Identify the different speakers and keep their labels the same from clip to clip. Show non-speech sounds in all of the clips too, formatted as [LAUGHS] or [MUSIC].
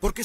Speaker 1: Porque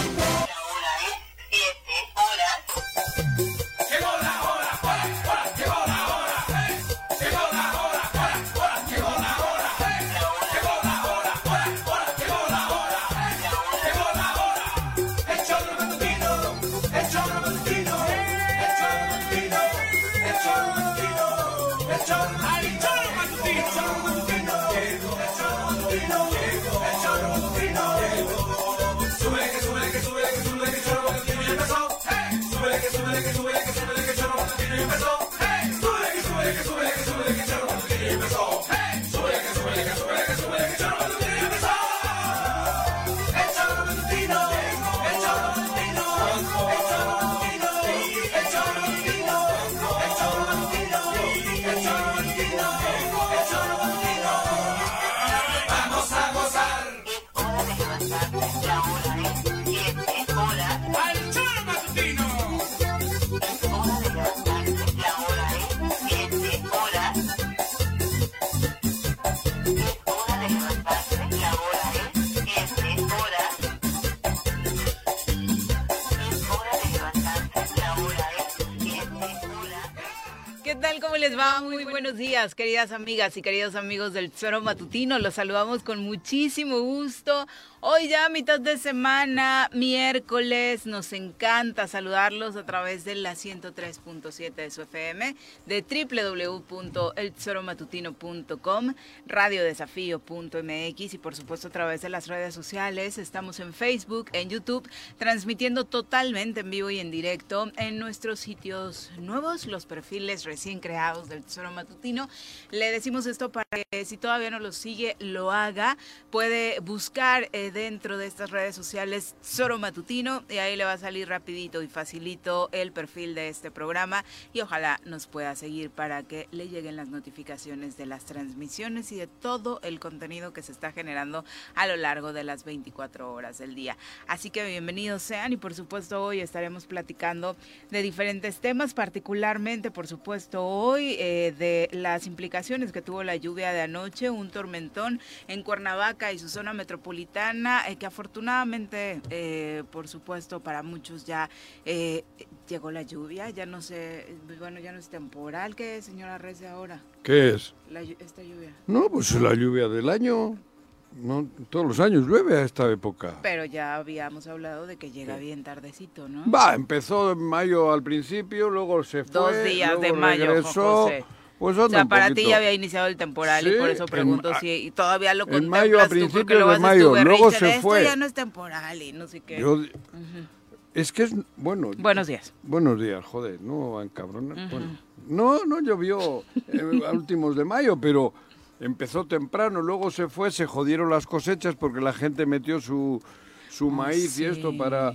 Speaker 2: Una es siete horas. Llegó la hora, hora, hora, llegó la hora, eh. Llegó la hora, hora, hora, llegó la hora, eh. Llegó la hora, hora, hora, llegó la hora, eh. Llegó la hora. El chorro matutino, el chorro matutino, el chorro matutino, el chorro matutino, el chorro matutino, el chorro matutino, el chorro matutino, el chorro matutino. Súbele que súbele que súbele que súbele que el chorro matutino ya empezó. ¡Hey! Súbele que súbele que súbele que súbele que el chorro matutino ya empezó. ¡Hey! Súbele que súbele que súbele que súbele que el chorro matutino ya empezó. ¡Hey! Súbele que súbele que súbele que súbele que el chorro matutino ya empezó. El chorro matutino, el chorro matutino, el chorro matutino, el chorro matutino, el chorro matutino, el chorro matutino, el chorro matutino. Vamos a gozar. ¡Al chorro matutino!
Speaker 3: ¿Qué tal? ¿Cómo les va? Muy buenos días, queridas amigas y queridos amigos del Tesoro Matutino. Los saludamos con muchísimo gusto. Hoy ya mitad de semana, miércoles, nos encanta saludarlos a través de la 103.7 de su FM, de www.eltesoromatutino.com, radiodesafío.mx y por supuesto a través de las redes sociales. Estamos en Facebook, en YouTube, transmitiendo totalmente en vivo y en directo en nuestros sitios nuevos, los perfiles recién creados del Tesoro Matutino. Le decimos esto para que si todavía no lo sigue, lo haga. Puede buscar eh, dentro de estas redes sociales Tesoro Matutino y ahí le va a salir rapidito y facilito el perfil de este programa y ojalá nos pueda seguir para que le lleguen las notificaciones de las transmisiones y de todo el contenido que se está generando a lo largo de las 24 horas del día. Así que bienvenidos sean y por supuesto hoy estaremos platicando de diferentes temas, particularmente por supuesto hoy eh, de las implicaciones que tuvo la lluvia de anoche, un tormentón en Cuernavaca y su zona metropolitana, eh, que afortunadamente eh, por supuesto para muchos ya eh, llegó la lluvia, ya no sé, bueno ya no es temporal, ¿qué es, señora Rece ahora?
Speaker 4: ¿Qué es?
Speaker 3: La llu- esta lluvia.
Speaker 4: No, pues la lluvia del año. No, todos los años llueve a esta época.
Speaker 3: Pero ya habíamos hablado de que llega bien tardecito, ¿no?
Speaker 4: Va, empezó en mayo al principio, luego se fue.
Speaker 3: Dos días
Speaker 4: luego
Speaker 3: de mayo,
Speaker 4: regresó.
Speaker 3: José.
Speaker 4: Pues
Speaker 3: O
Speaker 4: anda
Speaker 3: sea,
Speaker 4: un
Speaker 3: para ti
Speaker 4: poquito.
Speaker 3: ya había iniciado el temporal y
Speaker 4: Sí,
Speaker 3: por eso
Speaker 4: en
Speaker 3: pregunto
Speaker 4: ma-
Speaker 3: si y todavía lo
Speaker 4: en
Speaker 3: contemplas
Speaker 4: mayo, a
Speaker 3: tú, porque
Speaker 4: principios
Speaker 3: luego
Speaker 4: de
Speaker 3: haces tu
Speaker 4: mayo, luego
Speaker 3: berrinche
Speaker 4: se
Speaker 3: de, "Esto
Speaker 4: fue".
Speaker 3: ya no es temporal y no sé qué.
Speaker 4: Yo-
Speaker 3: Ujú.
Speaker 4: Es que es. Bueno.
Speaker 3: Buenos días.
Speaker 4: Buenos días, joder, no, ah, cabrón.
Speaker 3: Ujú.
Speaker 4: no, no llovió eh, a últimos de mayo, pero empezó temprano, luego se fue, se jodieron las cosechas porque la gente metió su, su
Speaker 3: Ah,
Speaker 4: maíz y esto para,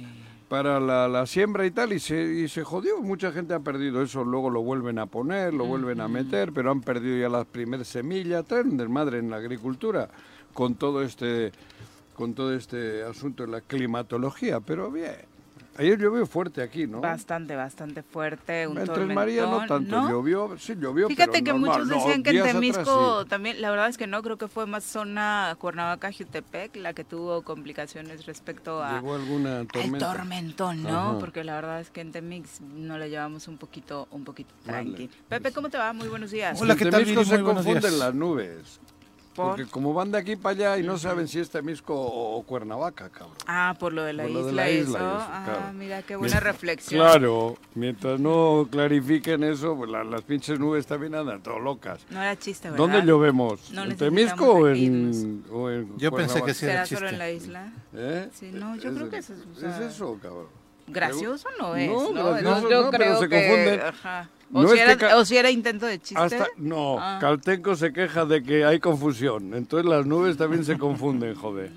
Speaker 4: para la, la siembra y tal, y se, y se jodió. Mucha gente ha perdido eso, luego lo vuelven a poner, lo vuelven a meter, pero han perdido ya las primeras semillas, traen un desmadre en la agricultura con todo este con todo este asunto de la climatología, pero bien. Ayer llovió fuerte aquí, ¿no?
Speaker 3: Bastante, bastante fuerte, un
Speaker 4: En Tres Marías no
Speaker 3: tormentón,
Speaker 4: tanto, llovió, sí llovió,
Speaker 3: Fíjate
Speaker 4: pero
Speaker 3: que
Speaker 4: normal,
Speaker 3: muchos
Speaker 4: no,
Speaker 3: decían que en
Speaker 4: días atrás
Speaker 3: Temisco
Speaker 4: sí.
Speaker 3: también, la verdad es que no, creo que fue más zona Cuernavaca-Jutepec la que tuvo complicaciones respecto a,
Speaker 4: Llegó alguna
Speaker 3: al
Speaker 4: tormenta.
Speaker 3: tormentón, ¿no?
Speaker 4: Ajá.
Speaker 3: Porque la verdad es que en Temix no la llevamos un poquito, un poquito
Speaker 4: Vale.
Speaker 3: tranqui. Pepe, ¿cómo te va? Muy buenos días.
Speaker 4: En Temisco se confunden las nubes.
Speaker 3: ¿Por?
Speaker 4: Porque como van de aquí para allá y no saben si es Temisco o, o Cuernavaca, cabrón.
Speaker 3: Ah, por lo de la
Speaker 4: Por
Speaker 3: isla,
Speaker 4: lo de la
Speaker 3: y
Speaker 4: isla y
Speaker 3: eso.
Speaker 4: eso,
Speaker 3: ah,
Speaker 4: claro.
Speaker 3: mira, qué buena reflexión.
Speaker 4: Claro, mientras no clarifiquen eso, pues la- las pinches nubes también andan todo locas.
Speaker 3: No era chiste, ¿verdad?
Speaker 4: ¿Dónde llovemos?
Speaker 3: No
Speaker 4: ¿En
Speaker 3: necesitamos
Speaker 4: Temisco o en,
Speaker 3: reírnos.
Speaker 4: o en
Speaker 5: Yo pensé
Speaker 4: Cuernavaca?
Speaker 5: que sí era
Speaker 3: ¿Será solo en la isla?
Speaker 4: ¿Eh?
Speaker 3: Sí, no, yo creo que eso es, o sea,
Speaker 4: eso, cabrón.
Speaker 3: Gracioso no es,
Speaker 4: No,
Speaker 3: ¿no?
Speaker 4: gracioso
Speaker 3: yo
Speaker 4: no, pero
Speaker 3: creo
Speaker 4: se
Speaker 3: que,
Speaker 4: confunde.
Speaker 3: ajá. O,
Speaker 4: No
Speaker 3: si
Speaker 4: es
Speaker 3: era,
Speaker 4: que ca-
Speaker 3: o si era intento de chiste.
Speaker 4: Hasta- no,
Speaker 3: Ah.
Speaker 4: Caltenco se queja de que hay confusión. Entonces las nubes también se confunden,
Speaker 3: [LAUGHS]
Speaker 4: joder.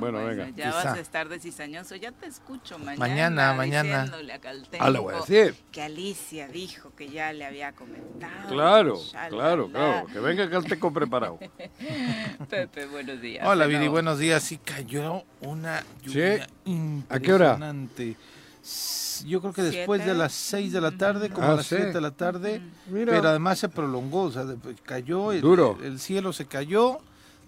Speaker 4: Bueno, venga.
Speaker 3: Ya vas a estar de cizañoso. Ya te escucho mañana.
Speaker 4: Mañana, mañana.
Speaker 3: diciéndole a Caltenco
Speaker 4: Ah, le voy a decir.
Speaker 3: Que Alicia dijo que ya le había comentado.
Speaker 4: Claro,
Speaker 3: Shalala.
Speaker 4: claro, claro. Que venga Caltenco [LAUGHS] preparado.
Speaker 3: Pepe, buenos
Speaker 4: Ah,
Speaker 3: días.
Speaker 6: Hola, Viri,
Speaker 3: Pero-
Speaker 6: buenos días. Sí, cayó una lluvia
Speaker 4: ¿A qué hora?
Speaker 6: impresionante. S- Yo creo que después
Speaker 4: ¿Siete?
Speaker 6: de las 6 de la tarde, como
Speaker 4: Ah,
Speaker 6: a las
Speaker 4: sí.
Speaker 6: 7 de la tarde,
Speaker 4: Mira.
Speaker 6: pero además se prolongó, o sea, de- pues, cayó, el,
Speaker 4: Duro.
Speaker 6: el cielo se cayó,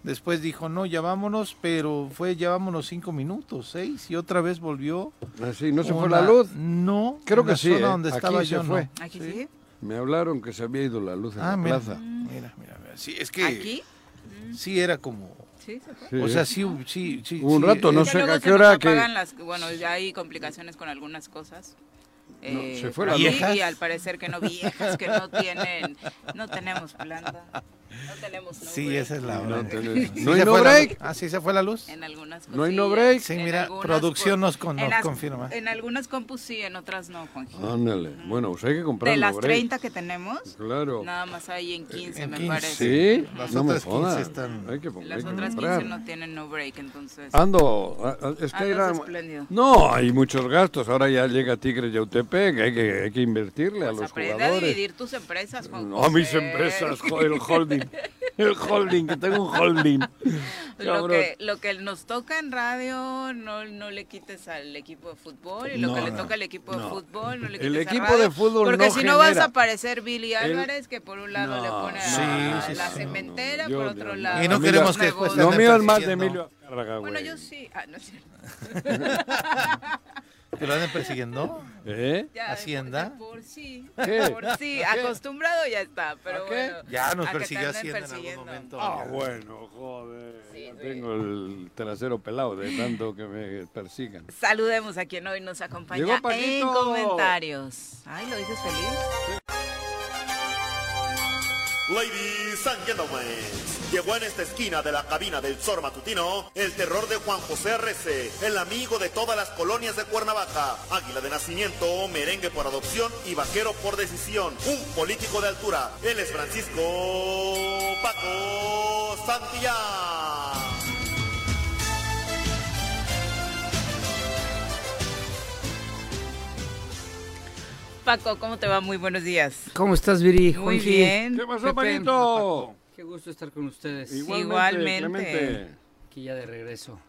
Speaker 6: después dijo, no, ya vámonos, pero fue, ya vámonos 5 minutos, 6, y otra vez volvió.
Speaker 4: Así, Ah, ¿no se fue
Speaker 6: Una-
Speaker 4: la luz?
Speaker 6: No,
Speaker 4: Creo
Speaker 6: en
Speaker 4: que
Speaker 6: la
Speaker 4: sí.
Speaker 6: zona
Speaker 4: ¿eh?
Speaker 6: donde
Speaker 4: Aquí
Speaker 6: estaba
Speaker 4: se
Speaker 6: yo, no.
Speaker 4: fue.
Speaker 3: ¿Aquí sí?
Speaker 4: Me hablaron que se había ido la luz en
Speaker 6: Ah,
Speaker 4: la
Speaker 6: mira,
Speaker 4: plaza.
Speaker 6: mira, mira, mira. Sí, es que
Speaker 3: ¿Aquí?
Speaker 6: sí era como...
Speaker 3: Sí, se fue.
Speaker 4: Sí,
Speaker 6: O sea,
Speaker 4: ¿eh?
Speaker 6: sí, sí, sí.
Speaker 4: Un
Speaker 6: sí, eh,
Speaker 4: rato, no
Speaker 6: es-
Speaker 4: sé
Speaker 3: Que luego
Speaker 4: a
Speaker 3: se
Speaker 4: qué
Speaker 3: nos
Speaker 4: hora que-
Speaker 3: apagan las- bueno, ya hay complicaciones con algunas cosas. Eh,
Speaker 4: se fue
Speaker 3: por
Speaker 4: la
Speaker 3: ahí,
Speaker 6: luz.
Speaker 3: Y al parecer que no viejas, que no tienen, no tenemos planta, no tenemos nube.
Speaker 6: Sí, esa es la hora.
Speaker 4: No tenés-
Speaker 6: Sí
Speaker 4: ¿No hay
Speaker 6: se
Speaker 4: no
Speaker 6: fue la
Speaker 4: break?
Speaker 6: luz. Ah, sí, se fue la luz.
Speaker 3: En algunas
Speaker 4: ¿No hay no
Speaker 3: cosillas,
Speaker 4: break?
Speaker 6: Sí,
Speaker 3: en
Speaker 6: mira,
Speaker 3: algunas
Speaker 6: producción
Speaker 3: co-
Speaker 6: nos con-
Speaker 3: en
Speaker 6: nos
Speaker 3: las-
Speaker 6: confirma. Ah,
Speaker 3: En algunas compus sí, en otras no, Juanjito.
Speaker 4: Ándale. Bueno, pues hay que comprar
Speaker 3: De
Speaker 4: un
Speaker 3: las
Speaker 4: break.
Speaker 3: 30 que tenemos,
Speaker 4: Claro.
Speaker 3: nada más hay en 15,
Speaker 6: en
Speaker 3: me
Speaker 6: 15.
Speaker 3: parece.
Speaker 4: Sí,
Speaker 6: Las
Speaker 4: no me
Speaker 6: otras 15
Speaker 4: jodas.
Speaker 6: están-
Speaker 4: Hay que, hay
Speaker 3: Las
Speaker 4: que
Speaker 3: otras 15
Speaker 4: comprar.
Speaker 3: no tienen no break, entonces.
Speaker 4: Ando, a- a- es que
Speaker 3: Andas
Speaker 4: era-
Speaker 3: espléndido.
Speaker 4: No, hay muchos gastos. Ahora ya llega Tigre y Autepec, hay que, hay que invertirle a
Speaker 3: Pues
Speaker 4: los
Speaker 3: aprende a
Speaker 4: jugadores.
Speaker 3: dividir tus empresas, Juan
Speaker 4: No, mis
Speaker 3: José.
Speaker 4: empresas, jo- el holding. El holding, que tengo un holding.
Speaker 3: [LAUGHS] Lo
Speaker 4: Cabrón.
Speaker 3: que, lo que nos toca en radio no, no le quites al equipo de fútbol y lo
Speaker 4: No,
Speaker 3: que le
Speaker 4: no,
Speaker 3: toca al equipo de
Speaker 4: no.
Speaker 3: fútbol no le
Speaker 4: El
Speaker 3: quites a
Speaker 4: equipo
Speaker 3: radio,
Speaker 4: de fútbol
Speaker 3: porque
Speaker 4: no
Speaker 3: si no vas
Speaker 4: genera.
Speaker 3: a aparecer Billy
Speaker 4: El-
Speaker 3: Álvarez que por un lado le
Speaker 4: No,
Speaker 3: pone a,
Speaker 4: sí,
Speaker 3: a
Speaker 6: sí,
Speaker 3: la
Speaker 6: sí,
Speaker 3: cementera
Speaker 4: no, no,
Speaker 3: por
Speaker 4: yo-
Speaker 3: otro
Speaker 4: yo-
Speaker 3: lado
Speaker 6: Y no
Speaker 3: a
Speaker 6: queremos
Speaker 3: los
Speaker 6: que después Están
Speaker 4: Lo
Speaker 3: negocios.
Speaker 4: mío es más de
Speaker 6: persiguiendo.
Speaker 4: Emilio Azcárraga,
Speaker 3: bueno
Speaker 4: güey.
Speaker 3: yo
Speaker 4: [LAUGHS]
Speaker 3: sí ah, no es cierto
Speaker 6: ¿Te lo andan persiguiendo?
Speaker 4: ¿Eh?
Speaker 3: Ya, de por-
Speaker 6: ¿Hacienda?
Speaker 3: de por sí
Speaker 4: ¿Qué?
Speaker 3: de por sí
Speaker 4: ¿A qué?
Speaker 3: acostumbrado ya está pero
Speaker 4: ¿A qué?
Speaker 3: bueno
Speaker 6: Ya nos
Speaker 3: a que te
Speaker 6: persiguió
Speaker 3: anden
Speaker 6: Hacienda en algún
Speaker 3: persiguiendo.
Speaker 6: momento.
Speaker 4: Ah, bueno, joder.
Speaker 3: Sí,
Speaker 4: ya
Speaker 3: sí.
Speaker 4: Tengo el trasero pelado de tanto que me persigan.
Speaker 3: Saludemos a quien hoy nos acompaña
Speaker 4: Llegó Paquito.
Speaker 3: en comentarios. Ay, lo dices feliz.
Speaker 7: Ladies and gentlemen, llegó en esta esquina de la cabina del Zor Matutino el terror de Juan José R.C., el amigo de todas las colonias de Cuernavaca, águila de nacimiento, merengue por adopción y vaquero por decisión, un político de altura. Él es Francisco Paco Santillán.
Speaker 3: Paco, ¿cómo te va? Muy buenos días.
Speaker 5: ¿Cómo estás, Viri?
Speaker 3: Muy
Speaker 5: Juanji?
Speaker 3: bien.
Speaker 4: ¿Qué pasó,
Speaker 5: Pepe,
Speaker 4: manito?
Speaker 5: Qué gusto estar con ustedes.
Speaker 3: Igualmente.
Speaker 4: Clemente.
Speaker 5: Aquí ya de regreso.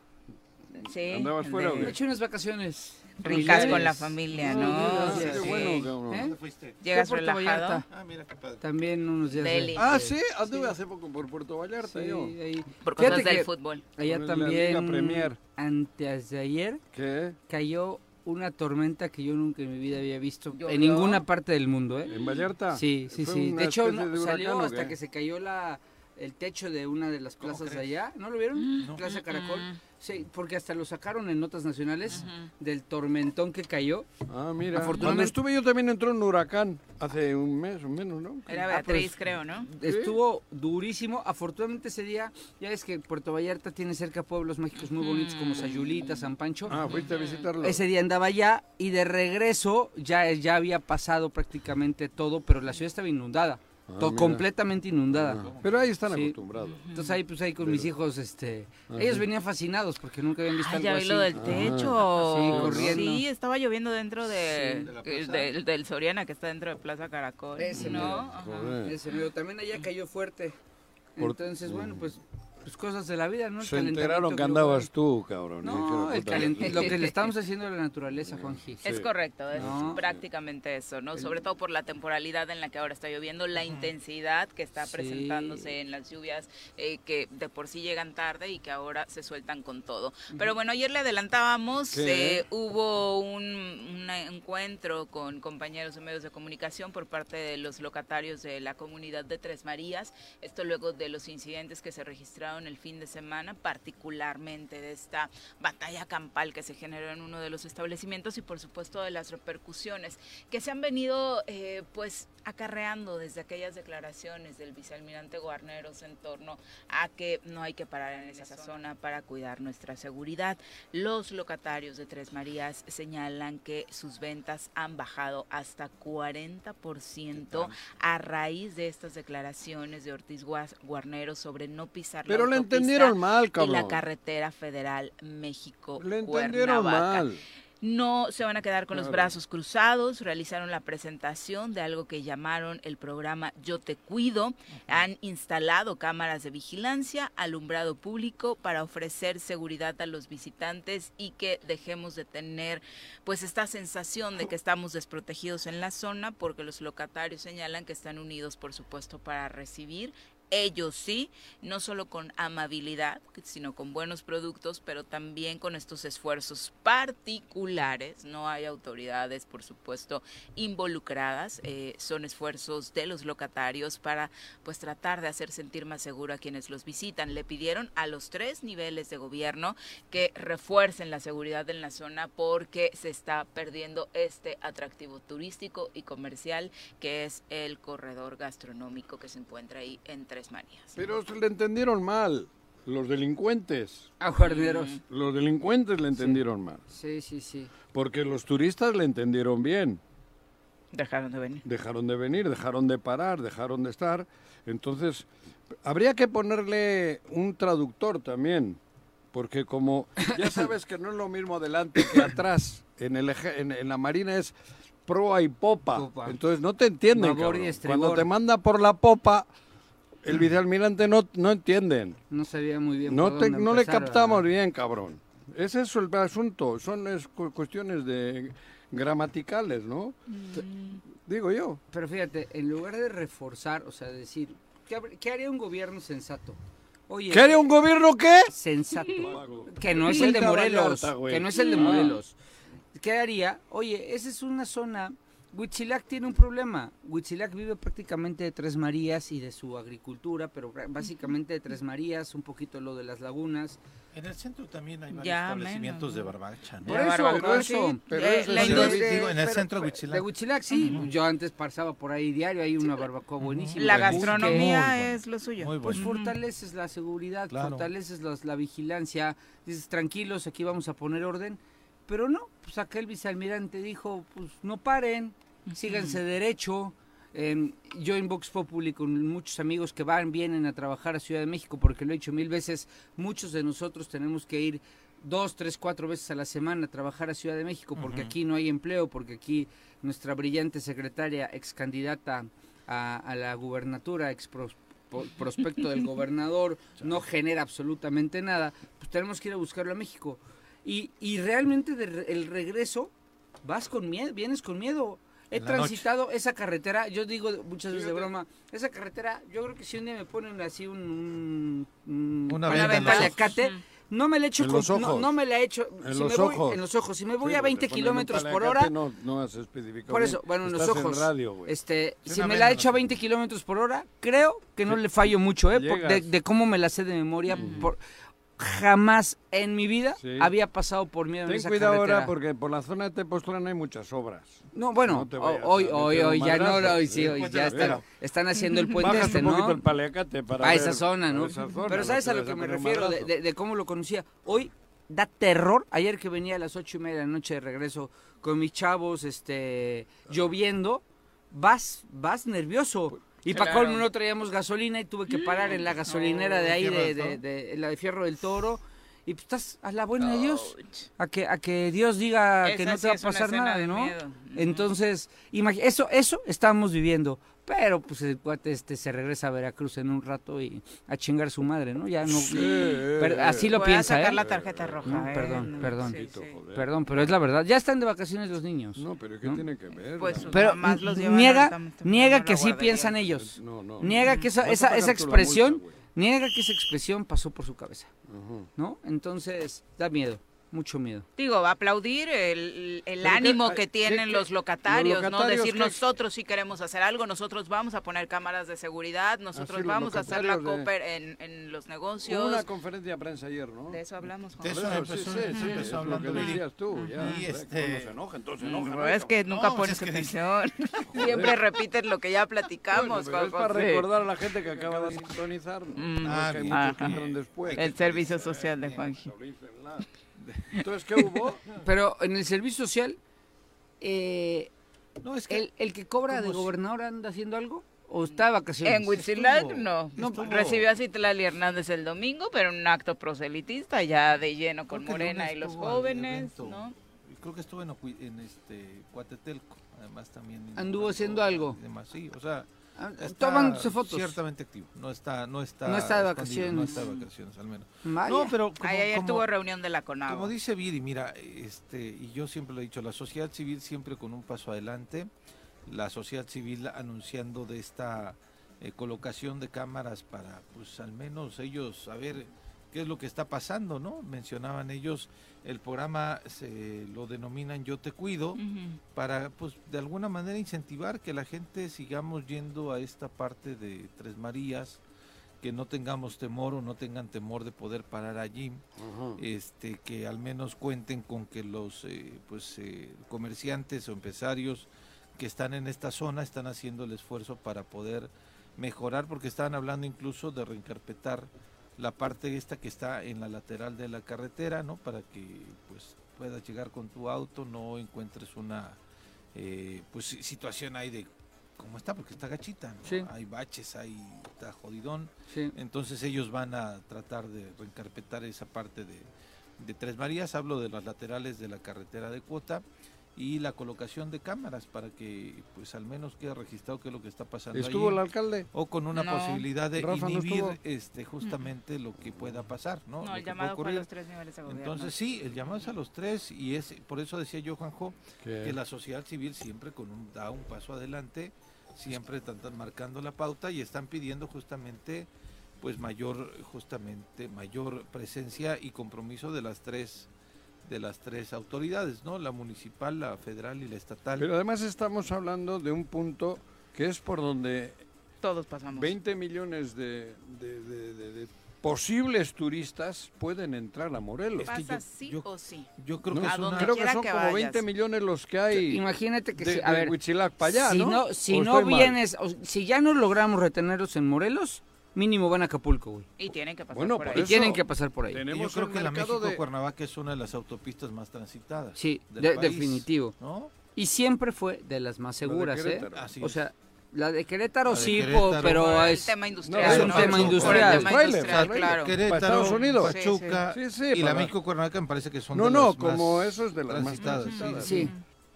Speaker 3: Sí.
Speaker 4: ¿Andabas fuera o
Speaker 5: He
Speaker 4: qué?
Speaker 5: hecho unas vacaciones.
Speaker 3: Ricas
Speaker 5: familiares.
Speaker 3: con la familia, ¿no?
Speaker 5: Sí,
Speaker 4: Ah, qué
Speaker 5: sí.
Speaker 4: bueno, cabrón.
Speaker 5: ¿Eh?
Speaker 6: fuiste?
Speaker 3: Llegas
Speaker 5: Fui a Puerto
Speaker 3: relajado.
Speaker 5: Vallarta,
Speaker 6: Ah, mira qué padre.
Speaker 5: También unos días. de-
Speaker 3: Deli.
Speaker 4: Ah, sí, anduve hace poco por Puerto Vallarta
Speaker 5: Sí,
Speaker 4: yo.
Speaker 5: de ahí.
Speaker 3: Por
Speaker 5: Fíjate
Speaker 3: cosas
Speaker 5: que
Speaker 3: del fútbol.
Speaker 5: Allá
Speaker 4: Por la Liga
Speaker 5: también.
Speaker 4: Premier.
Speaker 5: Antes de ayer
Speaker 4: ¿Qué?
Speaker 5: cayó una tormenta que yo nunca en mi vida había visto
Speaker 3: ¿Llovió?
Speaker 5: en ninguna parte del mundo, ¿eh?
Speaker 4: ¿En Vallarta?
Speaker 5: Sí, sí,
Speaker 4: ¿Fue
Speaker 5: sí.
Speaker 4: una
Speaker 5: De hecho,
Speaker 4: especie
Speaker 5: no-
Speaker 4: de huracán
Speaker 5: salió
Speaker 4: o
Speaker 5: hasta
Speaker 4: qué?
Speaker 5: que se cayó la, el techo de una de las plazas de allá. ¿No lo vieron?
Speaker 3: Mm.
Speaker 5: Plaza Caracol. Sí, porque hasta lo sacaron en notas nacionales del tormentón que cayó.
Speaker 4: Ah, mira.
Speaker 5: Afortunadamente-
Speaker 4: Cuando estuve yo también entró un huracán hace un mes o menos, ¿no?
Speaker 3: Era
Speaker 5: Ah, pues,
Speaker 3: Beatriz, creo, ¿no?
Speaker 5: Estuvo durísimo. Afortunadamente ese día, ya ves que Puerto Vallarta tiene cerca pueblos mágicos muy bonitos como Sayulita, San Pancho.
Speaker 4: Ah, fuiste a visitarlo.
Speaker 5: Ese día andaba allá y de regreso ya, ya había pasado prácticamente todo, pero la ciudad estaba inundada. to-
Speaker 4: Ah, mira. Ah.
Speaker 5: completamente inundada.
Speaker 4: Pero ahí están
Speaker 5: Sí.
Speaker 4: acostumbrados.
Speaker 5: Entonces ahí pues ahí con mis hijos, este,
Speaker 4: Ah,
Speaker 5: ellos venían fascinados porque nunca habían visto algo
Speaker 3: Ay, Ah, ya vi
Speaker 5: así. Ah,
Speaker 3: lo del techo.
Speaker 5: Sí, corriendo.
Speaker 3: Sí, estaba lloviendo dentro de, el- del, del Soriana, que está dentro de Plaza Caracol.
Speaker 5: Ese mero.
Speaker 3: ¿No? Ajá.
Speaker 4: Joder.
Speaker 5: Ese miedo. También allá cayó fuerte.
Speaker 4: Por-
Speaker 5: Entonces, bueno, pues, pues cosas de la vida, ¿no? El
Speaker 4: Se
Speaker 5: calentamiento
Speaker 4: enteraron que
Speaker 5: global.
Speaker 4: andabas tú, cabrón.
Speaker 5: No,
Speaker 4: Y
Speaker 5: el
Speaker 4: que-
Speaker 5: calent- lo que le estamos
Speaker 4: [LAUGHS]
Speaker 5: haciendo a la naturaleza, Juanji.
Speaker 3: Es correcto, es
Speaker 5: No.
Speaker 3: prácticamente eso, ¿no? Sobre todo por la temporalidad en la que ahora está lloviendo, la intensidad que está
Speaker 5: Sí.
Speaker 3: presentándose en las lluvias, eh, que de por sí llegan tarde y que ahora se sueltan con todo. Pero bueno, ayer le adelantábamos,
Speaker 4: ¿Qué?
Speaker 3: eh, hubo un, un encuentro con compañeros de medios de comunicación por parte de los locatarios de la comunidad de Tres Marías, esto luego de los incidentes que se registraron el fin de semana, particularmente de esta batalla campal que se generó en uno de los establecimientos y por supuesto de las repercusiones que se han venido eh, pues acarreando desde aquellas declaraciones del vicealmirante Guarneros en torno a que no hay que parar en esa zona para cuidar nuestra seguridad. Los locatarios de Tres Marías señalan que sus ventas han bajado hasta 40% a raíz de estas declaraciones de Ortiz Guas- Guarneros sobre no pisar
Speaker 4: Pero
Speaker 3: la
Speaker 4: le
Speaker 3: autopista
Speaker 4: entendieron mal,
Speaker 3: y la
Speaker 4: cabrón.
Speaker 3: carretera federal México
Speaker 4: Le entendieron mal.
Speaker 3: no se van a quedar con los
Speaker 4: Claro.
Speaker 3: brazos cruzados, realizaron la presentación de algo que llamaron el programa Yo Te Cuido, han instalado cámaras de vigilancia, alumbrado público para ofrecer seguridad a los visitantes y que dejemos de tener pues esta sensación de que estamos desprotegidos en la zona porque los locatarios señalan que están unidos por supuesto para recibir ellos sí, no solo con amabilidad, sino con buenos productos, pero también con estos esfuerzos particulares. No hay autoridades, por supuesto, involucradas. eh, son esfuerzos de los locatarios para pues tratar de hacer sentir más seguro a quienes los visitan. Le pidieron a los tres niveles de gobierno que refuercen la seguridad en la zona porque se está perdiendo este atractivo turístico y comercial que es el corredor gastronómico que se encuentra ahí en Tres Marías.
Speaker 4: Pero se le entendieron mal. Los delincuentes.
Speaker 5: A Guarneros.
Speaker 4: Los delincuentes le entendieron mal.
Speaker 5: Sí, sí, sí.
Speaker 4: Porque los turistas le entendieron bien.
Speaker 3: Dejaron de venir.
Speaker 4: Dejaron de venir, dejaron de parar, dejaron de estar. Entonces, habría que ponerle un traductor también. Porque como ya sabes que no es lo mismo adelante que atrás. En, el eje- en, en la marina es proa y popa.
Speaker 5: Popa.
Speaker 4: Entonces no te entienden.
Speaker 5: Babor y
Speaker 4: cabrón.
Speaker 5: estribor.
Speaker 4: Cuando te manda por la popa, el vicealmirante no, no entienden.
Speaker 5: No sabía muy bien.
Speaker 4: No,
Speaker 5: por
Speaker 4: te-
Speaker 5: dónde
Speaker 4: no le
Speaker 5: empezar,
Speaker 4: captamos
Speaker 5: ¿verdad?
Speaker 4: bien, cabrón. Es eso el asunto. Son es cu- cuestiones de gramaticales, ¿no? Digo yo.
Speaker 5: Pero fíjate, en lugar de reforzar, o sea, decir, ¿qué, habr- qué haría un gobierno sensato? Oye,
Speaker 4: ¿Qué haría un gobierno qué?
Speaker 5: sensato. que no es el de
Speaker 4: Vuelta a
Speaker 5: Morelos.
Speaker 4: Vallarta, güey.
Speaker 5: Que no es el de
Speaker 4: Ah.
Speaker 5: Morelos. ¿Qué haría? Oye, esa es una zona. Huitzilac tiene un problema. Huitzilac vive prácticamente de Tres Marías y de su agricultura, pero bra- básicamente de Tres Marías, un poquito lo de las lagunas.
Speaker 6: En el centro también hay varios
Speaker 3: Ya,
Speaker 6: establecimientos
Speaker 3: menos,
Speaker 6: de
Speaker 3: ¿no?
Speaker 6: barbacha, ¿no?
Speaker 4: Por eso,
Speaker 5: Barbacoa,
Speaker 4: pero
Speaker 5: sí.
Speaker 4: eso, pero
Speaker 3: Eh,
Speaker 4: eso
Speaker 3: la
Speaker 4: sí.
Speaker 3: industria-
Speaker 6: digo, en el
Speaker 5: pero-
Speaker 6: centro de
Speaker 5: pero-
Speaker 6: Huitzilac.
Speaker 5: De Huitzilac, sí. Yo antes pasaba por ahí diario, hay una barbacoa buenísima.
Speaker 3: La
Speaker 5: Busque-
Speaker 3: gastronomía
Speaker 6: Muy bueno.
Speaker 3: es lo suyo.
Speaker 6: Muy
Speaker 5: Pues
Speaker 6: bueno.
Speaker 5: fortaleces la seguridad,
Speaker 6: Claro.
Speaker 5: fortaleces las- la vigilancia, dices tranquilos, aquí vamos a poner orden, pero no, pues acá el vicealmirante dijo, pues no paren, síganse derecho. Em, yo en Vox Populi con muchos amigos que van, vienen a trabajar a Ciudad de México, porque lo he dicho mil veces, muchos de nosotros tenemos que ir dos, tres, cuatro veces a la semana a trabajar a Ciudad de México, porque aquí no hay empleo, porque aquí nuestra brillante secretaria, ex candidata a, a la gubernatura, ex pros- po- prospecto del gobernador, no genera absolutamente nada, pues tenemos que ir a buscarlo a México. Y, y realmente de re- el regreso vas con miedo, vienes con miedo. He
Speaker 6: En la noche.
Speaker 5: transitado esa carretera, yo digo muchas veces de broma, esa carretera, yo creo que si un día me ponen así un, un-
Speaker 4: Mm.
Speaker 5: un-
Speaker 6: Una
Speaker 3: venda en
Speaker 5: de
Speaker 3: los ojos.
Speaker 5: aguacate, no me la echo
Speaker 4: En
Speaker 5: con-
Speaker 4: los
Speaker 5: no,
Speaker 4: ojos.
Speaker 5: no me la echo
Speaker 4: En
Speaker 5: si
Speaker 4: los
Speaker 5: me voy-
Speaker 4: ojos.
Speaker 5: en los ojos, si me voy
Speaker 4: Sí,
Speaker 5: a
Speaker 4: porque
Speaker 5: 20
Speaker 4: te ponen
Speaker 5: kilómetros
Speaker 4: un
Speaker 5: por
Speaker 4: palacate,
Speaker 5: hora,
Speaker 4: No, no has especificado
Speaker 5: por
Speaker 4: bien.
Speaker 5: eso, bueno, en los
Speaker 4: Estás
Speaker 5: ojos.
Speaker 4: En radio, güey.
Speaker 5: este,
Speaker 6: Sí,
Speaker 5: si
Speaker 6: una
Speaker 5: me
Speaker 6: vez
Speaker 5: la
Speaker 6: me
Speaker 5: echo a
Speaker 6: la-
Speaker 5: 20 kilómetros por hora, creo que no le fallo mucho, ¿eh? Por- de,
Speaker 4: Llegas.
Speaker 5: de cómo me la sé de memoria. por- jamás en mi vida
Speaker 4: Sí.
Speaker 5: había pasado por miedo en
Speaker 4: Ten
Speaker 5: esa
Speaker 4: cuidado
Speaker 5: carretera.
Speaker 4: ahora porque por la zona de Tepoztlán hay muchas obras.
Speaker 5: No, bueno,
Speaker 4: No te vayas
Speaker 5: hoy,
Speaker 4: a
Speaker 5: hoy,
Speaker 4: meter un
Speaker 5: hoy, ya no,
Speaker 4: madrazo.
Speaker 5: hoy sí,
Speaker 4: Sí,
Speaker 5: hoy
Speaker 4: pues,
Speaker 5: ya
Speaker 4: de
Speaker 5: están,
Speaker 4: veras.
Speaker 5: están haciendo el puente
Speaker 4: Bajas
Speaker 5: este,
Speaker 4: un poquito
Speaker 5: ¿no?
Speaker 4: el paleacate para
Speaker 5: a
Speaker 4: ver-
Speaker 5: esa zona, ¿no?
Speaker 4: a esa zona,
Speaker 5: Pero
Speaker 4: no
Speaker 5: sabes
Speaker 4: te
Speaker 5: a lo
Speaker 4: vas
Speaker 5: que me
Speaker 4: poner un
Speaker 5: refiero, de,
Speaker 4: madrazo.
Speaker 5: de- de cómo lo conocía. Hoy da terror. Ayer que venía a las ocho y media de la noche de regreso con mis chavos, este, lloviendo, vas, vas nervioso. Y para
Speaker 3: Claro.
Speaker 5: colmo no traíamos gasolina y tuve
Speaker 3: Mm,
Speaker 5: que parar
Speaker 3: pues
Speaker 5: en la gasolinera de ahí,
Speaker 6: Fierro
Speaker 5: de,
Speaker 6: del Toro.
Speaker 5: de- de- en la de Fierro del Toro. Y pues estás a la buena de Dios,
Speaker 3: Ouch.
Speaker 5: a que, a que Dios diga que
Speaker 3: Esa
Speaker 5: no te
Speaker 3: sí
Speaker 5: va a
Speaker 3: es una
Speaker 5: pasar
Speaker 3: escena
Speaker 5: nada,
Speaker 3: de
Speaker 5: ¿no?
Speaker 3: miedo. Ujú.
Speaker 5: Entonces, imagi- eso, eso estamos viviendo. Pero pues el cuate este se regresa a Veracruz en un rato y a chingar su madre, ¿no? Ya no. pero así lo
Speaker 3: Voy a
Speaker 5: piensa,
Speaker 3: sacar
Speaker 5: ¿eh?
Speaker 3: la tarjeta roja.
Speaker 5: No,
Speaker 3: ¿eh?
Speaker 5: perdón,
Speaker 3: No,
Speaker 5: perdón.
Speaker 3: sí, sí.
Speaker 4: Joder.
Speaker 5: Perdón, pero es la verdad. Ya están de vacaciones los niños.
Speaker 4: No, pero ¿qué
Speaker 5: ¿No?
Speaker 4: tiene que ver?
Speaker 3: Pues,
Speaker 4: No,
Speaker 3: Sus
Speaker 5: Pero
Speaker 3: mamás los llevan ahorita
Speaker 5: niega,
Speaker 3: más temprano a
Speaker 5: niega
Speaker 3: la
Speaker 5: que sí
Speaker 3: guardería.
Speaker 5: piensan ellos.
Speaker 4: no, no.
Speaker 5: Niega que esa,
Speaker 4: Vas a
Speaker 5: esa,
Speaker 4: pagar
Speaker 5: esa
Speaker 4: tú la multa,
Speaker 5: expresión,
Speaker 4: güey.
Speaker 5: niega que esa expresión pasó por su cabeza, ¿no? Entonces, da miedo. mucho miedo.
Speaker 3: Digo, va a aplaudir el,
Speaker 5: Pero
Speaker 3: el
Speaker 5: que-
Speaker 3: ánimo
Speaker 5: ay,
Speaker 3: que
Speaker 5: sí,
Speaker 3: tienen
Speaker 5: que-
Speaker 3: los locatarios,
Speaker 5: los
Speaker 3: ¿no?
Speaker 5: locatarios
Speaker 3: Decir,
Speaker 5: que-
Speaker 3: nosotros sí queremos hacer algo, nosotros vamos a poner cámaras de seguridad, nosotros
Speaker 4: los
Speaker 3: vamos a hacer la
Speaker 4: locatarios de-
Speaker 3: cooper en, en los negocios.
Speaker 4: Hubo una conferencia de prensa ayer, ¿no?
Speaker 3: De eso hablamos, Juan.
Speaker 6: De eso
Speaker 4: Bueno,
Speaker 6: empezó,
Speaker 4: sí, sí, sí,
Speaker 6: empezó
Speaker 4: es lo
Speaker 6: hablando
Speaker 4: que
Speaker 6: Viri.
Speaker 4: decías tú, ya.
Speaker 6: Ujú. Y
Speaker 4: Cuando
Speaker 6: este-
Speaker 4: se enoja, entonces se enoja,
Speaker 3: Pero es que nunca
Speaker 6: No, pues
Speaker 3: pones
Speaker 6: es que-
Speaker 4: [LAUGHS]
Speaker 3: [LAUGHS] atención. Siempre repites lo que ya
Speaker 4: Bueno,
Speaker 3: platicamos,
Speaker 4: pero
Speaker 3: Juan
Speaker 4: es para
Speaker 3: José.
Speaker 4: recordar a la gente que acaba de sintonizar. ¿no?
Speaker 6: Ah,
Speaker 4: Porque hay
Speaker 6: bien.
Speaker 4: muchos que
Speaker 3: Ajá.
Speaker 4: entran después.
Speaker 3: El servicio social de Juanji.
Speaker 4: Entonces, ¿qué hubo?
Speaker 6: [LAUGHS]
Speaker 5: Pero en el servicio social, eh,
Speaker 6: No, es que
Speaker 5: el, el que cobra de
Speaker 6: ¿Cómo es?
Speaker 5: gobernador anda haciendo algo o está de vacaciones.
Speaker 3: En Huitzilac no.
Speaker 6: No,
Speaker 3: Estuvo.
Speaker 6: no.
Speaker 3: Recibió a Citlali Hernández el domingo, pero en un acto proselitista ya de lleno con
Speaker 6: Creo que el
Speaker 3: Morena
Speaker 6: lunes
Speaker 3: y los
Speaker 6: estuvo al
Speaker 3: jóvenes,
Speaker 6: evento.
Speaker 3: ¿no?
Speaker 6: Y Creo que estuvo en, Ocu- en este Cuatetelco, además también.
Speaker 5: Anduvo
Speaker 6: inaugurando
Speaker 5: haciendo algo.
Speaker 6: y demás, Sí, o sea,
Speaker 5: Ah,
Speaker 6: está
Speaker 5: Tomándose fotos.
Speaker 6: Ciertamente activo. No está, no está.
Speaker 5: No está de
Speaker 6: escondido, No
Speaker 5: vacaciones.
Speaker 6: está de vacaciones, al menos.
Speaker 5: Vaya.
Speaker 6: No, pero como,
Speaker 3: Ay, ayer
Speaker 6: como-
Speaker 3: tuvo reunión de la
Speaker 6: como
Speaker 3: CONAGO.
Speaker 6: dice Viri, mira, este, y yo siempre lo he dicho, la sociedad civil siempre con un paso adelante. La sociedad civil anunciando de esta eh, colocación de cámaras para, pues, al menos ellos saber qué es lo que está pasando, ¿no? Mencionaban ellos el programa se lo denominan Yo te cuido para, pues, de alguna manera incentivar que la gente sigamos yendo a esta parte de Tres Marías, que no tengamos temor o no tengan temor de poder parar allí, este, que al menos cuenten con que los, eh, pues, eh, comerciantes o empresarios que están en esta zona están haciendo el esfuerzo para poder mejorar, porque estaban hablando incluso de reencarpetar la parte esta que está en la lateral de la carretera, ¿no? Para que pues puedas llegar con tu auto, no encuentres una eh, pues si- situación ahí de cómo está, porque está gachita, ¿no?
Speaker 5: Sí.
Speaker 6: Hay baches, hay está jodidón.
Speaker 5: Sí.
Speaker 6: Entonces ellos van a tratar de reencarpetar esa parte de, de Tres Marías, hablo de las laterales de la carretera de Cuota y la colocación de cámaras para que pues al menos quede registrado qué es lo que está pasando.
Speaker 4: ¿Estuvo
Speaker 6: allí
Speaker 4: el alcalde?
Speaker 6: o con una
Speaker 3: No.
Speaker 6: posibilidad de
Speaker 4: Rafa, ¿no
Speaker 6: inhibir
Speaker 4: estuvo?
Speaker 6: este justamente lo que pueda pasar, ¿no? Lo
Speaker 3: No,
Speaker 6: que
Speaker 3: el
Speaker 6: pueda
Speaker 3: llamado fue a
Speaker 6: ocurrir.
Speaker 3: los tres niveles de gobierno.
Speaker 6: Entonces sí, el llamado es a los tres y es por eso decía yo Juanjo que la sociedad civil siempre con un, da un paso adelante, siempre están tan- marcando la pauta y están pidiendo justamente pues mayor justamente mayor presencia y compromiso de las tres de las tres autoridades, ¿no? La municipal, la federal y la estatal.
Speaker 4: Pero además estamos hablando de un punto que es por donde
Speaker 3: Todos pasamos.
Speaker 4: 20 millones de, de- de- de- de posibles turistas pueden entrar a Morelos.
Speaker 6: Es que
Speaker 3: ¿Pasa
Speaker 6: yo-
Speaker 3: sí
Speaker 6: yo-
Speaker 3: o sí?
Speaker 6: yo creo
Speaker 4: ¿no?
Speaker 6: que es
Speaker 3: donde
Speaker 6: una-
Speaker 4: Creo que
Speaker 3: quiera
Speaker 4: son
Speaker 3: que
Speaker 4: como
Speaker 3: vayas.
Speaker 4: 20 millones los que hay
Speaker 5: Imagínate que
Speaker 4: de,
Speaker 5: si, a
Speaker 4: de
Speaker 5: ver,
Speaker 4: Huitzilac para allá,
Speaker 5: si
Speaker 4: ¿no?
Speaker 5: no, si
Speaker 4: ¿O
Speaker 5: no
Speaker 4: estoy mal?
Speaker 5: vienes, o si ya no logramos retenerlos en Morelos, mínimo van a Acapulco, güey.
Speaker 3: Y tienen que pasar
Speaker 4: Bueno,
Speaker 3: por
Speaker 4: por
Speaker 3: ahí.
Speaker 5: Y
Speaker 4: eso-
Speaker 5: tienen que pasar por ahí.
Speaker 6: Y
Speaker 4: Tenemos
Speaker 6: yo creo
Speaker 4: el
Speaker 6: que la
Speaker 4: mercado
Speaker 6: México
Speaker 4: de-
Speaker 6: Cuernavaca es una de las autopistas más transitadas.
Speaker 5: Sí,
Speaker 6: del
Speaker 5: de-
Speaker 6: país,
Speaker 5: definitivo.
Speaker 6: ¿no?
Speaker 5: Y siempre fue de las más
Speaker 4: de
Speaker 5: seguras, ¿eh?
Speaker 4: Querétaro.
Speaker 6: Así
Speaker 5: O
Speaker 6: es.
Speaker 5: sea, la de Querétaro
Speaker 6: La de
Speaker 5: sí, po-
Speaker 6: Querétaro.
Speaker 5: pero
Speaker 3: Por el
Speaker 5: es...
Speaker 3: tema industrial.
Speaker 4: es un
Speaker 3: ¿no?
Speaker 4: tema
Speaker 3: Por el
Speaker 5: industrial.
Speaker 3: tema
Speaker 4: Trailer,
Speaker 3: industrial,
Speaker 4: trailer.
Speaker 3: claro.
Speaker 6: Querétaro,
Speaker 4: Para Estados Unidos.
Speaker 6: Pachuca
Speaker 4: Sí, sí,
Speaker 6: y la
Speaker 4: para-
Speaker 6: México Cuernavaca me parece que son
Speaker 4: No,
Speaker 6: de
Speaker 4: no,
Speaker 6: las más
Speaker 4: como eso es de las más
Speaker 6: transitadas.
Speaker 4: transitadas.
Speaker 6: sí.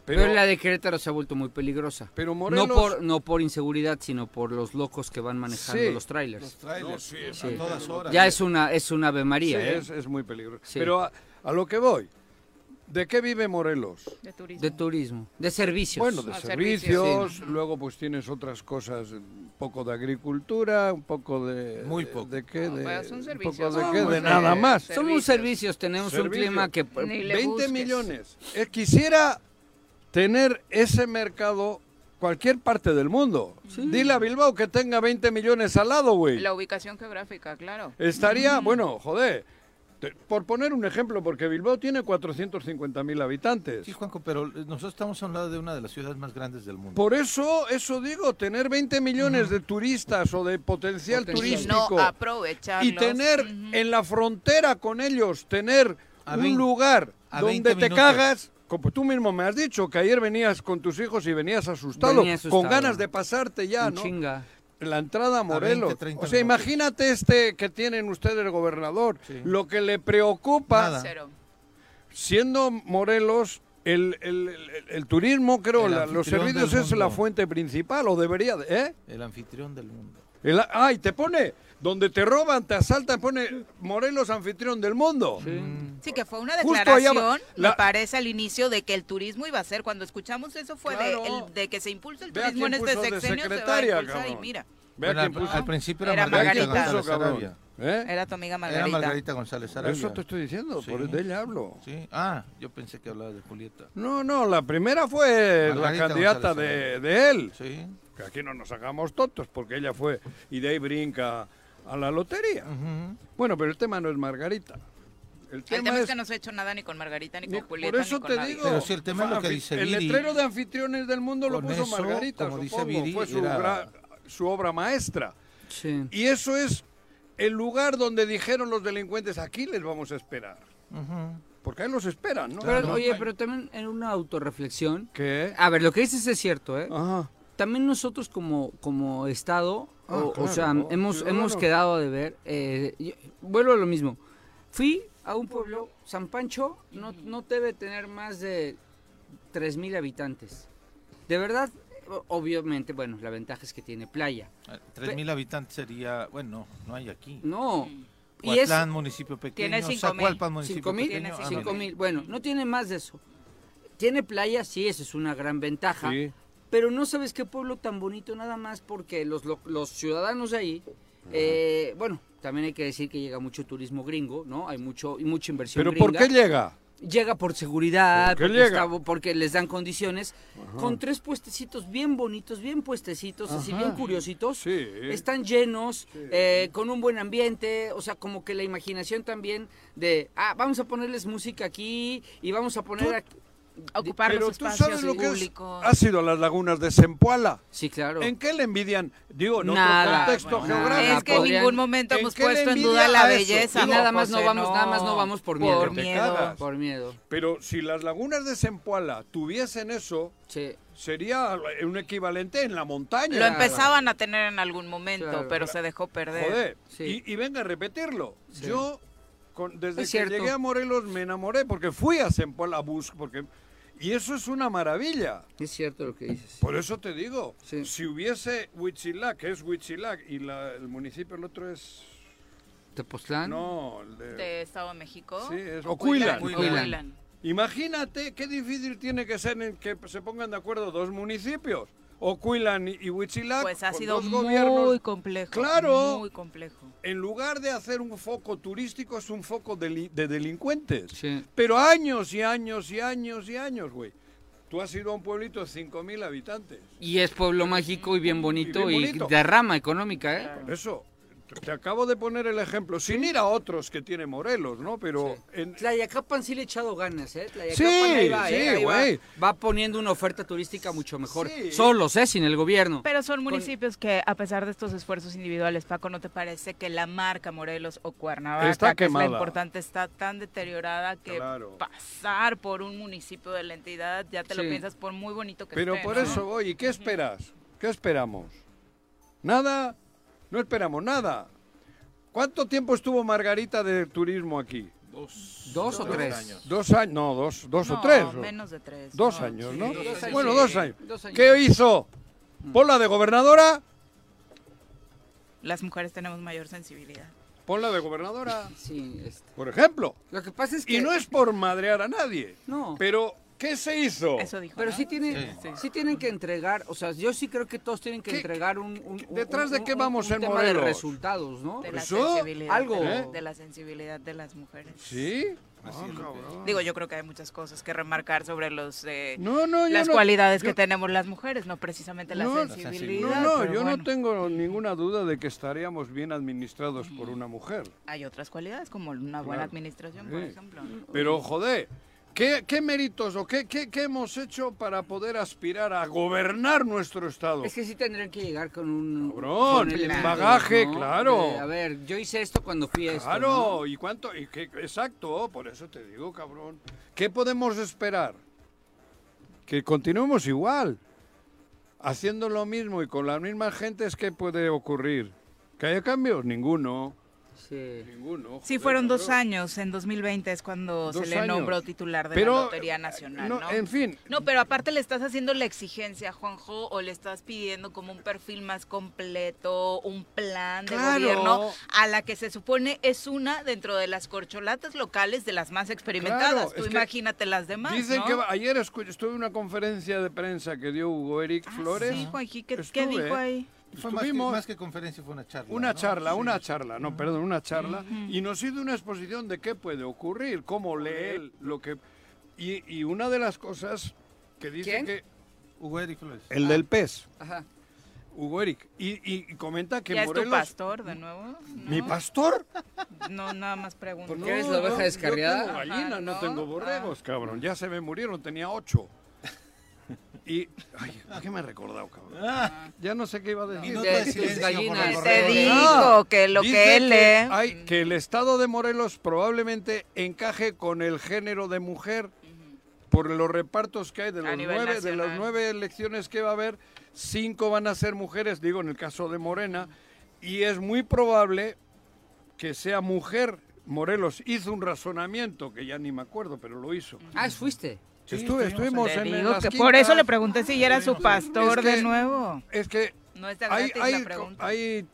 Speaker 5: Sí, pero,
Speaker 4: Pero,
Speaker 5: la de Querétaro se ha vuelto muy peligrosa.
Speaker 4: pero
Speaker 5: No
Speaker 4: Morelos...
Speaker 5: por, no por inseguridad, sino por los locos que van manejando
Speaker 4: Sí.
Speaker 5: los trailers.
Speaker 6: Trailers,
Speaker 4: No, sí,
Speaker 6: a
Speaker 4: sí.
Speaker 6: todas horas.
Speaker 5: Ya es una, es una Ave
Speaker 4: Sí,
Speaker 5: María, ¿eh?
Speaker 4: es, es muy peligroso.
Speaker 5: Sí.
Speaker 4: Pero a, a lo que voy, ¿de qué vive Morelos?
Speaker 3: De turismo.
Speaker 5: De turismo, de servicios.
Speaker 4: Bueno, de
Speaker 3: Ah,
Speaker 4: servicios,
Speaker 3: servicios.
Speaker 4: luego pues tienes otras cosas, un poco de agricultura, un poco de...
Speaker 6: Muy poco.
Speaker 4: ¿De qué?
Speaker 3: No,
Speaker 4: De,
Speaker 3: pero son
Speaker 4: un
Speaker 3: servicios,
Speaker 4: poco de
Speaker 3: no,
Speaker 4: qué, de
Speaker 3: pues,
Speaker 4: nada
Speaker 3: eh,
Speaker 4: más.
Speaker 3: ser-
Speaker 5: Son unos servicios, tenemos
Speaker 4: Servicios.
Speaker 5: un clima que... eh,
Speaker 3: Ni le
Speaker 4: 20
Speaker 3: busques.
Speaker 4: millones. Eh, quisiera tener ese mercado cualquier parte del mundo. Dile a Bilbao que tenga 20 millones al lado, güey.
Speaker 3: La ubicación geográfica, claro.
Speaker 4: Estaría,
Speaker 3: Mm.
Speaker 4: bueno, joder, te- por poner un ejemplo, porque Bilbao tiene 450 mil habitantes.
Speaker 6: Sí, Juanco, pero eh, nosotros estamos a un lado de una de las ciudades más grandes del mundo.
Speaker 4: Por eso, eso digo, tener 20 millones de turistas o de potencial
Speaker 3: Y
Speaker 4: turístico
Speaker 3: no aprovecharlos.
Speaker 4: y tener en la frontera con ellos, tener
Speaker 6: A
Speaker 4: un
Speaker 6: vein-
Speaker 4: lugar
Speaker 6: a
Speaker 4: donde
Speaker 6: 20
Speaker 4: te
Speaker 6: minutos.
Speaker 4: cagas, como tú mismo me has dicho, que ayer venías con tus hijos y venías asustado,
Speaker 5: Venía asustado.
Speaker 4: con ganas de pasarte ya,
Speaker 5: en
Speaker 4: ¿no?
Speaker 5: chinga.
Speaker 4: La entrada a Morelos.
Speaker 6: 20, 30
Speaker 4: o sea,
Speaker 6: minutos.
Speaker 4: imagínate este que tienen ustedes el gobernador,
Speaker 6: Sí.
Speaker 4: lo que le preocupa
Speaker 6: Nada.
Speaker 3: Cero.
Speaker 4: siendo Morelos el, el- el- el turismo, creo,
Speaker 6: El
Speaker 4: la- los
Speaker 6: anfitrión
Speaker 4: servicios
Speaker 6: del
Speaker 4: es
Speaker 6: mundo.
Speaker 4: la fuente principal, o debería de, ¿eh?
Speaker 6: El anfitrión del mundo.
Speaker 4: El- ay, te pone, donde te roban, te asaltan, pone Morelos anfitrión del mundo.
Speaker 3: Sí, que fue una
Speaker 4: Justo allá va-
Speaker 3: declaración,
Speaker 4: la-
Speaker 3: me parece, al inicio de que el turismo iba a ser. Cuando escuchamos eso fue de,
Speaker 4: Claro.
Speaker 3: el- de que se impulsa el
Speaker 4: Ve a
Speaker 3: turismo en
Speaker 4: quién
Speaker 3: este
Speaker 4: puso de
Speaker 3: sexenio, se va a
Speaker 4: secretaria,
Speaker 3: impulsar y
Speaker 4: cabrón.
Speaker 3: mira.
Speaker 4: Vea
Speaker 6: Mm. Bueno, al,
Speaker 4: quién puso.
Speaker 6: al principio era,
Speaker 3: Era
Speaker 6: Margarita,
Speaker 3: Margarita.
Speaker 6: González
Speaker 4: Cabrón.
Speaker 6: Arabia.
Speaker 4: ¿Eh?
Speaker 3: Era tu amiga
Speaker 6: Era
Speaker 3: Margarita.
Speaker 6: Margarita González Arabia.
Speaker 4: Eso te estoy diciendo,
Speaker 6: Sí.
Speaker 4: por de ella hablo.
Speaker 6: Sí. Ah, yo pensé que hablaba de Julieta.
Speaker 4: No, no, la primera fue
Speaker 6: Margarita
Speaker 4: la candidata
Speaker 6: González
Speaker 4: de, de él.
Speaker 6: Sí.
Speaker 4: Que aquí no nos hagamos tontos porque ella fue y de ahí brinca a la lotería.
Speaker 6: Ujú.
Speaker 4: Bueno, pero el tema no es Margarita. El tema,
Speaker 3: El tema es
Speaker 4: es
Speaker 3: que no se ha hecho nada ni con Margarita, ni
Speaker 4: Ni-
Speaker 3: con Julieta,
Speaker 4: por eso
Speaker 3: ni con
Speaker 4: te
Speaker 3: nadie.
Speaker 4: digo.
Speaker 6: Pero si el tema es lo que
Speaker 4: anfi-
Speaker 6: dice
Speaker 4: el
Speaker 6: Viri.
Speaker 4: letrero de anfitriones del mundo lo
Speaker 6: Con
Speaker 4: puso
Speaker 6: eso,
Speaker 4: Margarita,
Speaker 6: como dice
Speaker 4: supongo.
Speaker 6: Viri,
Speaker 4: fue su,
Speaker 6: era-
Speaker 4: gra- su obra maestra.
Speaker 5: Sí.
Speaker 4: Y eso es el lugar donde dijeron los delincuentes, aquí les vamos a esperar. Porque ahí los esperan, ¿no?
Speaker 5: Pero, oye, pero también en una autorreflexión.
Speaker 4: ¿Qué?
Speaker 5: A ver, lo que dices es cierto, ¿eh?
Speaker 4: Ajá.
Speaker 5: También nosotros como, como Estado,
Speaker 4: Ah,
Speaker 5: o, o
Speaker 4: claro,
Speaker 5: sea,
Speaker 4: ¿no?
Speaker 5: hemos,
Speaker 4: Sí,
Speaker 5: hemos
Speaker 4: claro.
Speaker 5: quedado de ver. eh, yo- vuelvo a lo mismo. Fui a un pueblo, San Pancho, no, no debe tener más de 3.000 habitantes. De verdad, o- obviamente, bueno, la ventaja es que tiene playa.
Speaker 6: Ah, 3.000 habitantes sería, bueno, no, no hay aquí.
Speaker 5: No. Y es
Speaker 6: Cuatlán, municipio pequeño.
Speaker 3: Tiene 5.000.
Speaker 6: Zacualpan, municipio
Speaker 5: 5 mil,
Speaker 6: pequeño.
Speaker 3: Tiene
Speaker 6: Ah,
Speaker 3: cinco
Speaker 6: bueno.
Speaker 5: mil. Bueno, no tiene más de eso. Tiene playa, sí, esa es una gran ventaja.
Speaker 4: Sí.
Speaker 5: Pero no sabes qué pueblo tan bonito nada más porque los, lo- los ciudadanos de ahí, eh, bueno, también hay que decir que llega mucho turismo gringo, ¿no? Hay mucho y mucha inversión
Speaker 4: ¿Pero por
Speaker 5: gringa.
Speaker 4: qué llega?
Speaker 5: Llega por seguridad,
Speaker 4: ¿Por qué
Speaker 5: porque,
Speaker 4: llega?
Speaker 5: está- porque les dan condiciones, con tres puestecitos bien bonitos, bien puestecitos, así bien curiositos.
Speaker 4: Sí.
Speaker 5: Están llenos, eh, con un buen ambiente, o sea, como que la imaginación también de, ah, vamos a ponerles música aquí y vamos a poner... aquí-
Speaker 3: Ocupar
Speaker 4: pero
Speaker 3: los
Speaker 4: tú
Speaker 3: espacios
Speaker 4: sabes lo que es,
Speaker 3: públicos.
Speaker 4: ha sido las lagunas de Zempoala.
Speaker 5: Sí, claro.
Speaker 4: ¿En qué le envidian? Digo, en otro
Speaker 5: Nada,
Speaker 4: contexto
Speaker 5: bueno,
Speaker 4: geográfico.
Speaker 5: nada,
Speaker 3: es que en
Speaker 5: podrían-
Speaker 3: ningún momento
Speaker 4: ¿En
Speaker 3: hemos
Speaker 4: qué le
Speaker 3: puesto en
Speaker 4: envidia
Speaker 3: duda
Speaker 4: a
Speaker 3: la
Speaker 4: eso?
Speaker 3: belleza.
Speaker 4: Y
Speaker 5: nada
Speaker 3: José,
Speaker 5: más no vamos- nada más no vamos por miedo.
Speaker 3: Por
Speaker 4: Que te
Speaker 3: miedo.
Speaker 4: cagas.
Speaker 5: Por miedo.
Speaker 4: Pero si las lagunas de Zempoala tuviesen eso,
Speaker 5: Sí.
Speaker 4: sería un equivalente en la montaña.
Speaker 3: Lo empezaban a tener en algún momento,
Speaker 5: Claro.
Speaker 3: pero se dejó perder.
Speaker 4: Joder.
Speaker 5: Sí.
Speaker 4: Y, y venga a repetirlo.
Speaker 5: Sí.
Speaker 4: Yo, con- desde
Speaker 5: Es
Speaker 4: que
Speaker 5: cierto.
Speaker 4: llegué a Morelos, me enamoré porque fui a Zempoala a bus, porque Y eso es una maravilla.
Speaker 5: Es cierto lo que dices.
Speaker 4: Por eso te digo,
Speaker 5: Sí.
Speaker 4: si hubiese Huitzilac, que es Huitzilac, y la- el municipio, el otro es...
Speaker 5: ¿Tepoztlán?
Speaker 4: No, el de-
Speaker 3: de Estado de México.
Speaker 4: Eh, Sí, es Ocuilan.
Speaker 5: Ocuilan.
Speaker 3: Ocuilan.
Speaker 4: Imagínate qué difícil tiene que ser en que se pongan de acuerdo dos municipios, Ocuilan y Huitzilac,
Speaker 3: Pues ha
Speaker 4: con
Speaker 3: sido
Speaker 4: dos gobiernos.
Speaker 3: muy complejo.
Speaker 4: Claro.
Speaker 3: Muy complejo.
Speaker 4: En lugar de hacer un foco turístico, es un foco deli- de delincuentes.
Speaker 5: Sí.
Speaker 4: Pero años y años y años y años, güey. Tú has ido a un pueblito de 5.000 habitantes.
Speaker 5: Y es pueblo mágico y bien bonito y,
Speaker 4: bien bonito.
Speaker 5: derrama económica, ¿eh?
Speaker 4: Por eso, te- te acabo de poner el ejemplo, sin ir a otros que tiene Morelos, ¿no? Pero en,
Speaker 5: Tlayacapan sí le he echado ganas, ¿eh? Tlayacapan
Speaker 4: Sí,
Speaker 5: ahí va,
Speaker 4: sí,
Speaker 5: ¿eh? Ahí va.
Speaker 4: güey.
Speaker 5: va poniendo una oferta turística mucho mejor.
Speaker 4: Sí.
Speaker 5: Solos, ¿eh? Sin el gobierno.
Speaker 3: Pero son municipios que, a pesar de estos esfuerzos individuales, Paco, ¿no te parece que la marca Morelos o Cuernavaca,
Speaker 4: Está
Speaker 3: que es la
Speaker 4: quemada.
Speaker 3: importante, está tan deteriorada que
Speaker 4: Claro.
Speaker 3: pasar por un municipio de la entidad ya te lo
Speaker 5: Sí.
Speaker 3: piensas por muy bonito que
Speaker 4: Pero
Speaker 3: esté,
Speaker 4: por
Speaker 3: ¿no?
Speaker 4: eso voy, ¿y qué esperas? ¿Qué esperamos? ¿Nada? No esperamos nada. ¿Cuánto tiempo estuvo Margarita de turismo aquí?
Speaker 5: ¿Dos o tres?
Speaker 4: ¿Dos años? No, dos, dos
Speaker 3: No,
Speaker 4: o tres. ¿o?
Speaker 3: menos de tres.
Speaker 4: Dos
Speaker 3: no,
Speaker 4: años,
Speaker 3: sí.
Speaker 4: ¿no?
Speaker 5: Dos años,
Speaker 4: bueno,
Speaker 5: sí.
Speaker 4: dos años.
Speaker 5: Dos años.
Speaker 4: ¿Qué hizo? ¿Ponla de gobernadora?
Speaker 3: Las mujeres tenemos mayor sensibilidad.
Speaker 4: Ponla de gobernadora,
Speaker 5: Sí, este.
Speaker 4: por ejemplo.
Speaker 5: Lo que pasa es que...
Speaker 4: Y no es por madrear a nadie.
Speaker 5: No.
Speaker 4: Pero, ¿qué se hizo?
Speaker 3: Eso dijo.
Speaker 5: Pero
Speaker 3: ¿no?
Speaker 5: sí tienen, sí. tienen que entregar, o sea, yo sí creo que todos tienen que
Speaker 4: ¿Qué-
Speaker 5: entregar un, un- un-
Speaker 4: detrás
Speaker 5: un-
Speaker 4: de qué
Speaker 5: un-
Speaker 4: vamos
Speaker 5: un
Speaker 4: en
Speaker 5: tema de
Speaker 4: Morelos?
Speaker 5: resultados, ¿no?
Speaker 3: de la
Speaker 4: ¿Eso?
Speaker 3: sensibilidad.
Speaker 5: Algo.
Speaker 3: De la,
Speaker 5: ¿Eh?
Speaker 3: de la sensibilidad de las mujeres.
Speaker 4: ¿Sí? Ah,
Speaker 3: Digo, yo creo que hay muchas cosas que remarcar sobre los eh,
Speaker 4: No, no, yo
Speaker 3: las
Speaker 4: no-
Speaker 3: cualidades que
Speaker 4: yo-
Speaker 3: tenemos las mujeres, no precisamente la
Speaker 4: No, la
Speaker 3: sensibilidad.
Speaker 4: No, no,
Speaker 3: pero
Speaker 4: yo
Speaker 3: bueno,
Speaker 4: no tengo ninguna duda de que estaríamos bien administrados por una mujer.
Speaker 3: Hay otras cualidades como una buena administración, por
Speaker 4: Sí.
Speaker 3: ejemplo.
Speaker 4: Pero, joder, ¿qué, qué méritos o qué, qué, qué hemos hecho para poder aspirar a gobernar nuestro Estado?
Speaker 5: Es que sí tendrían que llegar con un,
Speaker 4: Cabrón,
Speaker 5: con
Speaker 4: un
Speaker 5: elementos,
Speaker 4: bagaje,
Speaker 5: ¿no?
Speaker 4: claro.
Speaker 5: De, a ver, yo hice esto cuando fui a esto. ¿no?
Speaker 4: Claro, ¿y cuánto? Y qué, exacto, por eso te digo, cabrón. ¿Qué podemos esperar? Que continuemos igual, haciendo lo mismo y con las mismas gentes, ¿qué puede ocurrir? ¿Que haya cambios? Ninguno.
Speaker 5: Sí.
Speaker 4: Ninguno.
Speaker 3: Sí,
Speaker 4: joder,
Speaker 3: fueron dos
Speaker 4: cabrón.
Speaker 3: años. En 2020 es cuando se
Speaker 4: Dos
Speaker 3: le
Speaker 4: años.
Speaker 3: nombró titular de
Speaker 4: Pero,
Speaker 3: la Lotería Nacional. No,
Speaker 4: no, en fin.
Speaker 3: No, pero aparte le estás haciendo la exigencia, Juanjo, o le estás pidiendo como un perfil más completo, un plan de
Speaker 4: Claro.
Speaker 3: gobierno, a la que se supone es una dentro de las corcholatas locales de las más experimentadas.
Speaker 4: Claro,
Speaker 3: Tú
Speaker 4: es que
Speaker 3: imagínate las demás.
Speaker 4: Dicen
Speaker 3: ¿no?
Speaker 4: que va- ayer escu- estuve en una conferencia de prensa que dio Hugo Eric
Speaker 3: Ah,
Speaker 4: Flores.
Speaker 3: Sí, Juanji, ¿qué, qué
Speaker 4: Estuve.
Speaker 3: dijo ahí?
Speaker 6: Fue más que,
Speaker 4: Estuvimos-
Speaker 6: más que conferencia, fue una charla.
Speaker 4: Una
Speaker 6: ¿no?
Speaker 4: charla,
Speaker 6: Sí.
Speaker 4: una charla, no, perdón, una charla. Y nos hizo una exposición de qué puede ocurrir, cómo leer, lo que... Y, y una de las cosas que dice
Speaker 5: ¿Quién?
Speaker 4: que...
Speaker 6: Hugo Eric Flores.
Speaker 4: El del pez,
Speaker 5: Ajá.
Speaker 4: Hugo Eric. Y, y- y comenta que
Speaker 3: ¿Ya es tu
Speaker 4: Morelos...
Speaker 3: pastor de nuevo?
Speaker 4: ¿Mi pastor?
Speaker 3: No, nada más pregunto.
Speaker 5: ¿Por qué eres la oveja descarriada?
Speaker 4: Yo tengo gallina, no,
Speaker 3: Ajá, ¿no? Ah.
Speaker 4: tengo borregos, cabrón. Ya se me murieron, tenía ocho. Y... Ay, ¿a qué me he recordado, cabrón?
Speaker 3: Ah.
Speaker 4: Ya no sé qué iba a decir.
Speaker 6: Minuto
Speaker 5: Ya,
Speaker 6: de
Speaker 5: tus
Speaker 6: silencio por
Speaker 5: gallinas.
Speaker 6: el
Speaker 5: Te
Speaker 3: Te
Speaker 6: corredor.
Speaker 3: digo que lo
Speaker 4: Dice
Speaker 3: que él lee...
Speaker 4: hay- que el estado de Morelos probablemente encaje con el género de mujer por los repartos que hay de,
Speaker 3: A
Speaker 4: los
Speaker 3: nivel
Speaker 4: nueve, de las
Speaker 3: nacional.
Speaker 4: nueve elecciones que va a haber, cinco van a ser mujeres, digo en el caso de Morena, y es muy probable que sea mujer. Morelos hizo un razonamiento que ya ni me acuerdo, pero lo hizo.
Speaker 5: Ah, fuiste.
Speaker 6: Sí,
Speaker 4: Estuve-
Speaker 6: estuvimos
Speaker 4: estuvimos
Speaker 3: Te
Speaker 4: en, en
Speaker 3: digo
Speaker 4: las
Speaker 3: que por eso
Speaker 4: quintas.
Speaker 3: le pregunté si ya era su pastor
Speaker 4: Es que-
Speaker 3: de nuevo.
Speaker 4: Es que
Speaker 3: No está
Speaker 4: hay,
Speaker 3: gratis la
Speaker 4: hay-
Speaker 3: pregunta.
Speaker 4: hay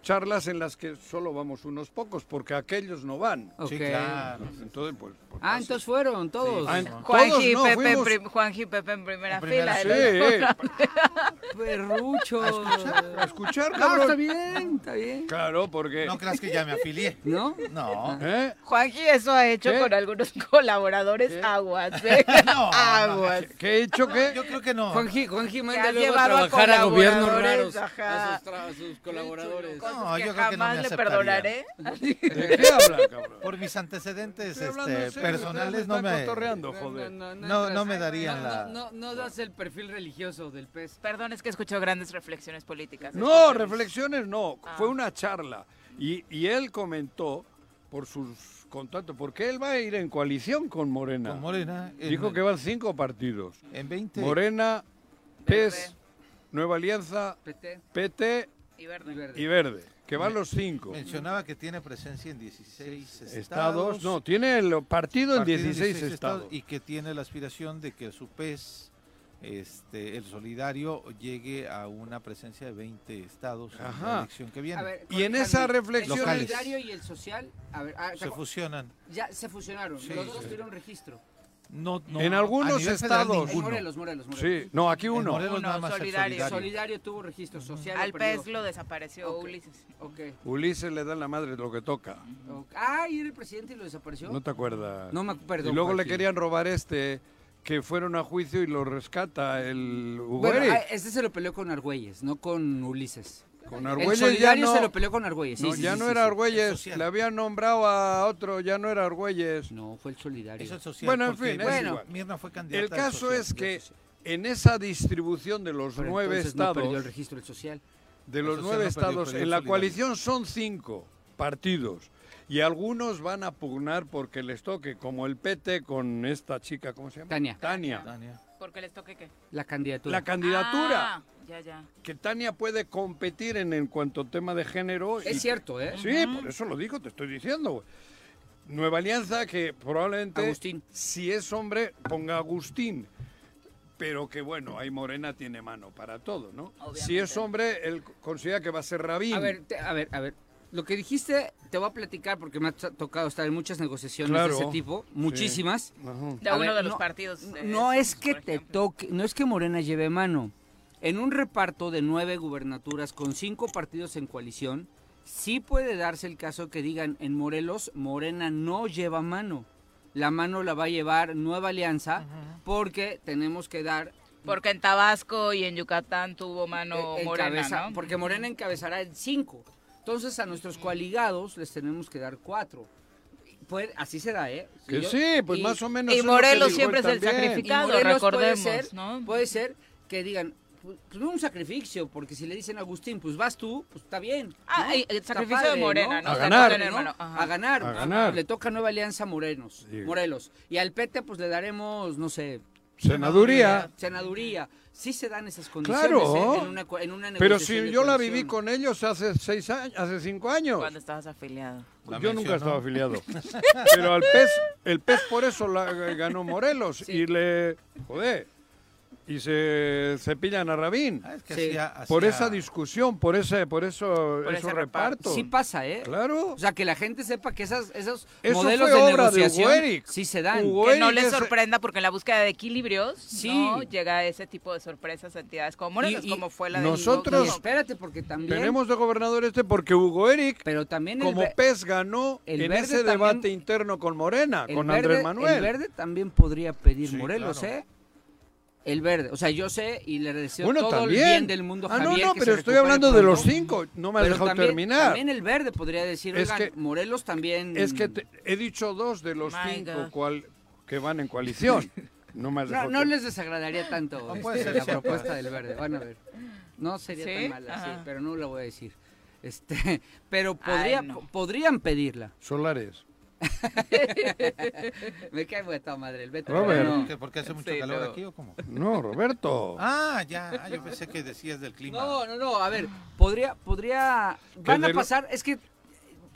Speaker 4: charlas en las que solo vamos unos pocos, porque aquellos no van.
Speaker 5: Ok.
Speaker 6: Sí, claro.
Speaker 4: Entonces, pues, pues,
Speaker 5: Ah, entonces fueron todos.
Speaker 4: Ah, en-
Speaker 3: Juanji
Speaker 4: todos
Speaker 3: y
Speaker 4: no,
Speaker 3: Pepe, en
Speaker 4: fuimos-
Speaker 3: prim- Juanji y Pepe en primera
Speaker 6: En primera
Speaker 3: fila.
Speaker 6: fila.
Speaker 4: Sí,
Speaker 3: [LAUGHS]
Speaker 5: Perrucho.
Speaker 4: para escuchar,
Speaker 5: No, está
Speaker 4: cabrón.
Speaker 5: bien, está bien.
Speaker 4: Claro, porque...
Speaker 6: No creas que ya me afilié.
Speaker 4: [LAUGHS]
Speaker 5: ¿No?
Speaker 6: No.
Speaker 4: ¿Eh?
Speaker 3: Juanji eso ha hecho
Speaker 4: ¿Qué?
Speaker 3: con algunos [LAUGHS] colaboradores
Speaker 5: [LAUGHS]
Speaker 3: aguas, ¿eh?
Speaker 6: [LAUGHS] no.
Speaker 3: aguas.
Speaker 4: ¿Qué he hecho
Speaker 6: Yo
Speaker 4: qué?
Speaker 6: creo que Ah, no.
Speaker 5: Juanji, Juanji
Speaker 3: Que
Speaker 5: manda
Speaker 3: has
Speaker 5: luego a
Speaker 3: llevado a
Speaker 5: trabajar a, gobiernos
Speaker 3: colaboradores,
Speaker 5: raros.
Speaker 3: ajá.
Speaker 5: A sus, tra- a sus colaboradores.
Speaker 3: Cosas
Speaker 6: No,
Speaker 3: que
Speaker 6: yo creo que no
Speaker 3: jamás
Speaker 6: me
Speaker 3: le
Speaker 6: aceptaría.
Speaker 5: [LAUGHS]
Speaker 3: perdonaré.
Speaker 4: ¿De qué habla, cabrón?
Speaker 6: Por mis antecedentes
Speaker 4: Estoy hablando en
Speaker 6: este,
Speaker 4: serio,
Speaker 6: personales
Speaker 4: ustedes
Speaker 6: no
Speaker 4: están
Speaker 6: me...
Speaker 4: cotorreando, joder.
Speaker 6: No,
Speaker 5: entras-
Speaker 6: no me
Speaker 5: no,
Speaker 6: darían la...
Speaker 5: no- no das el perfil religioso del pez.
Speaker 3: Perdón, es que escuchó grandes reflexiones políticas.
Speaker 4: No, reflexiones no. Fue una charla. Y, y él comentó por sus contactos, porque él va a ir en coalición con Morena.
Speaker 6: Con Morena. en-
Speaker 4: Dijo que van cinco partidos.
Speaker 6: En 20.
Speaker 4: Morena, PES, Nueva Alianza,
Speaker 5: PT
Speaker 4: PT
Speaker 3: Y verde.
Speaker 5: y verde.
Speaker 4: y Verde. Que van los cinco.
Speaker 6: Mencionaba que tiene presencia en 16 estados.
Speaker 4: Estados, no, tiene el partido
Speaker 6: partido
Speaker 4: en
Speaker 6: en
Speaker 4: 16 estados.
Speaker 6: Y que tiene la aspiración de que su pez, este, el solidario, llegue a una presencia de 20 estados en
Speaker 4: Ajá.
Speaker 6: la elección [LAUGHS] que viene.
Speaker 5: A ver,
Speaker 4: Y en
Speaker 5: corríjame,
Speaker 4: esa
Speaker 5: El
Speaker 4: reflexión-
Speaker 5: solidario y el social, a ver, ah,
Speaker 6: Se fusionan.
Speaker 5: ya se fusionaron.
Speaker 6: Sí,
Speaker 5: los dos
Speaker 6: sí.
Speaker 5: tuvieron registro.
Speaker 6: No, no,
Speaker 4: En
Speaker 6: a
Speaker 4: algunos
Speaker 6: nivel federal
Speaker 4: estados.
Speaker 5: En
Speaker 6: ninguno.
Speaker 5: Morelos, Morelos, Morelos.
Speaker 4: Sí, no, aquí
Speaker 6: En
Speaker 4: uno.
Speaker 6: Morelos
Speaker 3: Uno,
Speaker 6: nada más el
Speaker 3: solidario.
Speaker 5: El
Speaker 6: solidario.
Speaker 5: solidario tuvo registro social.
Speaker 3: Al
Speaker 5: lo perdió.
Speaker 3: pez lo desapareció
Speaker 5: Ok.
Speaker 3: Ulises.
Speaker 5: Ok.
Speaker 4: Ulises le da la madre lo que toca.
Speaker 5: ok. Ah, y era el presidente y lo desapareció.
Speaker 4: No te acuerdas.
Speaker 5: No me acu- perdón,
Speaker 4: Y luego le
Speaker 5: Joaquín.
Speaker 4: querían robar este que fueron a juicio y lo rescata el Hugo
Speaker 5: Bueno,
Speaker 4: Eric.
Speaker 5: ah, este se lo peleó con Argüelles, no con Ulises.
Speaker 4: Con
Speaker 5: el
Speaker 4: Argüelles ya
Speaker 5: solidario
Speaker 4: no.
Speaker 5: se lo peleó con Argüelles. sí,
Speaker 4: no,
Speaker 5: sí,
Speaker 4: ya
Speaker 5: sí,
Speaker 4: no
Speaker 5: sí,
Speaker 4: era
Speaker 5: sí.
Speaker 6: El
Speaker 4: Argüelles,
Speaker 6: social.
Speaker 4: le había nombrado a otro, ya no era Argüelles.
Speaker 5: No, fue el solidario.
Speaker 6: Eso es social.
Speaker 4: Bueno, en
Speaker 6: porque
Speaker 4: fin, es igual.
Speaker 6: Mirna fue candidata.
Speaker 4: El
Speaker 6: al
Speaker 4: caso
Speaker 6: social.
Speaker 4: es que en esa distribución de los
Speaker 5: Pero
Speaker 4: nueve
Speaker 5: entonces no
Speaker 4: estados,
Speaker 5: perdió el registro el social.
Speaker 4: de los
Speaker 6: Eso sí,
Speaker 4: nueve
Speaker 6: no perdió,
Speaker 4: estados,
Speaker 6: perdió
Speaker 4: en la
Speaker 6: Solidaridad.
Speaker 4: coalición son cinco partidos y algunos van a pugnar porque les toque, como el PT con esta chica, ¿cómo se llama?
Speaker 5: Tania.
Speaker 4: Tania.
Speaker 6: Tania.
Speaker 3: Porque les toque qué.
Speaker 5: La candidatura.
Speaker 4: La candidatura.
Speaker 3: Ah, ya, ya.
Speaker 4: que Tania puede competir en, en cuanto a tema de género. y-
Speaker 5: Es cierto, ¿eh?
Speaker 4: Sí, por eso lo digo, te estoy diciendo. güey. Nueva Alianza que probablemente,
Speaker 5: Agustín.
Speaker 4: si es hombre, ponga Agustín. Pero que bueno, ahí Morena tiene mano para todo, ¿no? Si es hombre, él considera que va a ser Rabín.
Speaker 5: A ver, te- a ver, a ver. Lo que dijiste te voy a platicar porque me ha to- tocado estar en muchas negociaciones
Speaker 4: Claro.
Speaker 5: de ese tipo, muchísimas.
Speaker 4: Ajá.
Speaker 3: De
Speaker 5: A
Speaker 3: uno
Speaker 5: ver,
Speaker 3: de los
Speaker 5: no-
Speaker 3: partidos. eh,
Speaker 5: No es que
Speaker 3: por
Speaker 5: te
Speaker 3: ejemplo.
Speaker 5: toque, no es que Morena lleve mano. En un reparto de nueve gubernaturas con cinco partidos en coalición, sí puede darse el caso que digan en Morelos, Morena no lleva mano. La mano la va a llevar Nueva Alianza porque tenemos que dar
Speaker 3: Porque en Tabasco y en Yucatán tuvo mano
Speaker 5: eh,
Speaker 3: morena,
Speaker 5: encabeza-
Speaker 3: ¿no?
Speaker 5: porque Morena encabezará en cinco. Entonces a nuestros coaligados les tenemos que dar cuatro. Pues, así se da, ¿eh?
Speaker 4: Que
Speaker 5: yo-
Speaker 4: sí, pues
Speaker 5: y-
Speaker 4: más o menos.
Speaker 3: Y
Speaker 4: es lo que
Speaker 3: Morelos
Speaker 4: dijo
Speaker 3: siempre
Speaker 4: él
Speaker 3: es el
Speaker 4: también.
Speaker 5: Y
Speaker 3: sacrificado,
Speaker 5: Morelos
Speaker 3: recordemos,
Speaker 5: puede ser,
Speaker 3: ¿no?
Speaker 5: puede ser que digan, pues pues, no un sacrificio, porque si le dicen a Agustín, pues vas tú, pues está bien.
Speaker 3: Ah,
Speaker 5: ¿no?
Speaker 3: y el
Speaker 5: Está
Speaker 3: sacrificio de Morena, ¿no?
Speaker 4: A
Speaker 5: A
Speaker 4: Está ganar.
Speaker 5: ganar,
Speaker 4: con
Speaker 3: el hermano, ajá.
Speaker 5: A ganar.
Speaker 4: A ganar.
Speaker 5: Le toca Nueva Alianza Morenos,
Speaker 4: Sí.
Speaker 5: Morelos. Y al PT, pues le daremos, no sé,
Speaker 4: Senaduría.
Speaker 5: senaduría. Sí se dan esas condiciones
Speaker 4: Claro.
Speaker 5: ¿eh? en, una, co- en una
Speaker 4: Pero
Speaker 5: negociación
Speaker 4: si
Speaker 5: de
Speaker 4: yo la
Speaker 5: coalición.
Speaker 4: viví con ellos hace seis años, hace cinco años.
Speaker 3: Cuando estabas afiliado.
Speaker 6: La
Speaker 4: Yo nunca
Speaker 6: mencionó.
Speaker 4: estaba
Speaker 6: [LAUGHS]
Speaker 4: afiliado. Pero al PES, el PES por eso la- ganó Morelos. Y le. Joder. y se cepillan a Rabín.
Speaker 6: Ah, es que Sí. hacía-
Speaker 4: Por
Speaker 6: hacía-
Speaker 4: esa discusión, por ese, por eso, esos repartos.
Speaker 5: Sí pasa, ¿eh?
Speaker 4: Claro.
Speaker 5: O sea, que la gente sepa que esas, esos
Speaker 4: Eso
Speaker 5: modelos
Speaker 4: fue
Speaker 5: de
Speaker 4: obra de
Speaker 5: negociación
Speaker 4: Hugo Eric.
Speaker 5: sí se dan.
Speaker 4: Hugo
Speaker 3: que no les
Speaker 4: ese-
Speaker 3: sorprenda porque en la búsqueda de equilibrios
Speaker 5: Sí.
Speaker 3: ¿no? llega ese tipo de sorpresas a entidades comunes,
Speaker 5: Y- y
Speaker 3: como fue la de
Speaker 4: nosotros-
Speaker 5: Y espérate, porque también...
Speaker 4: Tenemos de gobernador este porque Hugo Eric,
Speaker 5: Pero también el
Speaker 4: como
Speaker 5: ve-
Speaker 4: pez, ganó
Speaker 5: el
Speaker 4: en
Speaker 5: verde
Speaker 4: ese
Speaker 5: también-
Speaker 4: debate interno con Morena,
Speaker 5: el
Speaker 4: con
Speaker 5: verde-
Speaker 4: Andrés Manuel.
Speaker 5: El verde también podría pedir
Speaker 6: Sí,
Speaker 5: Morelos,
Speaker 6: claro.
Speaker 5: ¿eh? El verde. O sea, yo sé y le deseo
Speaker 4: bueno,
Speaker 5: todo
Speaker 4: también.
Speaker 5: el bien del mundo a
Speaker 4: ah,
Speaker 5: Javier,
Speaker 4: no, no,
Speaker 5: que
Speaker 4: pero
Speaker 5: se
Speaker 4: estoy
Speaker 5: recupere
Speaker 4: hablando de
Speaker 5: pronto.
Speaker 4: los cinco. No me ha
Speaker 5: Pero
Speaker 4: dejado
Speaker 5: también-
Speaker 4: terminar.
Speaker 5: También el verde podría decir,
Speaker 4: Es
Speaker 5: oigan,
Speaker 4: que-
Speaker 5: Morelos también...
Speaker 4: Es que te- he dicho dos de los
Speaker 3: My
Speaker 4: cinco
Speaker 3: God.
Speaker 4: cual- que van en [LAUGHS] coalición. No me has
Speaker 5: No,
Speaker 4: dejado
Speaker 5: no
Speaker 4: que-
Speaker 5: les desagradaría tanto
Speaker 6: No
Speaker 5: este,
Speaker 6: puede ser pues.
Speaker 5: la
Speaker 6: siempre.
Speaker 5: propuesta del verde. Van a ver. No sería
Speaker 3: ¿Sí?
Speaker 5: tan mala, sí,
Speaker 3: Ajá.
Speaker 5: pero no la voy a decir. Este, [LAUGHS] pero podría,
Speaker 3: Ay, no.
Speaker 5: po- podrían pedirla.
Speaker 4: Solares.
Speaker 5: [LAUGHS] Me cae vuelta madre el Beto.
Speaker 4: Robert.
Speaker 5: pero no.
Speaker 6: ¿Qué, ¿Porque hace mucho
Speaker 3: Sí,
Speaker 6: calor
Speaker 3: no.
Speaker 6: aquí o cómo?
Speaker 4: No, [LAUGHS] Roberto.
Speaker 6: Ah, ya, ah, yo pensé que decías del clima.
Speaker 5: No, no, no, a ver, podría, podría, van a
Speaker 4: de lo-
Speaker 5: pasar, es que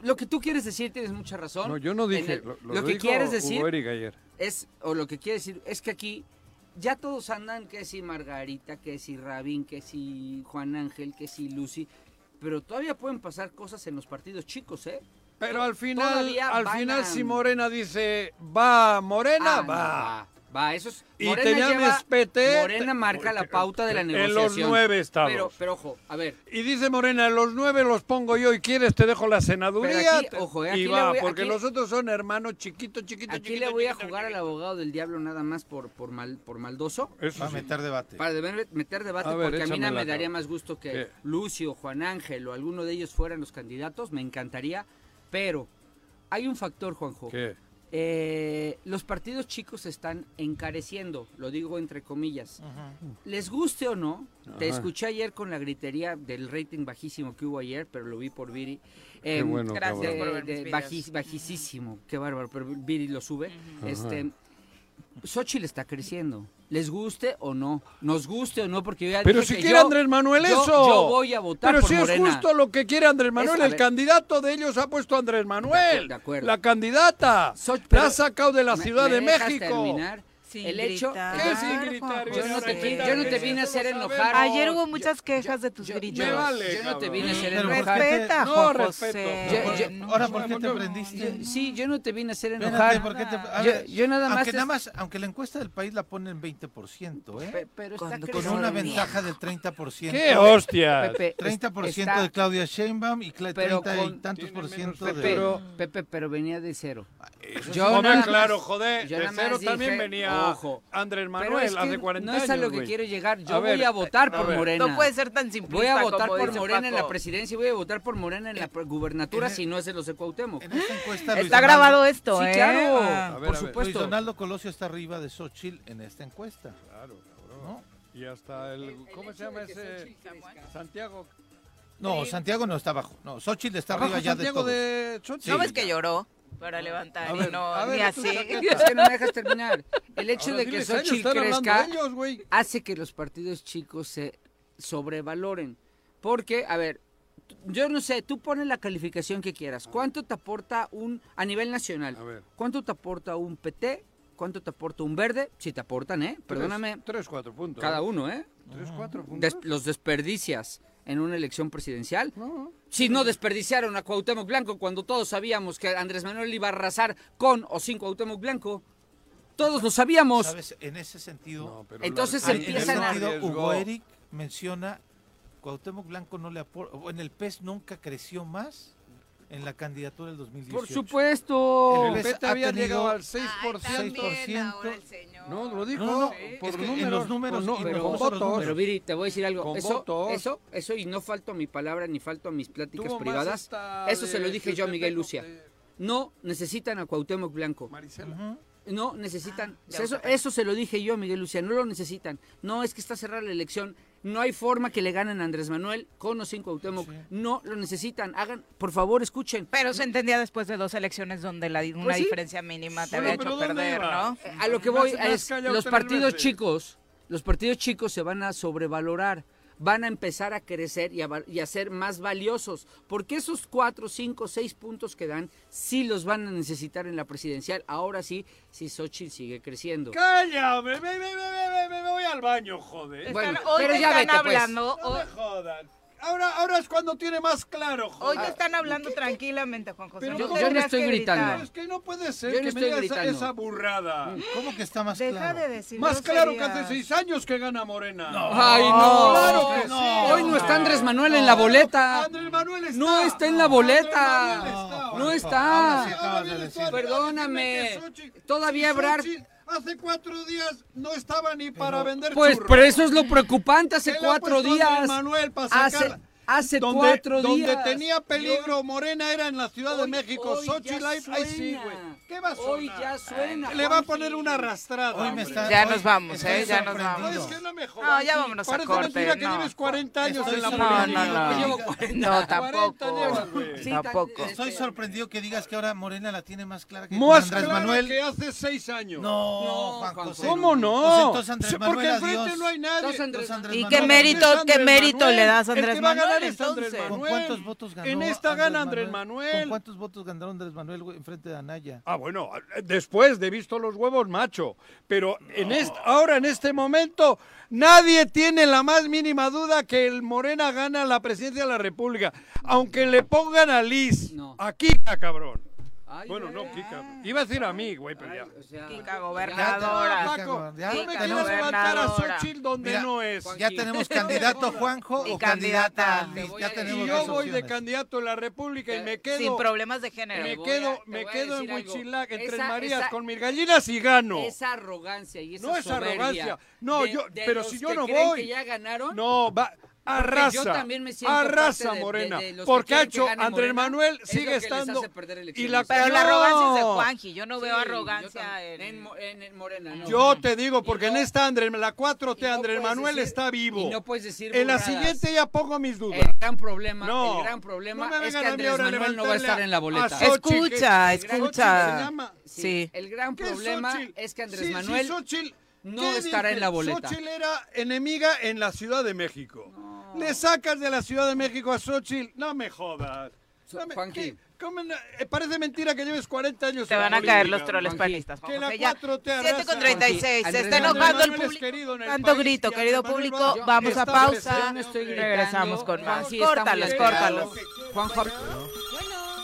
Speaker 5: lo que tú quieres decir tienes mucha razón.
Speaker 4: No, yo no dije.
Speaker 5: En el-
Speaker 4: lo, lo
Speaker 5: que
Speaker 4: dijo
Speaker 5: quieres decir
Speaker 4: Hugo Eric ayer.
Speaker 5: es, o lo que quieres decir es que aquí ya todos andan que si Margarita, que si Rabín, que si Juan Ángel, que si Lucy, pero todavía pueden pasar cosas en los partidos chicos, ¿eh?
Speaker 4: Pero al final,
Speaker 5: Todavía
Speaker 4: al
Speaker 5: van
Speaker 4: final
Speaker 5: a-
Speaker 4: si Morena dice, va Morena,
Speaker 5: Ah, no,
Speaker 4: va.
Speaker 5: va, va, eso es.
Speaker 4: Y
Speaker 5: Morena
Speaker 4: te llames
Speaker 5: lleva-
Speaker 4: PT,
Speaker 5: Morena marca la pauta de la
Speaker 4: en los
Speaker 5: negociación.
Speaker 4: nueve estados.
Speaker 5: Pero, pero ojo, a ver,
Speaker 4: Y dice Morena, los nueve los pongo yo y quieres te dejo la senaduría.
Speaker 5: Pero aquí,
Speaker 4: te-
Speaker 5: ojo, eh,
Speaker 4: y
Speaker 5: aquí le
Speaker 4: va,
Speaker 5: voy a-
Speaker 4: porque
Speaker 5: aquí-
Speaker 4: los otros son hermanos chiquitos, chiquitos,
Speaker 5: aquí le voy a jugar al abogado del diablo nada más por, por, mal, por maldoso.
Speaker 4: Eso
Speaker 6: Va a
Speaker 4: sí.
Speaker 6: meter debate.
Speaker 5: Para deber- meter debate,
Speaker 4: A ver,
Speaker 5: porque a mí
Speaker 4: échamela, Eh.
Speaker 5: nada me daría
Speaker 4: cabrón.
Speaker 5: más gusto que
Speaker 4: ¿Qué?
Speaker 5: Lucio, Juan Ángel o alguno de ellos fueran los candidatos, me encantaría, pero hay un factor, Juanjo.
Speaker 4: ¿Qué?
Speaker 5: Eh, los partidos chicos se están encareciendo, lo digo entre comillas. Les guste o no, te
Speaker 4: Ajá.
Speaker 5: escuché ayer con la gritería del rating bajísimo que hubo ayer, pero lo vi por Viri.
Speaker 4: Qué
Speaker 5: Em,
Speaker 4: bueno,
Speaker 3: gracias
Speaker 4: cabrón.
Speaker 5: de-
Speaker 3: por ver
Speaker 5: de-
Speaker 3: mis videos.
Speaker 5: bajis- bajísimo, qué bárbaro, pero Viri lo sube. Este, Xochitl está creciendo, les guste o no, nos guste o no, porque yo ya
Speaker 4: Pero si
Speaker 5: dije que
Speaker 4: quiere
Speaker 5: yo-
Speaker 4: Andrés Manuel
Speaker 5: yo-
Speaker 4: eso.
Speaker 5: yo voy a votar
Speaker 4: Pero
Speaker 5: por
Speaker 4: si
Speaker 5: Morena.
Speaker 4: es justo lo que quiere Andrés Manuel,
Speaker 5: a
Speaker 4: el
Speaker 5: ver.
Speaker 4: candidato de ellos ha puesto a Andrés Manuel.
Speaker 5: de acuerdo.
Speaker 4: La candidata.
Speaker 5: Soch-
Speaker 4: la
Speaker 5: pero-
Speaker 4: ha sacado de la
Speaker 5: ¿Me-
Speaker 4: Ciudad
Speaker 5: me
Speaker 4: de
Speaker 5: dejas
Speaker 4: México.
Speaker 5: terminar?
Speaker 3: Sin
Speaker 5: el hecho
Speaker 3: gritar.
Speaker 4: ¿Qué
Speaker 3: Ah,
Speaker 4: sin gritar?
Speaker 3: Juanjo.
Speaker 5: Yo no te vi- yo no te vine a hacer enojar.
Speaker 3: Ayer hubo muchas quejas de tus
Speaker 5: yo-
Speaker 3: gritos.
Speaker 4: me vale,
Speaker 5: yo no te
Speaker 4: cabrón.
Speaker 5: vine a hacer
Speaker 6: Pero
Speaker 5: enojar.
Speaker 6: respeta.
Speaker 3: Respeta,
Speaker 4: No,
Speaker 3: Juan
Speaker 4: respeto.
Speaker 3: José.
Speaker 5: Yo- yo-
Speaker 3: No.
Speaker 6: Ahora, ¿por qué te
Speaker 5: Yo-
Speaker 6: prendiste?
Speaker 5: sí, yo no te vine a hacer
Speaker 6: Espérate,
Speaker 5: enojar.
Speaker 6: ¿por qué te- a
Speaker 5: Yo-
Speaker 6: ver,
Speaker 5: yo nada más
Speaker 6: Aunque,
Speaker 5: te-
Speaker 6: nada más, aunque la encuesta del país la pone en 20%, ¿eh?
Speaker 5: Pe- pero está
Speaker 3: Cuando-
Speaker 6: Con
Speaker 5: creciendo.
Speaker 6: una
Speaker 3: Pepe,
Speaker 6: ventaja del 30%.
Speaker 4: ¡Qué hostia!
Speaker 5: Pepe, es-
Speaker 6: 30%
Speaker 5: está-
Speaker 6: de Claudia Sheinbaum y cla-
Speaker 5: Pero
Speaker 6: 30 y
Speaker 5: con-
Speaker 6: tantos
Speaker 4: Tiene
Speaker 6: por
Speaker 4: menos
Speaker 6: ciento
Speaker 5: Pepe,
Speaker 6: de... Ah,
Speaker 4: Pero-
Speaker 5: Pepe, pero venía de cero.
Speaker 4: Yo
Speaker 5: nada más-
Speaker 4: claro, joder.
Speaker 5: yo
Speaker 4: De
Speaker 5: nada más
Speaker 4: cero también
Speaker 5: dije,
Speaker 4: venía
Speaker 5: ojo.
Speaker 4: Andrés
Speaker 5: pero
Speaker 4: Manuel
Speaker 5: es que
Speaker 4: hace 40
Speaker 5: no
Speaker 4: años.
Speaker 5: es a lo que
Speaker 4: güey.
Speaker 5: quiero llegar. Yo
Speaker 4: A
Speaker 5: voy
Speaker 4: ver,
Speaker 5: a votar
Speaker 4: a
Speaker 5: por
Speaker 4: ver.
Speaker 5: Morena.
Speaker 3: No puede ser tan simplista.
Speaker 5: Voy a votar
Speaker 3: como
Speaker 5: por
Speaker 3: dice
Speaker 5: Morena en la
Speaker 3: Paco.
Speaker 5: presidencia y voy a votar por Morena en la pre- gubernatura si no es en los de Cuauhtémoc.
Speaker 6: Eh, En esta encuesta Luis
Speaker 3: Está
Speaker 6: Donaldo-
Speaker 3: grabado esto,
Speaker 5: Sí,
Speaker 3: ¿eh?
Speaker 5: claro,
Speaker 3: Ah.
Speaker 4: A ver,
Speaker 5: por
Speaker 4: a ver.
Speaker 6: Luis
Speaker 5: supuesto.
Speaker 6: Donaldo Colosio está arriba de Xochitl en esta encuesta.
Speaker 4: Claro, cabrón.
Speaker 6: ¿no?
Speaker 4: Y hasta el. ¿Cómo se llama ese? Santiago.
Speaker 6: No, Santiago no está abajo. No, Xochitl está
Speaker 4: Abajo
Speaker 6: arriba ya de
Speaker 4: Santiago
Speaker 6: todo.
Speaker 4: de Xochitl.
Speaker 3: ¿No ves que lloró para levantar
Speaker 4: A ver,
Speaker 3: y no,
Speaker 4: a ver,
Speaker 3: ni
Speaker 4: tú
Speaker 3: así?
Speaker 4: saca-
Speaker 5: Es que no me dejas terminar. El hecho
Speaker 4: Ahora
Speaker 5: de
Speaker 4: diles
Speaker 5: que
Speaker 4: a ellos,
Speaker 5: Xochitl
Speaker 4: están hablando
Speaker 5: crezca
Speaker 4: de ellos, güey.
Speaker 5: hace que los partidos chicos se sobrevaloren. Porque, a ver, t- yo no sé, tú pones la calificación que quieras. ¿Cuánto te aporta un, a nivel nacional,
Speaker 4: A ver.
Speaker 5: cuánto te aporta un PT? ¿Cuánto te aporta un verde? Si te aportan, ¿eh? Perdóname,
Speaker 4: Tres, tres, cuatro puntos.
Speaker 5: cada uno, ¿eh?
Speaker 4: Tres, cuatro puntos.
Speaker 5: Des- los desperdicias en una elección presidencial. Si no desperdiciaron a Cuauhtémoc Blanco cuando todos sabíamos que Andrés Manuel iba a arrasar con o sin Cuauhtémoc Blanco. Todos lo sabíamos.
Speaker 6: ¿Sabes? En ese sentido,
Speaker 4: No, pero
Speaker 5: Entonces
Speaker 4: la-
Speaker 6: en-
Speaker 4: en
Speaker 6: en ese
Speaker 5: empiezan a-
Speaker 6: sentido,
Speaker 4: riesgo.
Speaker 6: Hugo Eric menciona Cuauhtémoc Blanco no le aporta, en el PES nunca creció más en la candidatura del 2018.
Speaker 5: Por supuesto.
Speaker 4: El
Speaker 6: El E
Speaker 4: PT
Speaker 6: ha
Speaker 4: había
Speaker 6: tenido-
Speaker 4: llegado al
Speaker 3: Ay,
Speaker 4: 6%.
Speaker 3: también ahora
Speaker 6: 6%.
Speaker 3: el señor.
Speaker 4: No, lo dijo
Speaker 6: No, no, no,
Speaker 4: por
Speaker 6: es que en
Speaker 4: números,
Speaker 6: los números
Speaker 4: con,
Speaker 6: y
Speaker 4: pero
Speaker 6: nos
Speaker 4: con
Speaker 6: vamos a los
Speaker 4: votos.
Speaker 5: pues, Pero Viri, te voy a decir algo.
Speaker 4: Con
Speaker 5: Eso,
Speaker 4: votos.
Speaker 5: eso, eso, y no falto a mi palabra ni falto a mis pláticas
Speaker 4: Tuvo más
Speaker 5: privadas.
Speaker 4: esta
Speaker 5: Eso se
Speaker 4: de
Speaker 5: lo dije yo a Miguel Lucia.
Speaker 4: Chiltepeco de
Speaker 5: No necesitan a Cuauhtémoc Blanco.
Speaker 4: Marisela.
Speaker 5: No necesitan.
Speaker 3: Ah, ya
Speaker 5: eso,
Speaker 3: otra vez.
Speaker 5: eso se lo dije yo a Miguel Lucia. No lo necesitan. No es que está cerrada la elección. No hay forma que le ganen a Andrés Manuel con o sin Cuauhtémoc. No lo necesitan. Hagan, por favor, escuchen.
Speaker 3: Pero se entendía después de dos elecciones donde la, di- una
Speaker 5: Pues sí.
Speaker 3: diferencia mínima te
Speaker 4: Bueno,
Speaker 3: había
Speaker 4: pero
Speaker 3: hecho
Speaker 4: ¿dónde
Speaker 3: perder,
Speaker 4: ibas?
Speaker 3: ¿no?
Speaker 5: Eh, a lo que
Speaker 4: Me has-
Speaker 5: voy
Speaker 4: me has
Speaker 5: es
Speaker 4: callado
Speaker 5: los
Speaker 4: tres
Speaker 5: partidos
Speaker 4: veces.
Speaker 5: chicos, los partidos chicos se van a sobrevalorar. van a empezar a crecer y a, va- y a ser más valiosos, porque esos cuatro, cinco, seis puntos que dan, sí los van a necesitar en la presidencial, ahora sí, si Xochitl sigue creciendo.
Speaker 4: ¡Calla, hombre! Me, me- me- me- me- me voy al baño, joder.
Speaker 5: Bueno,
Speaker 3: Están- hoy
Speaker 5: pero
Speaker 3: te
Speaker 5: ya
Speaker 3: están
Speaker 5: vete, pues.
Speaker 3: hablando,
Speaker 4: No
Speaker 3: hoy-
Speaker 4: me jodan. Ahora, ahora es cuando tiene más claro,
Speaker 3: Hoy
Speaker 4: joder.
Speaker 3: te están hablando tranquilamente, Juan José.
Speaker 4: Pero
Speaker 3: no
Speaker 4: yo- yo no
Speaker 3: tendrías
Speaker 5: estoy
Speaker 3: que gritar.
Speaker 5: gritando.
Speaker 4: Es que no puede ser que
Speaker 5: Yo no
Speaker 4: me
Speaker 5: estoy
Speaker 4: digas esa,
Speaker 5: gritando.
Speaker 4: esa burrada.
Speaker 6: ¿Cómo que está más
Speaker 3: Deja
Speaker 6: claro?
Speaker 3: de decir
Speaker 4: Más claro que hace
Speaker 3: groserías.
Speaker 4: seis años que gana Morena.
Speaker 5: ¡Ay, no!
Speaker 4: Claro que
Speaker 5: No.
Speaker 4: sí.
Speaker 5: Hoy no está Andrés Manuel en la boleta.
Speaker 4: Andrés Manuel está.
Speaker 5: No está en la
Speaker 4: Andrés Manuel
Speaker 5: boleta.
Speaker 4: está.
Speaker 5: No
Speaker 6: Ahora sí
Speaker 5: está.
Speaker 6: acabas de decir.
Speaker 5: Perdóname.
Speaker 4: Dime que Xochitl-
Speaker 5: Todavía
Speaker 4: si
Speaker 5: Ebrard-
Speaker 4: Xochitl Hace cuatro días no estaba ni para vender
Speaker 5: Pues,
Speaker 4: churros.
Speaker 5: pero eso es lo preocupante.
Speaker 4: ¿Qué
Speaker 5: Hace
Speaker 4: le ha
Speaker 5: cuatro
Speaker 4: puesto Andrés
Speaker 5: días.
Speaker 4: Manuel para
Speaker 5: Hace,
Speaker 4: sacarla?
Speaker 5: hace
Speaker 4: donde,
Speaker 5: cuatro
Speaker 4: donde
Speaker 5: días.
Speaker 4: tenía peligro Morena era en la Ciudad de
Speaker 5: Hoy-
Speaker 4: México.
Speaker 5: hoy ya
Speaker 4: Xochitl, ahí ahí sí,
Speaker 5: suena.
Speaker 4: güey. ¿Qué va a sonar?
Speaker 5: Hoy ya suena.
Speaker 4: Le va a
Speaker 5: Juanji.
Speaker 4: poner una arrastrada.
Speaker 6: Hoy me
Speaker 4: hombre.
Speaker 6: está-
Speaker 3: Ya
Speaker 6: hoy
Speaker 3: nos vamos,
Speaker 6: estoy
Speaker 3: ¿eh? Ya nos
Speaker 6: sorprendido.
Speaker 3: vamos.
Speaker 4: ¿Sabes qué es lo mejor?
Speaker 3: No, ya vámonos a
Speaker 4: Parece
Speaker 3: corte,
Speaker 4: mentira que
Speaker 3: no.
Speaker 4: lleves 40 años
Speaker 6: Estoy
Speaker 4: en la
Speaker 3: No,
Speaker 4: política.
Speaker 3: no, no.
Speaker 5: Llevo
Speaker 3: No,
Speaker 4: 40 llevas,
Speaker 3: tampoco.
Speaker 4: güey.
Speaker 5: Sí,
Speaker 3: Tampoco.
Speaker 5: este,
Speaker 6: eh, Estoy sorprendido que digas que ahora Morena la tiene más clara que
Speaker 4: Más
Speaker 6: Andrés
Speaker 4: clara
Speaker 6: Manuel.
Speaker 4: que hace seis años.
Speaker 6: No,
Speaker 5: No,
Speaker 6: Juan
Speaker 5: Juan
Speaker 6: José.
Speaker 5: José.
Speaker 4: ¿Cómo
Speaker 6: Pues
Speaker 4: no?
Speaker 6: entonces Andrés
Speaker 4: Sí,
Speaker 6: Manuel,
Speaker 4: Porque enfrente
Speaker 6: adiós.
Speaker 4: no hay nadie.
Speaker 5: Entonces, Andrés-
Speaker 6: Entonces, Andrés
Speaker 3: ¿Y
Speaker 6: Manuel.
Speaker 3: qué mérito,
Speaker 4: Es
Speaker 3: qué
Speaker 4: Andrés
Speaker 3: mérito
Speaker 4: Manuel.
Speaker 3: le das a
Speaker 4: El que
Speaker 3: Andrés
Speaker 4: va a ganar
Speaker 3: Manuel
Speaker 4: es Andrés
Speaker 3: entonces?
Speaker 6: ¿Con
Speaker 4: Manuel.
Speaker 6: cuántos votos ganó?
Speaker 4: En esta
Speaker 6: Andrés
Speaker 4: gana Andrés Manuel.
Speaker 6: ¿Con cuántos votos ganó Andrés Manuel güey, enfrente de Anaya?
Speaker 8: Ah, bueno, después de visto los huevos, macho. Pero en est- ahora, en este momento,
Speaker 4: Nadie tiene la más mínima duda que el Morena gana la presidencia de la República. Aunque le pongan a Liz,
Speaker 5: No.
Speaker 4: a Kika, cabrón.
Speaker 5: Ay,
Speaker 4: bueno, no,
Speaker 5: ¿verdad?
Speaker 4: Kika. Iba a decir a mí, güey, pero ya.
Speaker 5: O sea,
Speaker 3: Kika,
Speaker 6: Ya te-
Speaker 3: gobernadora.
Speaker 6: ya,
Speaker 4: Paco,
Speaker 6: ya,
Speaker 4: no me
Speaker 6: ya
Speaker 4: quieras
Speaker 6: tenemos-
Speaker 4: plantar a
Speaker 3: Gobernadora.
Speaker 4: Xochitl donde
Speaker 6: Mira,
Speaker 4: no es.
Speaker 6: Ya
Speaker 4: [LAUGHS]
Speaker 6: tenemos candidato Juanjo
Speaker 3: Y
Speaker 6: o candidata
Speaker 3: candidata.
Speaker 6: Liz.
Speaker 5: Te voy a
Speaker 6: Ya
Speaker 5: decir-
Speaker 6: tenemos
Speaker 4: Y
Speaker 6: dos
Speaker 4: yo voy de
Speaker 6: opciones.
Speaker 4: candidato en la República y me quedo.
Speaker 3: Sin problemas de género.
Speaker 4: Me
Speaker 5: voy a-
Speaker 4: quedo,
Speaker 5: te
Speaker 4: me
Speaker 5: voy a
Speaker 4: quedo en
Speaker 5: decir algo.
Speaker 4: Huichilac, en Tres
Speaker 5: Esa-
Speaker 4: Marías,
Speaker 5: esa-
Speaker 4: con mis gallinas y gano.
Speaker 5: Esa arrogancia y esa
Speaker 4: No es
Speaker 5: soberbia
Speaker 4: arrogancia. No,
Speaker 5: de-
Speaker 4: yo-
Speaker 5: de
Speaker 4: pero
Speaker 5: los
Speaker 4: si yo
Speaker 5: que
Speaker 4: no
Speaker 5: creen
Speaker 4: voy.
Speaker 5: que ya ganaron.
Speaker 4: No, va. Arrasa,
Speaker 5: también me siento
Speaker 4: arrasa
Speaker 5: parte de-
Speaker 4: Morena,
Speaker 5: de- de los que
Speaker 4: porque ha
Speaker 5: quieren que
Speaker 4: hecho
Speaker 5: gane
Speaker 4: Andrés
Speaker 5: Morena,
Speaker 4: Manuel
Speaker 5: es lo que
Speaker 4: sigue
Speaker 5: les
Speaker 4: estando
Speaker 5: hace perder
Speaker 4: y
Speaker 5: elecciones.
Speaker 4: la
Speaker 3: Pero la
Speaker 4: No,
Speaker 3: arrogancia es de Juanji. Yo no
Speaker 5: Sí,
Speaker 3: veo
Speaker 5: yo
Speaker 3: arrogancia
Speaker 5: también.
Speaker 3: en...
Speaker 5: En, Mo- en- en Morena. no.
Speaker 4: Yo te digo porque
Speaker 5: Y
Speaker 4: en
Speaker 5: no-
Speaker 4: esta Andrés, la 4T
Speaker 5: y no
Speaker 4: Andrés
Speaker 5: puedes
Speaker 4: Manuel
Speaker 5: decir-
Speaker 4: está vivo.
Speaker 5: y no puedes decir
Speaker 4: en la
Speaker 5: burradas.
Speaker 4: siguiente ya pongo mis dudas.
Speaker 5: El gran problema,
Speaker 4: No.
Speaker 5: el gran problema
Speaker 4: No me
Speaker 5: es
Speaker 4: vengan
Speaker 5: que
Speaker 4: a mí
Speaker 5: Andrés
Speaker 4: ahora a
Speaker 5: Manuel no va a
Speaker 4: levantarle
Speaker 5: estar en la
Speaker 4: a-
Speaker 5: boleta.
Speaker 4: a Ah, Xochitl,
Speaker 3: Escucha,
Speaker 4: que- Xochitl
Speaker 3: escucha.
Speaker 4: se llama.
Speaker 3: sí.
Speaker 5: El gran
Speaker 4: ¿Qué
Speaker 5: problema
Speaker 4: Xochitl?
Speaker 5: es que Andrés
Speaker 4: Sí, sí,
Speaker 5: Manuel
Speaker 4: Xochitl,
Speaker 5: no
Speaker 4: ¿qué
Speaker 5: estará
Speaker 4: dije?
Speaker 5: en la boleta.
Speaker 4: Xochitl era enemiga en la Ciudad de México. Le sacas de la Ciudad de México a Xochitl. No me jodas.
Speaker 5: So-
Speaker 4: No me-
Speaker 5: Juanji.
Speaker 4: ¿qué? ¿Cómo no? Eh, parece mentira que lleves 40 años
Speaker 3: Te
Speaker 4: en la
Speaker 3: van a caer
Speaker 4: política,
Speaker 3: los troles
Speaker 5: Juanji.
Speaker 3: panistas. Juan
Speaker 4: Que la
Speaker 3: José, ya.
Speaker 4: 4T
Speaker 3: 7 con
Speaker 4: arrasa.
Speaker 3: 36. Se
Speaker 5: Andrés
Speaker 3: está
Speaker 5: Manuel
Speaker 3: enojando el
Speaker 4: Manuel es querido
Speaker 3: público.
Speaker 4: en el
Speaker 3: Tanto
Speaker 4: país
Speaker 3: grito,
Speaker 4: y
Speaker 3: querido
Speaker 4: Andrés Manuel
Speaker 3: público.
Speaker 4: Barrio
Speaker 3: Vamos a
Speaker 4: está
Speaker 3: pausa.
Speaker 4: presente.
Speaker 5: Yo no estoy gritando.
Speaker 3: Regresamos con más.
Speaker 5: Juanji está
Speaker 3: Córtalos,
Speaker 5: molestado.
Speaker 3: córtalos.
Speaker 5: Juanjo,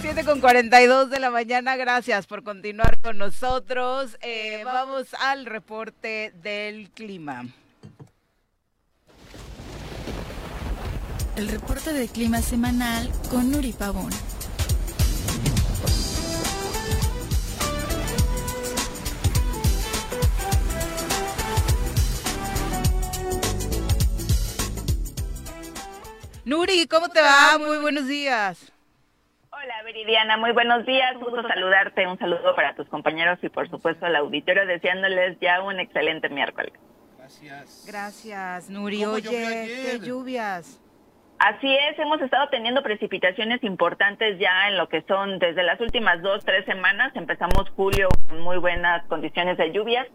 Speaker 3: Siete con 42 de la mañana, gracias por continuar con nosotros. Eh, vamos al reporte del clima.
Speaker 9: El reporte de clima semanal con Nuri Pavón.
Speaker 3: Nuri, ¿cómo te va? Muy buenos días.
Speaker 10: Hola Viridiana, muy buenos días, un gusto saludarte, un saludo para tus compañeros y por supuesto al auditorio deseándoles ya un excelente miércoles.
Speaker 6: Gracias.
Speaker 3: Gracias, Nuri.
Speaker 6: ¿Cómo
Speaker 3: Oye,
Speaker 6: llovió
Speaker 3: qué
Speaker 6: ayer?
Speaker 3: lluvias.
Speaker 10: Así es, hemos estado teniendo precipitaciones importantes ya en lo que son desde las últimas dos, tres semanas. Empezamos julio con muy buenas condiciones de lluvias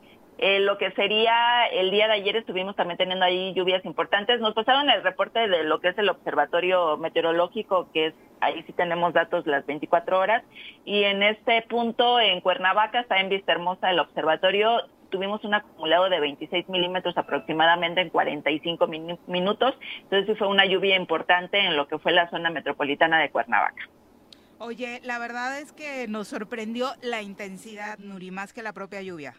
Speaker 10: Eh, lo que sería el día de ayer estuvimos también teniendo ahí lluvias importantes. Nos pasaron el reporte de lo que es el observatorio meteorológico, que es ahí sí tenemos datos las 24 horas. Y en este punto, en Cuernavaca, está en Vista Hermosa el observatorio. Tuvimos un acumulado de 26 milímetros aproximadamente en 45 minu- minutos. Entonces sí fue una lluvia importante en lo que fue la zona metropolitana de Cuernavaca.
Speaker 3: Oye, la verdad es que nos sorprendió la intensidad, Nuri, más que la propia lluvia.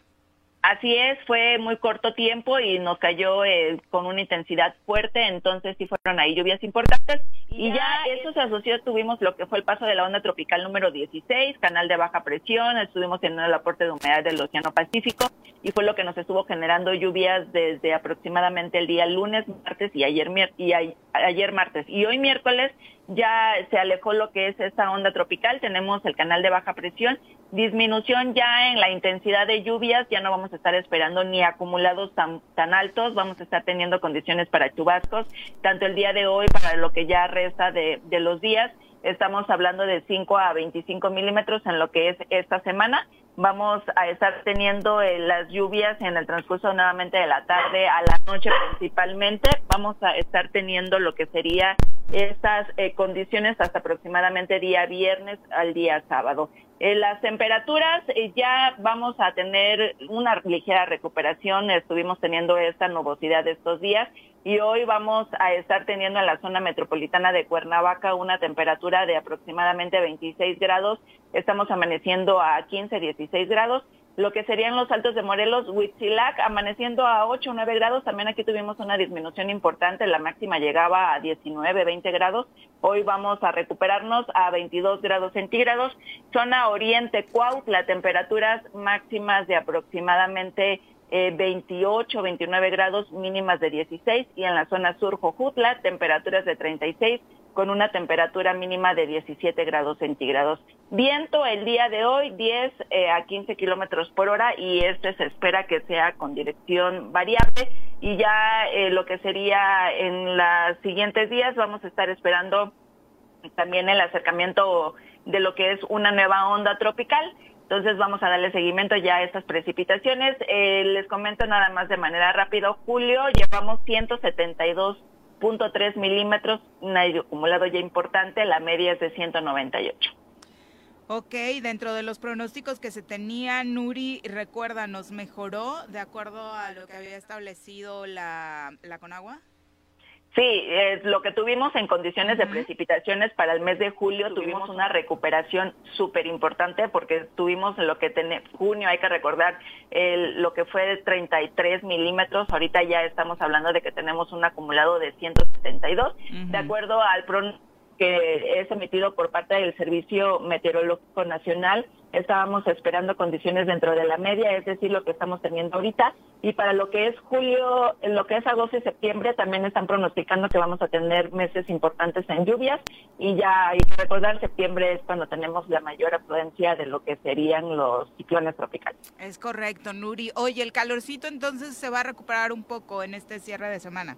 Speaker 10: Así es, fue muy corto tiempo y nos cayó eh, con una intensidad fuerte, entonces sí fueron ahí lluvias importantes. Y ya eso se asoció, tuvimos lo que fue el paso de la onda tropical número 16, canal de baja presión, estuvimos teniendo el aporte de humedad del Océano Pacífico y fue lo que nos estuvo generando lluvias desde aproximadamente el día lunes, martes y ayer, mier- y ay- ayer martes. Y hoy miércoles ya se alejó lo que es esta onda tropical, tenemos el canal de baja presión, disminución ya en la intensidad de lluvias, ya no vamos a estar esperando ni acumulados tan, tan altos, vamos a estar teniendo condiciones para chubascos, tanto el día de hoy para lo que ya resta de, de los días, estamos hablando de 5 a 25 milímetros en lo que es esta semana. Vamos a estar teniendo eh, las lluvias en el transcurso nuevamente de la tarde a la noche principalmente. Vamos a estar teniendo lo que sería estas eh, condiciones hasta aproximadamente día viernes al día sábado. Eh, las temperaturas eh, ya vamos a tener una ligera recuperación. Estuvimos teniendo esta nubosidad estos días y hoy vamos a estar teniendo en la zona metropolitana de Cuernavaca una temperatura de aproximadamente 26 grados. Estamos amaneciendo a 15, 16 grados. Lo que serían los altos de Morelos, Huitzilac, amaneciendo a 8 o 9 grados. También aquí tuvimos una disminución importante. La máxima llegaba a 19, 20 grados. Hoy vamos a recuperarnos a 22 grados centígrados. Zona Oriente, Cuautla, temperaturas máximas de aproximadamente eh, 28, 29 grados mínimas de 16 y en la zona sur Jojutla temperaturas de 36 con una temperatura mínima de 17 grados centígrados. Viento el día de hoy 10 eh, a 15 kilómetros por hora y este se espera que sea con dirección variable y ya eh, lo que sería en los siguientes días vamos a estar esperando también el acercamiento de lo que es una nueva onda tropical. Entonces vamos a darle seguimiento ya a estas precipitaciones. Eh, les comento nada más de manera rápida. Julio llevamos 172.3 milímetros, un aire acumulado ya importante, la media es de 198.
Speaker 3: Ok, dentro de los pronósticos que se tenían, Nuri, recuerda, ¿nos mejoró de acuerdo a lo que había establecido la, la Conagua?
Speaker 10: Sí, eh, lo que tuvimos en condiciones de precipitaciones para el mes de julio, tuvimos una recuperación súper importante porque tuvimos lo que tiene junio, hay que recordar el- lo que fue de 33 milímetros, ahorita ya estamos hablando de que tenemos un acumulado de 172, de acuerdo al pronóstico que es emitido por parte del Servicio Meteorológico Nacional. Estábamos esperando condiciones dentro de la media, es decir, lo que estamos teniendo ahorita. Y para lo que es julio, en lo que es agosto y septiembre, también están pronosticando que vamos a tener meses importantes en lluvias. Y ya hay que recordar, septiembre es cuando tenemos la mayor afluencia de lo que serían los ciclones tropicales.
Speaker 3: Es correcto, Nuri. Oye, el calorcito entonces se va a recuperar un poco en este cierre de semana.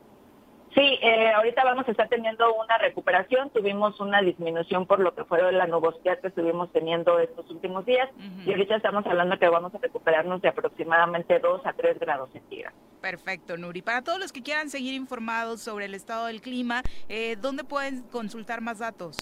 Speaker 10: Sí, eh, ahorita vamos a estar teniendo una recuperación. Tuvimos una disminución por lo que fue la nubosidad que estuvimos teniendo estos últimos días. Y ahorita estamos hablando que vamos a recuperarnos de aproximadamente 2 a 3 grados centígrados.
Speaker 3: Perfecto, Nuri. Para todos los que quieran seguir informados sobre el estado del clima, eh, ¿dónde pueden consultar más datos?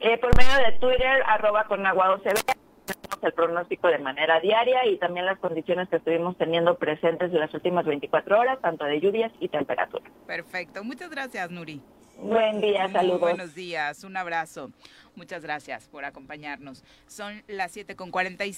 Speaker 10: Eh, por medio de Twitter, arroba con aguado se ve, tenemos el pronóstico de manera diaria y también las condiciones que estuvimos teniendo presentes en las últimas 24 horas, tanto de lluvias y temperaturas.
Speaker 3: Perfecto, muchas gracias, Nuri.
Speaker 10: Buen día,
Speaker 3: Muy
Speaker 10: saludos.
Speaker 3: buenos días, un abrazo. Muchas gracias por acompañarnos. Son las 7 con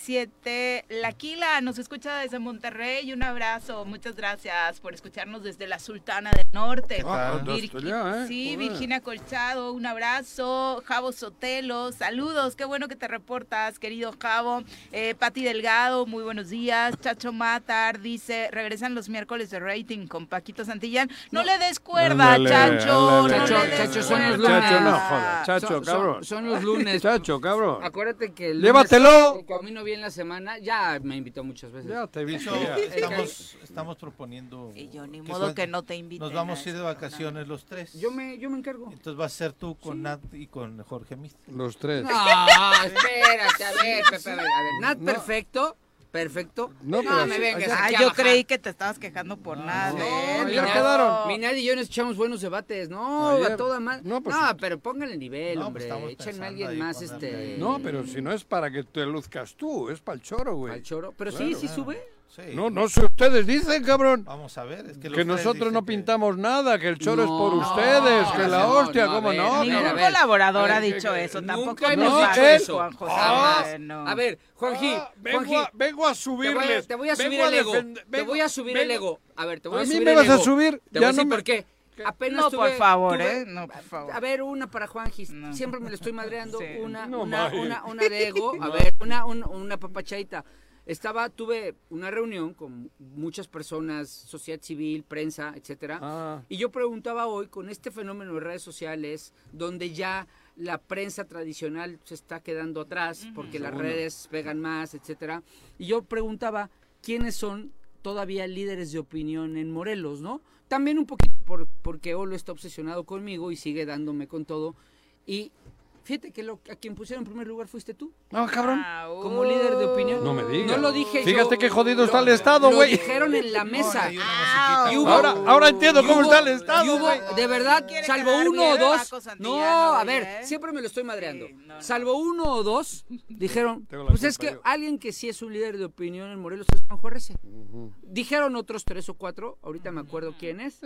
Speaker 3: 47. Laquila nos escucha desde Monterrey. Un abrazo. Muchas gracias por escucharnos desde la Sultana del Norte.
Speaker 8: Ah,
Speaker 3: Este, Vir-
Speaker 8: hasta allá, ¿eh?
Speaker 3: Sí,
Speaker 8: Joder.
Speaker 3: Virginia Colchado, un abrazo. Javo Sotelo, saludos. Qué bueno que te reportas, querido Javo. Eh, Pati Delgado, muy buenos días. Chacho Matar dice, regresan los miércoles de rating con Paquito Santillán. No, le des cuerda,
Speaker 8: Ándale,
Speaker 3: Chacho.
Speaker 8: ándale.
Speaker 3: no
Speaker 5: Chacho,
Speaker 3: le des
Speaker 5: Chacho, son los
Speaker 3: cuerda.
Speaker 5: lunes.
Speaker 8: Chacho, no jodas.
Speaker 5: Son-
Speaker 8: Chacho,
Speaker 5: son-
Speaker 8: cabrón.
Speaker 5: son los lunes.
Speaker 8: Chacho, cabrón.
Speaker 5: Acuérdate que el
Speaker 8: Llévatelo.
Speaker 5: lunes que camino bien la semana, ya Ah, me invitó muchas veces.
Speaker 8: Ya te he visto,
Speaker 5: Eh,
Speaker 8: ya.
Speaker 5: eh,
Speaker 6: Estamos, estamos proponiendo. Y yo, ni
Speaker 5: modo que no te inviten
Speaker 6: Nos vamos
Speaker 5: a
Speaker 6: a ir de
Speaker 5: esto,
Speaker 6: vacaciones los tres.
Speaker 5: Yo me, yo me encargo.
Speaker 6: Entonces vas a ser tú con Nat y con Jorge Mist.
Speaker 8: Los tres.
Speaker 5: [LAUGHS] No, espérate, a ver, Pepe, a ver, a ver, Nat
Speaker 6: No.
Speaker 5: perfecto, Perfecto.
Speaker 3: No, me vengas. Ah, yo creí que te estabas quejando por nada.
Speaker 5: No,
Speaker 3: Mira,
Speaker 5: quedaron. Minad y yo nos echamos buenos debates. No,
Speaker 4: Ayer.
Speaker 5: a toda madre. No,
Speaker 4: pues-
Speaker 5: pero pónganle nivel,
Speaker 4: No, pues
Speaker 5: hombre.
Speaker 4: estamos
Speaker 5: Échenme a
Speaker 4: pensando
Speaker 5: alguien
Speaker 4: ahí,
Speaker 5: más,
Speaker 4: pónganle
Speaker 5: este.
Speaker 4: No, pero si no es para que te luzcas tú, es para el choro, güey. Para el
Speaker 5: choro. Pero sí, sí sube.
Speaker 4: No, no sé, ustedes dicen, cabrón.
Speaker 6: Vamos a ver, es que,
Speaker 4: Que,
Speaker 6: los tres
Speaker 4: nosotros
Speaker 6: dicen-
Speaker 4: no pintamos nada, que el choro es por
Speaker 6: No,
Speaker 4: ustedes, que la
Speaker 6: no,
Speaker 4: hostia,
Speaker 6: no, a
Speaker 4: ¿cómo
Speaker 6: ver,
Speaker 4: no?
Speaker 3: Ningún
Speaker 4: cabrón?
Speaker 3: colaborador
Speaker 4: Eh,
Speaker 3: ha
Speaker 4: que-
Speaker 3: dicho
Speaker 4: que-
Speaker 3: eso.
Speaker 4: que-
Speaker 3: Tampoco
Speaker 4: nunca
Speaker 3: hemos
Speaker 4: hemos
Speaker 3: dicho
Speaker 4: dicho
Speaker 3: eso,
Speaker 4: eso.
Speaker 3: Juan José. Ah,
Speaker 4: Jamás.
Speaker 3: Bueno.
Speaker 5: Ah, A ver, Juanji,
Speaker 4: Ah, vengo
Speaker 5: Juanji.
Speaker 4: a- vengo a subirles,
Speaker 5: Te voy a, subir
Speaker 4: vengo a
Speaker 5: el ego.
Speaker 4: defender-
Speaker 5: te
Speaker 4: vengo-
Speaker 5: voy a subir el
Speaker 4: vengo-
Speaker 5: ego. A ver, te voy a,
Speaker 4: ¿A mí
Speaker 5: subir
Speaker 4: me
Speaker 5: el
Speaker 4: vas a
Speaker 5: ego.
Speaker 4: subir? Ya
Speaker 5: Te voy a decir
Speaker 4: no me-
Speaker 5: por qué. Apenas
Speaker 3: No,
Speaker 5: tuve-
Speaker 3: por favor,
Speaker 5: tuve-
Speaker 3: ¿eh? No, por favor.
Speaker 5: A ver, una para Juanji. Siempre me le estoy madreando. Una,
Speaker 3: No,
Speaker 5: una,
Speaker 3: Maya.
Speaker 5: una, una de ego. A
Speaker 3: No.
Speaker 5: ver, una, un- una papachadita. Estaba, tuve una reunión con muchas personas, sociedad civil, prensa, etcétera. Y yo preguntaba hoy, con este fenómeno de redes sociales, donde ya la prensa tradicional se está quedando atrás, porque las
Speaker 11: Seguro.
Speaker 5: redes pegan más, etcétera. Y yo preguntaba quiénes son todavía líderes de opinión en Morelos, ¿no? También un poquito por- porque Olo está obsesionado conmigo y sigue dándome con todo. Y fíjate que lo, a quien pusieron en primer lugar fuiste tú.
Speaker 4: No, cabrón.
Speaker 5: Como líder de opinión.
Speaker 4: No me digas.
Speaker 5: No lo dije
Speaker 4: Fíjate
Speaker 5: yo.
Speaker 4: qué jodido está el Estado,
Speaker 5: lo
Speaker 4: güey.
Speaker 5: dijeron en la mesa. Ah, Y hubo-
Speaker 4: Ahora, ahora entiendo
Speaker 5: y
Speaker 4: cómo
Speaker 5: hubo-
Speaker 4: está el Estado.
Speaker 5: y hubo,
Speaker 4: güey.
Speaker 5: de verdad, salvo
Speaker 3: quedar
Speaker 5: uno
Speaker 3: bien,
Speaker 5: o dos.
Speaker 3: Paco Santillán,
Speaker 5: No,
Speaker 3: ¿no,
Speaker 5: a
Speaker 3: oye,
Speaker 5: ver,
Speaker 3: eh?
Speaker 5: siempre me lo estoy madreando. Salvo uno o dos, dijeron,
Speaker 3: la
Speaker 5: pues es
Speaker 3: culpa
Speaker 5: que alguien que sí es un líder de opinión en Morelos es Juanjo Arrece. Dijeron otros tres o cuatro, ahorita me acuerdo quién es.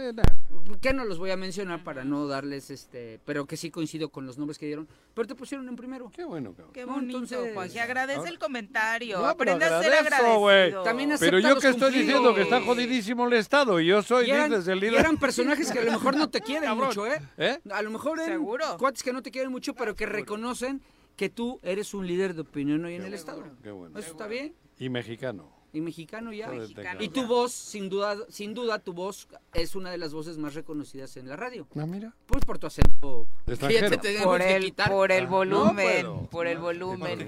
Speaker 5: Que no los voy a mencionar para no darles este, pero que sí coincido con los nombres que dieron. Pero te pusieron en primero.
Speaker 4: Qué bueno, cabrón.
Speaker 3: Qué bonito,
Speaker 5: entonces-
Speaker 3: Juan. Que agradece el comentario.
Speaker 5: No, pero
Speaker 3: Aprende a ser
Speaker 4: Agradezco,
Speaker 3: agradecido.
Speaker 4: güey.
Speaker 5: También
Speaker 4: Pero
Speaker 5: acepta
Speaker 4: yo
Speaker 5: los
Speaker 4: que estoy
Speaker 5: cumplidos.
Speaker 4: diciendo que está jodidísimo el Estado y yo soy,
Speaker 5: Y eran,
Speaker 4: dices, el
Speaker 5: y
Speaker 4: líder.
Speaker 5: eran personajes que a lo mejor no te quieren
Speaker 4: Cabrón.
Speaker 5: mucho, ¿eh?
Speaker 4: ¿Eh?
Speaker 5: A lo mejor eran cuates que no te quieren mucho, pero que reconocen que tú eres un líder de opinión hoy en el Estado.
Speaker 4: Qué bueno.
Speaker 5: Eso está bien.
Speaker 4: Y mexicano.
Speaker 5: Y mexicano ya.
Speaker 4: Joder, Mexicano te
Speaker 5: y tu voz, sin duda, sin duda, tu voz es una de las voces más reconocidas en la radio.
Speaker 4: Ah, mira.
Speaker 5: Pues por tu acento.
Speaker 4: Extranjero.
Speaker 5: que ya te tenemos
Speaker 3: Por
Speaker 5: que
Speaker 3: el,
Speaker 5: quitar.
Speaker 3: por el
Speaker 5: Ah,
Speaker 3: volumen,
Speaker 5: no puedo.
Speaker 3: por el volumen.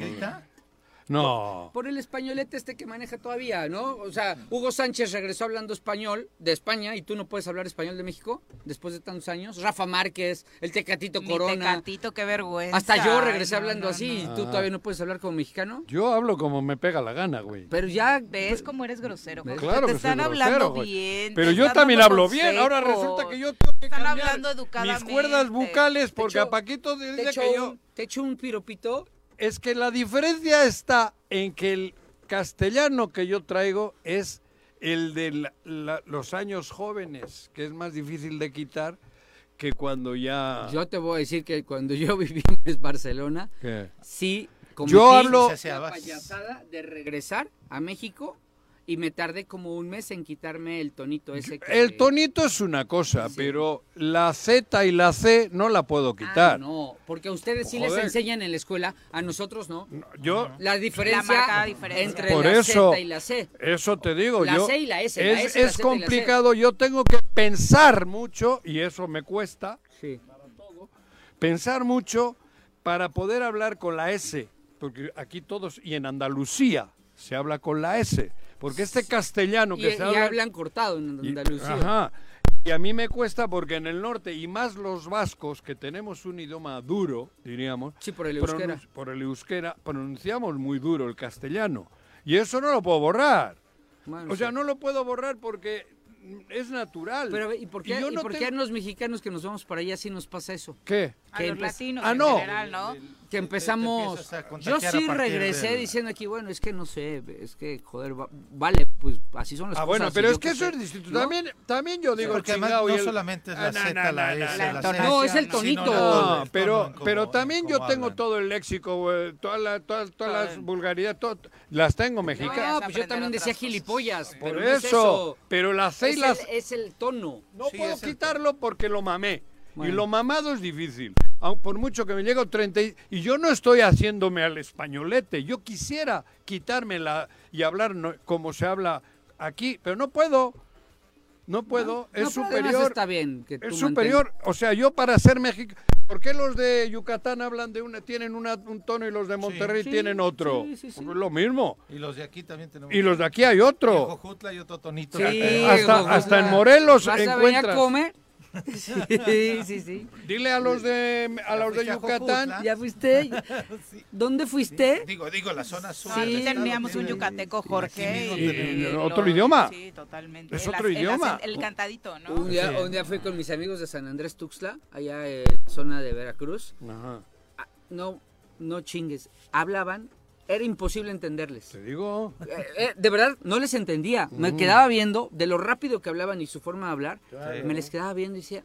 Speaker 4: No.
Speaker 5: Por el españolete este que maneja todavía, ¿no? O sea, Hugo Sánchez regresó hablando español de España y tú no puedes hablar español de México después de tantos años. Rafa Márquez, el Tecatito
Speaker 3: Mi
Speaker 5: Corona.
Speaker 3: Tecatito, qué vergüenza.
Speaker 5: Hasta yo regresé
Speaker 3: Ay, no,
Speaker 5: hablando
Speaker 3: no,
Speaker 5: así
Speaker 3: no.
Speaker 5: y tú
Speaker 4: Ah.
Speaker 5: todavía no puedes hablar como mexicano.
Speaker 4: Yo hablo como me pega la gana, güey.
Speaker 5: Pero ya
Speaker 3: ¿Ves cómo eres grosero? Juan?
Speaker 4: Claro
Speaker 3: te
Speaker 4: que soy
Speaker 3: están
Speaker 4: grosero,
Speaker 3: hablando
Speaker 4: güey.
Speaker 3: bien.
Speaker 4: Pero
Speaker 3: te
Speaker 4: yo
Speaker 3: están
Speaker 4: también
Speaker 3: dando
Speaker 4: hablo bien, ahora
Speaker 3: consejos.
Speaker 4: resulta que yo
Speaker 3: Te están hablando
Speaker 4: Mis
Speaker 3: educadamente.
Speaker 4: cuerdas bucales, porque
Speaker 5: echo-
Speaker 4: a Paquito dice
Speaker 5: te echo
Speaker 4: que yo...
Speaker 5: un- ¿Te echo un piropito?
Speaker 4: Es que la diferencia está en que el castellano que yo traigo es el de la- la- los años jóvenes, que es más difícil de quitar que cuando ya...
Speaker 5: Yo te voy a decir que cuando yo [LAUGHS] viví en Barcelona,
Speaker 4: ¿Qué?
Speaker 5: sí,
Speaker 4: Yo hablo-
Speaker 5: la payasada de regresar a México y me tardé como un mes en quitarme el tonito ese. Que...
Speaker 4: El tonito es una cosa, pero la Z y la C no la puedo
Speaker 5: Ah,
Speaker 4: quitar.
Speaker 5: no, porque a ustedes sí les
Speaker 4: Joder.
Speaker 5: enseñan en la escuela, a nosotros no.
Speaker 4: Yo...
Speaker 5: La diferencia
Speaker 3: La marcada diferencia.
Speaker 5: entre
Speaker 4: Por
Speaker 5: la
Speaker 4: eso,
Speaker 5: Z y la C.
Speaker 4: eso te digo.
Speaker 5: La
Speaker 4: yo,
Speaker 5: C y la S, la
Speaker 4: Es,
Speaker 5: S, la
Speaker 4: es
Speaker 5: Z y la C.
Speaker 4: complicado, yo tengo que pensar mucho, y eso me cuesta,
Speaker 5: Sí.
Speaker 4: pensar mucho para poder hablar con la S, porque aquí todos, y en Andalucía se habla con la S, porque este castellano
Speaker 5: Y, eh,
Speaker 4: que se
Speaker 5: y
Speaker 4: habla...
Speaker 5: hablan cortado en
Speaker 4: y-
Speaker 5: Andalucía.
Speaker 4: ajá, y a mí me cuesta porque en el norte, y más los vascos, que tenemos un idioma duro, diríamos...
Speaker 5: Sí, por el
Speaker 4: pronun-
Speaker 5: euskera.
Speaker 4: Por el euskera, pronunciamos muy duro el castellano, y eso no lo puedo borrar.
Speaker 5: Bueno,
Speaker 4: O sea,
Speaker 5: sí.
Speaker 4: no lo puedo borrar porque es natural.
Speaker 5: Pero, a ver, ¿y por qué,
Speaker 4: yo
Speaker 5: y
Speaker 4: no
Speaker 5: por qué
Speaker 4: tengo-
Speaker 5: a los mexicanos que nos vamos para allá sí nos pasa eso?
Speaker 4: ¿Qué?
Speaker 3: A los latinos
Speaker 5: ah,
Speaker 3: en
Speaker 5: no.
Speaker 3: general, ¿no?
Speaker 5: Que empezamos.
Speaker 3: empiezas a
Speaker 5: Yo
Speaker 3: contagiar a
Speaker 5: sí
Speaker 3: partir
Speaker 5: regresé
Speaker 3: del-
Speaker 5: diciendo aquí, bueno, es que no sé, es que, joder, va- vale, pues así son las
Speaker 4: Ah,
Speaker 5: cosas.
Speaker 4: bueno,
Speaker 5: y
Speaker 4: pero
Speaker 5: yo
Speaker 4: es que
Speaker 5: qué
Speaker 4: eso
Speaker 5: sé,
Speaker 4: es distinto.
Speaker 5: ¿no?
Speaker 4: También, también yo digo,
Speaker 6: porque
Speaker 4: el
Speaker 6: además
Speaker 4: chingao y
Speaker 6: no
Speaker 4: el-
Speaker 6: solamente es la
Speaker 4: Ah, no,
Speaker 6: Z, la
Speaker 4: no, no,
Speaker 6: S,
Speaker 4: no,
Speaker 6: la
Speaker 4: no,
Speaker 6: Z.
Speaker 4: no,
Speaker 6: Sí, no, no,
Speaker 4: No,
Speaker 6: no, el
Speaker 4: pero,
Speaker 6: tono, en cómo-
Speaker 4: pero también
Speaker 6: en
Speaker 4: yo
Speaker 6: cómo
Speaker 4: tengo
Speaker 6: hablan.
Speaker 4: todo el léxico, güey, todas la- todas- todas las vulgaridades, todo- las tengo mexicanas.
Speaker 5: No, pues yo también decía gilipollas.
Speaker 4: Por
Speaker 5: pero no
Speaker 4: eso,
Speaker 5: es eso.
Speaker 4: pero las C y
Speaker 5: Es
Speaker 4: las
Speaker 5: el- es el tono.
Speaker 4: No puedo quitarlo porque lo mamé.
Speaker 5: Bueno.
Speaker 4: Y lo mamado es difícil. Aun Por mucho que me llego 30. Y y yo no estoy haciéndome al españolete. Yo quisiera quitármela y hablar no- como se habla aquí, pero no puedo. No puedo.
Speaker 5: No,
Speaker 4: es
Speaker 5: pero además
Speaker 4: superior.
Speaker 5: está bien que tú
Speaker 4: es superior. O sea, yo para ser México. ¿Por qué los de Yucatán hablan de una, tienen una- un tono y los de Monterrey
Speaker 6: Sí,
Speaker 4: tienen otro?
Speaker 6: sí, sí, sí.
Speaker 4: Pues Lo mismo.
Speaker 6: Y los de aquí también tenemos.
Speaker 4: Y los de aquí hay otro.
Speaker 6: Y en Jojutla hay otro tonito.
Speaker 4: Sí, Hasta- hasta en Morelos
Speaker 5: ¿Vas a venir
Speaker 4: [LAUGHS]
Speaker 5: a
Speaker 4: encuentras-
Speaker 5: comer? Sí, sí, sí.
Speaker 4: Dile a los de, a los de Yucatán.
Speaker 6: [LAUGHS]
Speaker 5: ¿Ya fuiste? ¿Dónde fuiste?
Speaker 6: Digo, digo, la zona sur.
Speaker 3: No, aquí
Speaker 6: del estado
Speaker 3: teníamos un
Speaker 6: tiene-
Speaker 3: yucateco, Jorge.
Speaker 6: mismo
Speaker 3: y-
Speaker 4: tenemos-
Speaker 3: y-
Speaker 4: ¿Otro idioma?
Speaker 3: Sí, totalmente.
Speaker 4: Es
Speaker 3: El
Speaker 4: otro
Speaker 3: ac- el
Speaker 4: idioma.
Speaker 3: acen- El, cantadito, ¿no?
Speaker 5: Un día, un día fui con mis amigos de San Andrés Tuxtla, allá en zona de Veracruz. Ah, No, no chingues. Hablaban, era imposible entenderles. Te
Speaker 4: digo.
Speaker 5: de verdad, no les entendía. Me
Speaker 4: Mm.
Speaker 5: quedaba viendo de lo rápido que hablaban y su forma de hablar.
Speaker 4: Claro.
Speaker 5: Me les quedaba viendo y decía,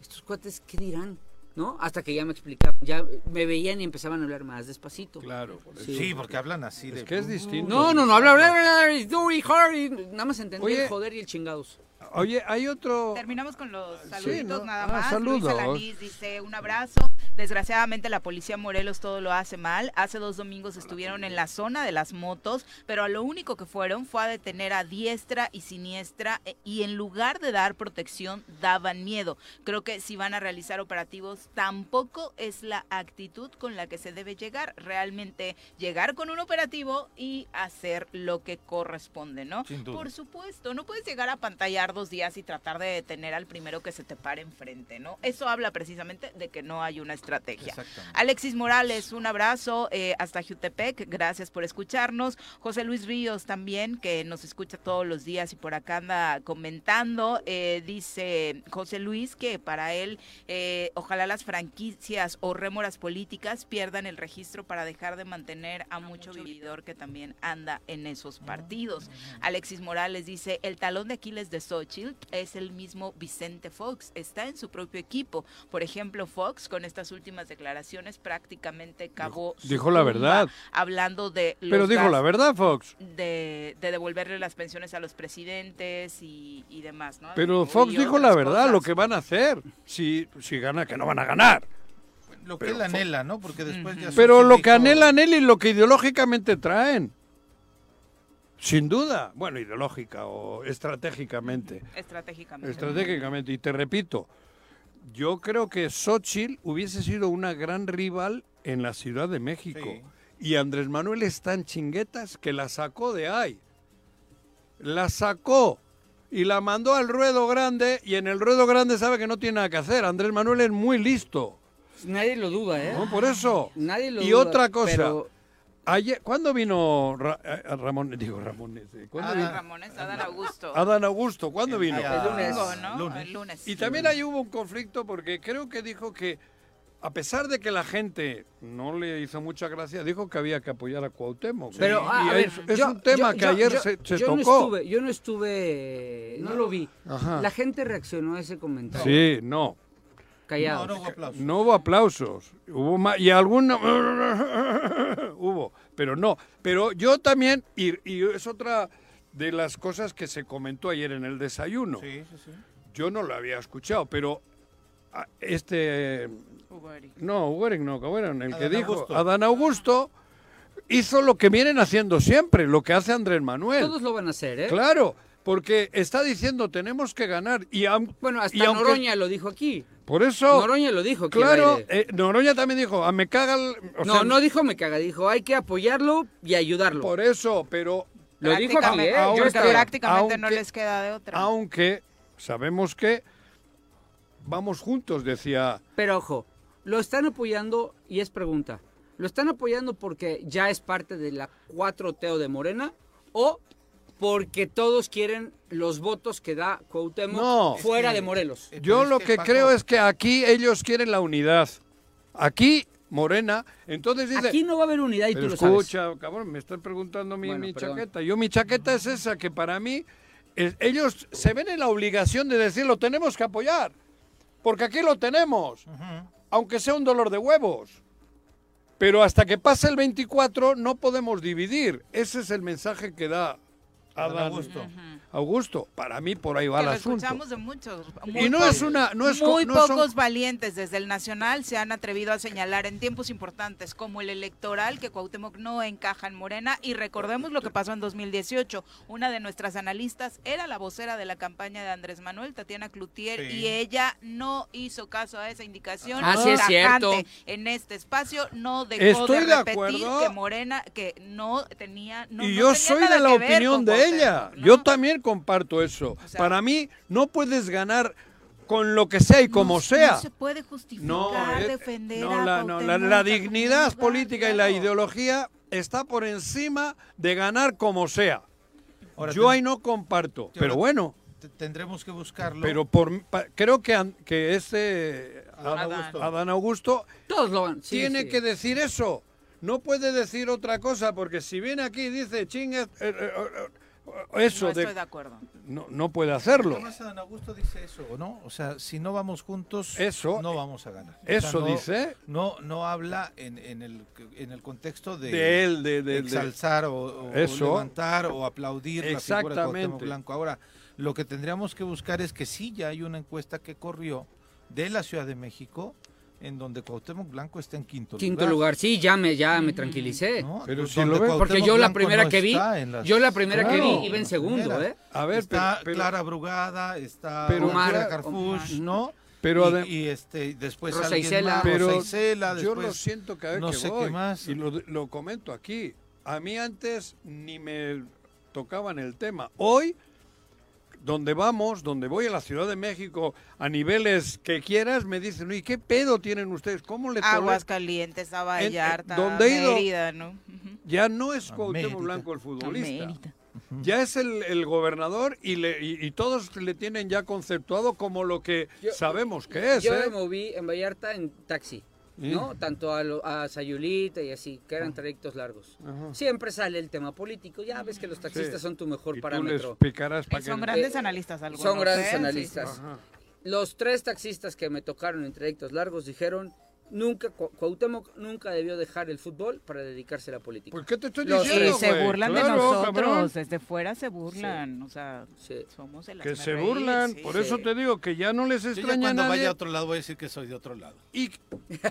Speaker 5: estos cuates, ¿qué dirán? ¿No? Hasta que ya me explicaban, ya me veían y empezaban a hablar más despacito.
Speaker 4: Claro,
Speaker 6: Sí, porque hablan así de. "Mm".
Speaker 4: que es distinto.
Speaker 5: No, no, no, habla, habla, habla, habla, y tú, y joder, y nada más entendí
Speaker 4: Oye.
Speaker 5: el joder y el chingados.
Speaker 4: Oye, hay otro.
Speaker 3: Terminamos con los saluditos
Speaker 4: ¿no?
Speaker 3: nada
Speaker 4: Ah,
Speaker 3: más. Luis
Speaker 4: saludos.
Speaker 3: Alaniz dice un abrazo. Desgraciadamente la policía en Morelos todo lo hace mal. Hace dos domingos estuvieron en la zona de las motos, pero a lo único que fueron fue a detener a diestra y siniestra e- y en lugar de dar protección daban miedo. Creo que si van a realizar operativos tampoco es la actitud con la que se debe llegar. Realmente llegar con un operativo y hacer lo que corresponde, ¿no?
Speaker 6: Sin duda.
Speaker 3: Por por supuesto, no puedes llegar a pantallar dos días y tratar de detener al primero que se te pare enfrente, ¿no? Eso habla precisamente de que no hay una estrategia.
Speaker 6: Exactamente.
Speaker 3: Alexis Morales, un abrazo eh, hasta Jutepec, gracias por escucharnos. José Luis Ríos también, que nos escucha todos los días y por acá anda comentando, eh, dice José Luis que para él eh, ojalá las franquicias o rémoras políticas pierdan el registro para dejar de mantener a mucho vividor que también anda en esos partidos. Alexis Morales dice, el talón de Aquiles de Xochitl es el mismo Vicente Fox, está en su propio equipo. Por ejemplo, Fox con estas últimas declaraciones prácticamente acabó... su
Speaker 4: dijo la
Speaker 3: tumba,
Speaker 4: verdad.
Speaker 3: Hablando de... los
Speaker 4: Pero dijo
Speaker 3: gas-
Speaker 4: la verdad, Fox.
Speaker 3: De, de devolverle las pensiones a los presidentes y, y demás, ¿no?
Speaker 4: Pero
Speaker 3: Y
Speaker 4: Fox dijo la
Speaker 3: otras
Speaker 4: verdad,
Speaker 3: cosas.
Speaker 4: lo que van a hacer. Si, si gana, que no van a ganar.
Speaker 6: Lo que él anhela, ¿no? Porque después ya.
Speaker 4: Pero
Speaker 6: Xochitl
Speaker 4: lo que
Speaker 6: dijo-
Speaker 4: anhelan él y lo que ideológicamente traen. Sin duda. Bueno, ideológica o estratégicamente.
Speaker 3: Estratégicamente.
Speaker 4: Estratégicamente. Y te repito, yo creo que Xochitl hubiese sido una gran rival en la Ciudad de México. Y Andrés Manuel es tan chinguetas que la sacó de ahí. La sacó y la mandó al ruedo grande. Y en el ruedo grande sabe que no tiene nada que hacer. Andrés Manuel es muy listo.
Speaker 5: Nadie lo duda, ¿eh?
Speaker 4: No, por eso.
Speaker 5: Nadie lo
Speaker 4: y
Speaker 5: duda,
Speaker 4: otra cosa.
Speaker 5: pero-
Speaker 4: Ayer, ¿Cuándo vino Ra- eh, Ramón? Digo, Ramón. eh, ¿Cuándo
Speaker 3: Adán
Speaker 4: vino?
Speaker 3: Ramones, Adán Augusto.
Speaker 4: Adán Augusto, ¿cuándo vino?
Speaker 3: El
Speaker 6: Ah,
Speaker 3: lunes. Domingo, ¿no? El lunes.
Speaker 4: Y también ahí hubo un conflicto porque creo que dijo que, a pesar de que la gente no le hizo mucha gracia, dijo que había que apoyar a Cuauhtémoc.
Speaker 5: Pero,
Speaker 4: Y
Speaker 5: ah, a ver,
Speaker 4: es, es
Speaker 5: yo-
Speaker 4: un tema
Speaker 5: yo-
Speaker 4: que
Speaker 5: yo-
Speaker 4: ayer
Speaker 5: yo-
Speaker 4: se, se
Speaker 5: yo No
Speaker 4: tocó.
Speaker 5: estuve, yo no estuve, no, lo vi.
Speaker 4: Ajá.
Speaker 5: La gente reaccionó a ese comentario.
Speaker 4: sí, no.
Speaker 5: Callado. No, no
Speaker 4: hubo
Speaker 5: hubo
Speaker 4: aplausos. hubo ma- y alguna [LAUGHS] hubo, pero no. Pero yo también, y, y es otra de las cosas que se comentó ayer en el desayuno.
Speaker 6: Sí, sí, sí.
Speaker 4: Yo no la había escuchado, pero ah, este. No, Huerich no, Cabrón, el que
Speaker 6: Adán
Speaker 4: dijo.
Speaker 6: Augusto.
Speaker 4: Adán Augusto hizo lo que vienen haciendo siempre, lo que hace Andrés Manuel.
Speaker 5: Todos lo van a hacer, ¿eh?
Speaker 4: Claro, porque está diciendo tenemos que ganar. Y bueno,
Speaker 5: Hasta Noroña lo dijo aquí.
Speaker 4: Por eso.
Speaker 5: Noroña lo dijo, que iba a
Speaker 4: Claro,
Speaker 5: ir.
Speaker 4: eh, Noroña también dijo, "Ah, me caga el-", o
Speaker 5: no,
Speaker 4: sea,
Speaker 5: no dijo me caga, dijo hay que apoyarlo y ayudarlo. Por
Speaker 4: eso, pero
Speaker 5: lo dijo aquí,
Speaker 3: Prácticamente,
Speaker 5: ¿eh?
Speaker 3: yo creo que
Speaker 4: Aunque-
Speaker 3: prácticamente no
Speaker 4: aunque-
Speaker 3: les queda de otra.
Speaker 4: Aunque sabemos que vamos juntos, decía.
Speaker 5: Pero ojo, lo están apoyando y es pregunta. ¿Lo están apoyando porque ya es parte de la 4T o de Morena o porque todos quieren los votos que da Cuauhtémoc
Speaker 4: No.
Speaker 5: fuera
Speaker 4: Es que-
Speaker 5: de Morelos?
Speaker 4: Yo lo que creo es que aquí ellos quieren la unidad. Aquí, Morena, entonces dice...
Speaker 5: Aquí no va a haber unidad y
Speaker 4: Pero
Speaker 5: tú lo sabes.
Speaker 4: escucha, cabrón, me están preguntando mi,
Speaker 5: Bueno,
Speaker 4: mi
Speaker 5: perdón.
Speaker 4: chaqueta. Yo mi chaqueta es esa, que para mí es- ellos se ven en la obligación de decir, lo tenemos que apoyar, porque aquí lo tenemos, aunque sea un dolor de huevos. Pero hasta que pase el 24 no podemos dividir. Ese es el mensaje que da Adán
Speaker 6: Augusto.
Speaker 4: Augusto. Augusto, para mí por ahí va
Speaker 3: Que
Speaker 4: el
Speaker 3: lo
Speaker 4: asunto.
Speaker 3: escuchamos de muchos.
Speaker 4: Y no es una- no es co-
Speaker 3: muy
Speaker 4: no son-
Speaker 3: pocos valientes desde el Nacional se han atrevido a señalar en tiempos importantes como el electoral que Cuauhtémoc no encaja en Morena y recordemos lo que pasó en 2018. Una de nuestras analistas era la vocera de la campaña de Andrés Manuel, Tatiana Cloutier,
Speaker 5: Sí.
Speaker 3: y ella no hizo caso a esa indicación.
Speaker 5: Ah, sí, es
Speaker 3: tajante
Speaker 5: cierto.
Speaker 3: en este espacio no dejó
Speaker 4: Estoy
Speaker 3: de
Speaker 4: de
Speaker 3: repetir
Speaker 4: acuerdo.
Speaker 3: que Morena que no tenía no,
Speaker 4: y
Speaker 3: no
Speaker 4: yo
Speaker 3: tenía
Speaker 4: soy
Speaker 3: nada
Speaker 4: de la
Speaker 3: que ver
Speaker 4: opinión
Speaker 3: con
Speaker 4: de
Speaker 3: Cuauhtémoc.
Speaker 4: ella. Yo también comparto eso.
Speaker 3: sea-
Speaker 4: Para mí no puedes ganar con lo que sea y como sea.
Speaker 3: No se puede justificar,
Speaker 4: eh,
Speaker 3: defender
Speaker 4: no,
Speaker 3: a
Speaker 4: la, no, la-
Speaker 3: Cuauhtémoc
Speaker 4: la
Speaker 3: Blanco.
Speaker 4: dignidad política y la ideología está por encima de ganar como sea. Yo ahí no comparto, pero bueno,
Speaker 6: Te- Tendremos que buscarlo.
Speaker 4: pero por, pa- creo que, an- que este
Speaker 6: Adán Augusto.
Speaker 4: Adán Augusto
Speaker 6: sí,
Speaker 4: tiene
Speaker 6: sí.
Speaker 4: que decir eso. No puede decir otra cosa, porque si viene aquí y dice chinga, eh, eh, eh, eh, eso
Speaker 6: No estoy
Speaker 4: de-
Speaker 6: de acuerdo.
Speaker 4: No, no puede hacerlo.
Speaker 6: Además, Adán Augusto dice eso, ¿o no? O sea, si no vamos juntos,
Speaker 4: Eso,
Speaker 6: no vamos a ganar. O
Speaker 4: eso
Speaker 6: no-
Speaker 4: dice.
Speaker 6: No, no habla Ah, en, en el, en el contexto de,
Speaker 4: De él, de- de- de-
Speaker 6: exalzar o, o
Speaker 4: Eso.
Speaker 6: levantar o aplaudir la figura de Cuauhtémoc
Speaker 4: Exactamente.
Speaker 6: Blanco. Ahora, lo que tendríamos que buscar es que sí ya hay una encuesta que corrió de la Ciudad de México en donde Cuauhtémoc Blanco está en quinto,
Speaker 5: Quinto lugar, Mm, sí, ya me, ya me tranquilicé.
Speaker 6: Pero si
Speaker 5: Donde
Speaker 6: lo ves,
Speaker 5: porque
Speaker 6: Cuauhtémoc
Speaker 5: yo la
Speaker 6: Blanco
Speaker 5: primera
Speaker 6: no
Speaker 5: que vi,
Speaker 6: está en las-
Speaker 5: yo la primera que
Speaker 6: Claro,
Speaker 5: vi iba en
Speaker 6: las
Speaker 5: segundo,
Speaker 6: primeras.
Speaker 5: ¿eh?
Speaker 4: A ver,
Speaker 6: está
Speaker 4: pero- pero-
Speaker 6: Clara Brugada, está
Speaker 4: Pero-
Speaker 6: Omar
Speaker 4: Clara-
Speaker 6: Carfush, ¿no?
Speaker 4: Pero
Speaker 6: y,
Speaker 4: adem-
Speaker 6: y, este después
Speaker 4: Rosa
Speaker 6: alguien
Speaker 4: Isela.
Speaker 6: más,
Speaker 4: Pero
Speaker 6: Rosa Isela,
Speaker 4: yo
Speaker 6: después
Speaker 4: lo siento cada vez
Speaker 6: no
Speaker 4: que
Speaker 6: sé
Speaker 4: voy,
Speaker 6: qué más.
Speaker 4: y lo, lo comento aquí. A mí antes ni me tocaban el tema. Hoy, donde vamos, donde voy a la Ciudad de México, a niveles que quieras, me dicen, ¿y qué pedo tienen ustedes? ¿Cómo le toleran?"
Speaker 3: Aguascalientes, a Vallarta,
Speaker 4: ¿dónde he ido?
Speaker 3: Mérida, ¿no?
Speaker 4: Ya no es Cuauhtémoc
Speaker 6: América.
Speaker 4: Blanco el futbolista. Ya es el, el gobernador y, le, y, y todos le tienen ya conceptuado como lo que
Speaker 5: Yo-
Speaker 4: sabemos que es.
Speaker 5: Yo
Speaker 4: ¿eh? Mm.
Speaker 5: me moví en Vallarta en taxi,
Speaker 4: ¿Y?
Speaker 5: ¿no? Tanto a, lo- a Sayulita y así, que eran trayectos largos.
Speaker 4: Ah. Ajá.
Speaker 5: Siempre sale el tema político, ya ves que los taxistas
Speaker 4: Sí.
Speaker 5: son tu mejor
Speaker 4: Y tú les
Speaker 5: parámetro.
Speaker 4: picarás para que...
Speaker 3: Eh, Son grandes analistas algunos.
Speaker 5: Son
Speaker 3: ¿eh?
Speaker 5: grandes
Speaker 3: Sí,
Speaker 5: analistas.
Speaker 3: sí.
Speaker 5: Los tres taxistas que me tocaron en trayectos largos dijeron nunca Cu- Cuauhtémoc nunca debió dejar el fútbol para dedicarse a la política.
Speaker 4: ¿Por qué te estoy
Speaker 3: Y se burlan de nosotros, desde fuera se burlan, o sea, somos el
Speaker 4: Que se
Speaker 3: hazme
Speaker 4: burlan,
Speaker 3: reír, sí.
Speaker 4: por eso te digo que ya no les
Speaker 6: Yo ya
Speaker 4: extraña
Speaker 6: cuando
Speaker 4: nadie.
Speaker 6: vaya a otro lado voy a decir que soy de otro lado.
Speaker 4: Y-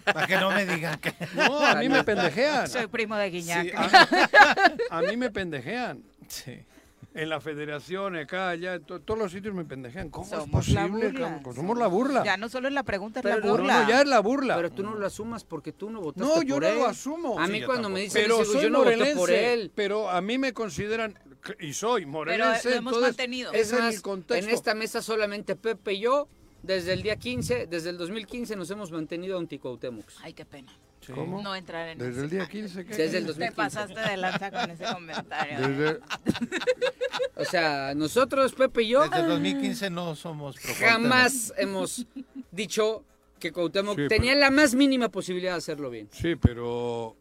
Speaker 6: Para que no me digan que...
Speaker 4: [LAUGHS] No, a mí me pendejean.
Speaker 3: Soy primo de Guiñac.
Speaker 4: Sí, a, a mí me pendejean.
Speaker 6: Sí.
Speaker 4: En la federación, acá, allá, en to- todos los sitios me pendejean. ¿Cómo
Speaker 3: Somos
Speaker 4: es
Speaker 3: la
Speaker 4: posible?
Speaker 3: burla,
Speaker 4: cabrón? Somos la burla.
Speaker 3: Ya no solo es la pregunta, es
Speaker 4: Pero
Speaker 3: la
Speaker 4: no,
Speaker 3: burla.
Speaker 4: no, ya es la burla.
Speaker 5: Pero tú no lo asumas porque tú no votaste
Speaker 4: No, yo
Speaker 5: por
Speaker 4: no
Speaker 5: él.
Speaker 4: lo asumo.
Speaker 5: A mí cuando me dicen
Speaker 4: pero
Speaker 5: eso, digo,
Speaker 4: soy
Speaker 5: yo no voté
Speaker 4: morelense,
Speaker 5: por él.
Speaker 4: Pero a mí me consideran, y soy morelense,
Speaker 5: lo hemos
Speaker 4: entonces,
Speaker 5: mantenido.
Speaker 4: Ese es,
Speaker 5: más,
Speaker 4: el contexto.
Speaker 5: En esta mesa solamente Pepe y yo, desde el día 15, desde el 2015 nos hemos mantenido anticuauhtémoc.
Speaker 3: Ay, qué pena.
Speaker 4: Sí. ¿Cómo?
Speaker 3: No entrar en
Speaker 4: Desde
Speaker 3: ese-
Speaker 4: el día 15, ¿qué?
Speaker 5: Desde el
Speaker 3: Te
Speaker 5: 2015.
Speaker 3: pasaste de lanza
Speaker 5: [LAUGHS]
Speaker 3: con ese comentario.
Speaker 4: Desde-
Speaker 5: O sea, nosotros, Pepe y yo,
Speaker 6: Desde 2015 no somos pro
Speaker 5: jamás hemos dicho que Cuauhtémoc
Speaker 4: Sí,
Speaker 5: tenía
Speaker 4: pero-
Speaker 5: la más mínima posibilidad de hacerlo bien.
Speaker 4: Sí, pero...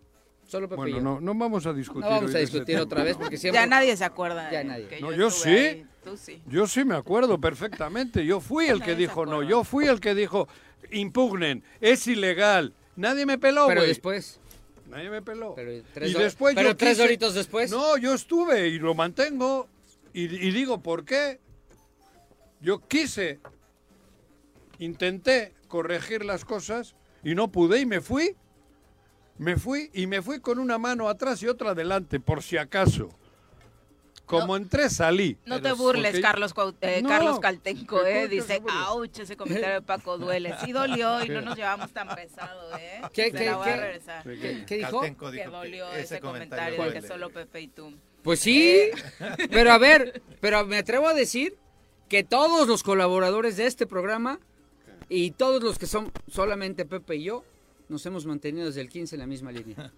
Speaker 5: Solo Pepe y
Speaker 4: Bueno,
Speaker 5: yo.
Speaker 4: no, no vamos a discutir.
Speaker 5: No vamos
Speaker 4: hoy
Speaker 5: a
Speaker 4: de ese
Speaker 5: discutir
Speaker 4: tema,
Speaker 5: otra vez
Speaker 4: ¿no? [LAUGHS]
Speaker 5: porque siempre...
Speaker 3: Ya nadie se acuerda.
Speaker 5: Ya
Speaker 3: de
Speaker 5: nadie.
Speaker 3: que
Speaker 4: No, yo
Speaker 3: estuve
Speaker 4: sí.
Speaker 3: ahí. Tú sí.
Speaker 4: Yo sí me acuerdo perfectamente. Yo fui el que dijo no. Yo fui el que dijo impugnen. Es ilegal. Nadie me peló,
Speaker 5: Pero
Speaker 4: güey.
Speaker 5: después...
Speaker 4: Nadie me peló.
Speaker 5: Pero tres,
Speaker 4: y
Speaker 5: hor-
Speaker 4: después
Speaker 5: pero
Speaker 4: yo
Speaker 5: tres
Speaker 4: quise-
Speaker 5: horitos después...
Speaker 4: No, yo estuve y lo mantengo. Y, y digo, ¿por qué? Yo quise, intenté corregir las cosas y no pude y me fui. Me fui y me fui con una mano atrás y otra adelante, por si acaso. Como entré, salí.
Speaker 3: No
Speaker 4: Pero
Speaker 3: te burles,
Speaker 4: porque-
Speaker 3: Carlos, Cuau- eh,
Speaker 4: No,
Speaker 3: Carlos Caltenco,
Speaker 4: ¿qué-
Speaker 3: eh,
Speaker 4: cómo que se
Speaker 3: dice,
Speaker 4: burla?
Speaker 3: ouch, ese comentario de Paco duele. Sí dolió y no
Speaker 4: Sí.
Speaker 3: nos llevamos tan pesado, ¿eh?
Speaker 5: ¿Qué-
Speaker 3: Se
Speaker 5: qué-
Speaker 3: la voy a
Speaker 5: qué-
Speaker 3: regresar.
Speaker 5: qué- qué- qué dijo?
Speaker 6: Caltenco
Speaker 3: Que
Speaker 6: dijo
Speaker 3: dolió
Speaker 6: que
Speaker 3: ese, comentario, de que
Speaker 6: duele.
Speaker 3: solo Pepe y tú.
Speaker 5: Pues sí, pero a ver, pero me atrevo a decir que todos los colaboradores de este programa y todos los que son solamente Pepe y yo, nos hemos mantenido desde el 15 en la misma línea.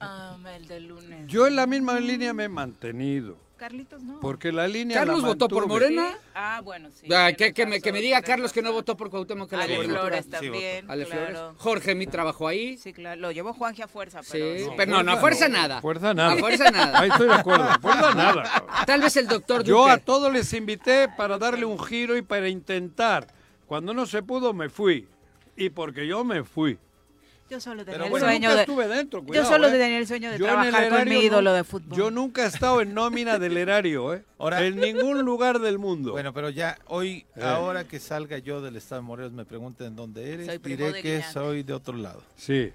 Speaker 3: Ah, el del lunes.
Speaker 4: Yo en la misma línea me he mantenido.
Speaker 3: Carlitos no.
Speaker 4: Porque la línea.
Speaker 5: Carlos
Speaker 4: la
Speaker 5: votó por
Speaker 4: mantuve.
Speaker 5: Morena.
Speaker 3: Sí. Ah, bueno, sí.
Speaker 5: Ah,
Speaker 3: tienes
Speaker 5: que, que me, que me
Speaker 3: razón,
Speaker 5: diga
Speaker 3: tienes
Speaker 5: Carlos que no
Speaker 3: razón.
Speaker 5: votó por Cuauhtémoc que la
Speaker 3: Ale
Speaker 5: gobernadora.
Speaker 3: Ah, Flores también,
Speaker 5: Ale Flores.
Speaker 3: claro.
Speaker 5: Jorge Mit trabajó ahí.
Speaker 3: Sí, claro. Lo llevó Juanje a fuerza,
Speaker 5: Sí,
Speaker 3: pero... sí.
Speaker 5: pero no, no, a fuerza nada.
Speaker 4: Fuerza nada.
Speaker 5: A fuerza nada.
Speaker 4: Ahí estoy de acuerdo. Fuerza nada. cabrón.
Speaker 5: Tal vez el doctor Duque.
Speaker 4: Yo a todos les invité para darle un giro y para intentar. Cuando no se pudo, me fui. Y porque yo me fui.
Speaker 3: Yo solo tenía
Speaker 4: Pero
Speaker 3: el
Speaker 4: bueno,
Speaker 3: sueño
Speaker 4: nunca
Speaker 3: de...
Speaker 4: estuve dentro,
Speaker 3: yo
Speaker 4: cuidado,
Speaker 3: solo
Speaker 4: ¿eh?
Speaker 3: tenía el sueño de
Speaker 4: Yo en el
Speaker 3: trabajar con
Speaker 4: erario
Speaker 3: mi
Speaker 4: no-
Speaker 3: ídolo de fútbol.
Speaker 4: Yo nunca he estado en nómina del erario, ¿eh? en ningún lugar del mundo.
Speaker 6: Bueno, pero ya hoy, ahora que salga yo del estado de Morelos, me pregunten dónde eres,
Speaker 3: Soy primo
Speaker 6: diré
Speaker 3: de
Speaker 6: que
Speaker 3: Guiñac.
Speaker 6: soy de otro lado.
Speaker 4: Sí.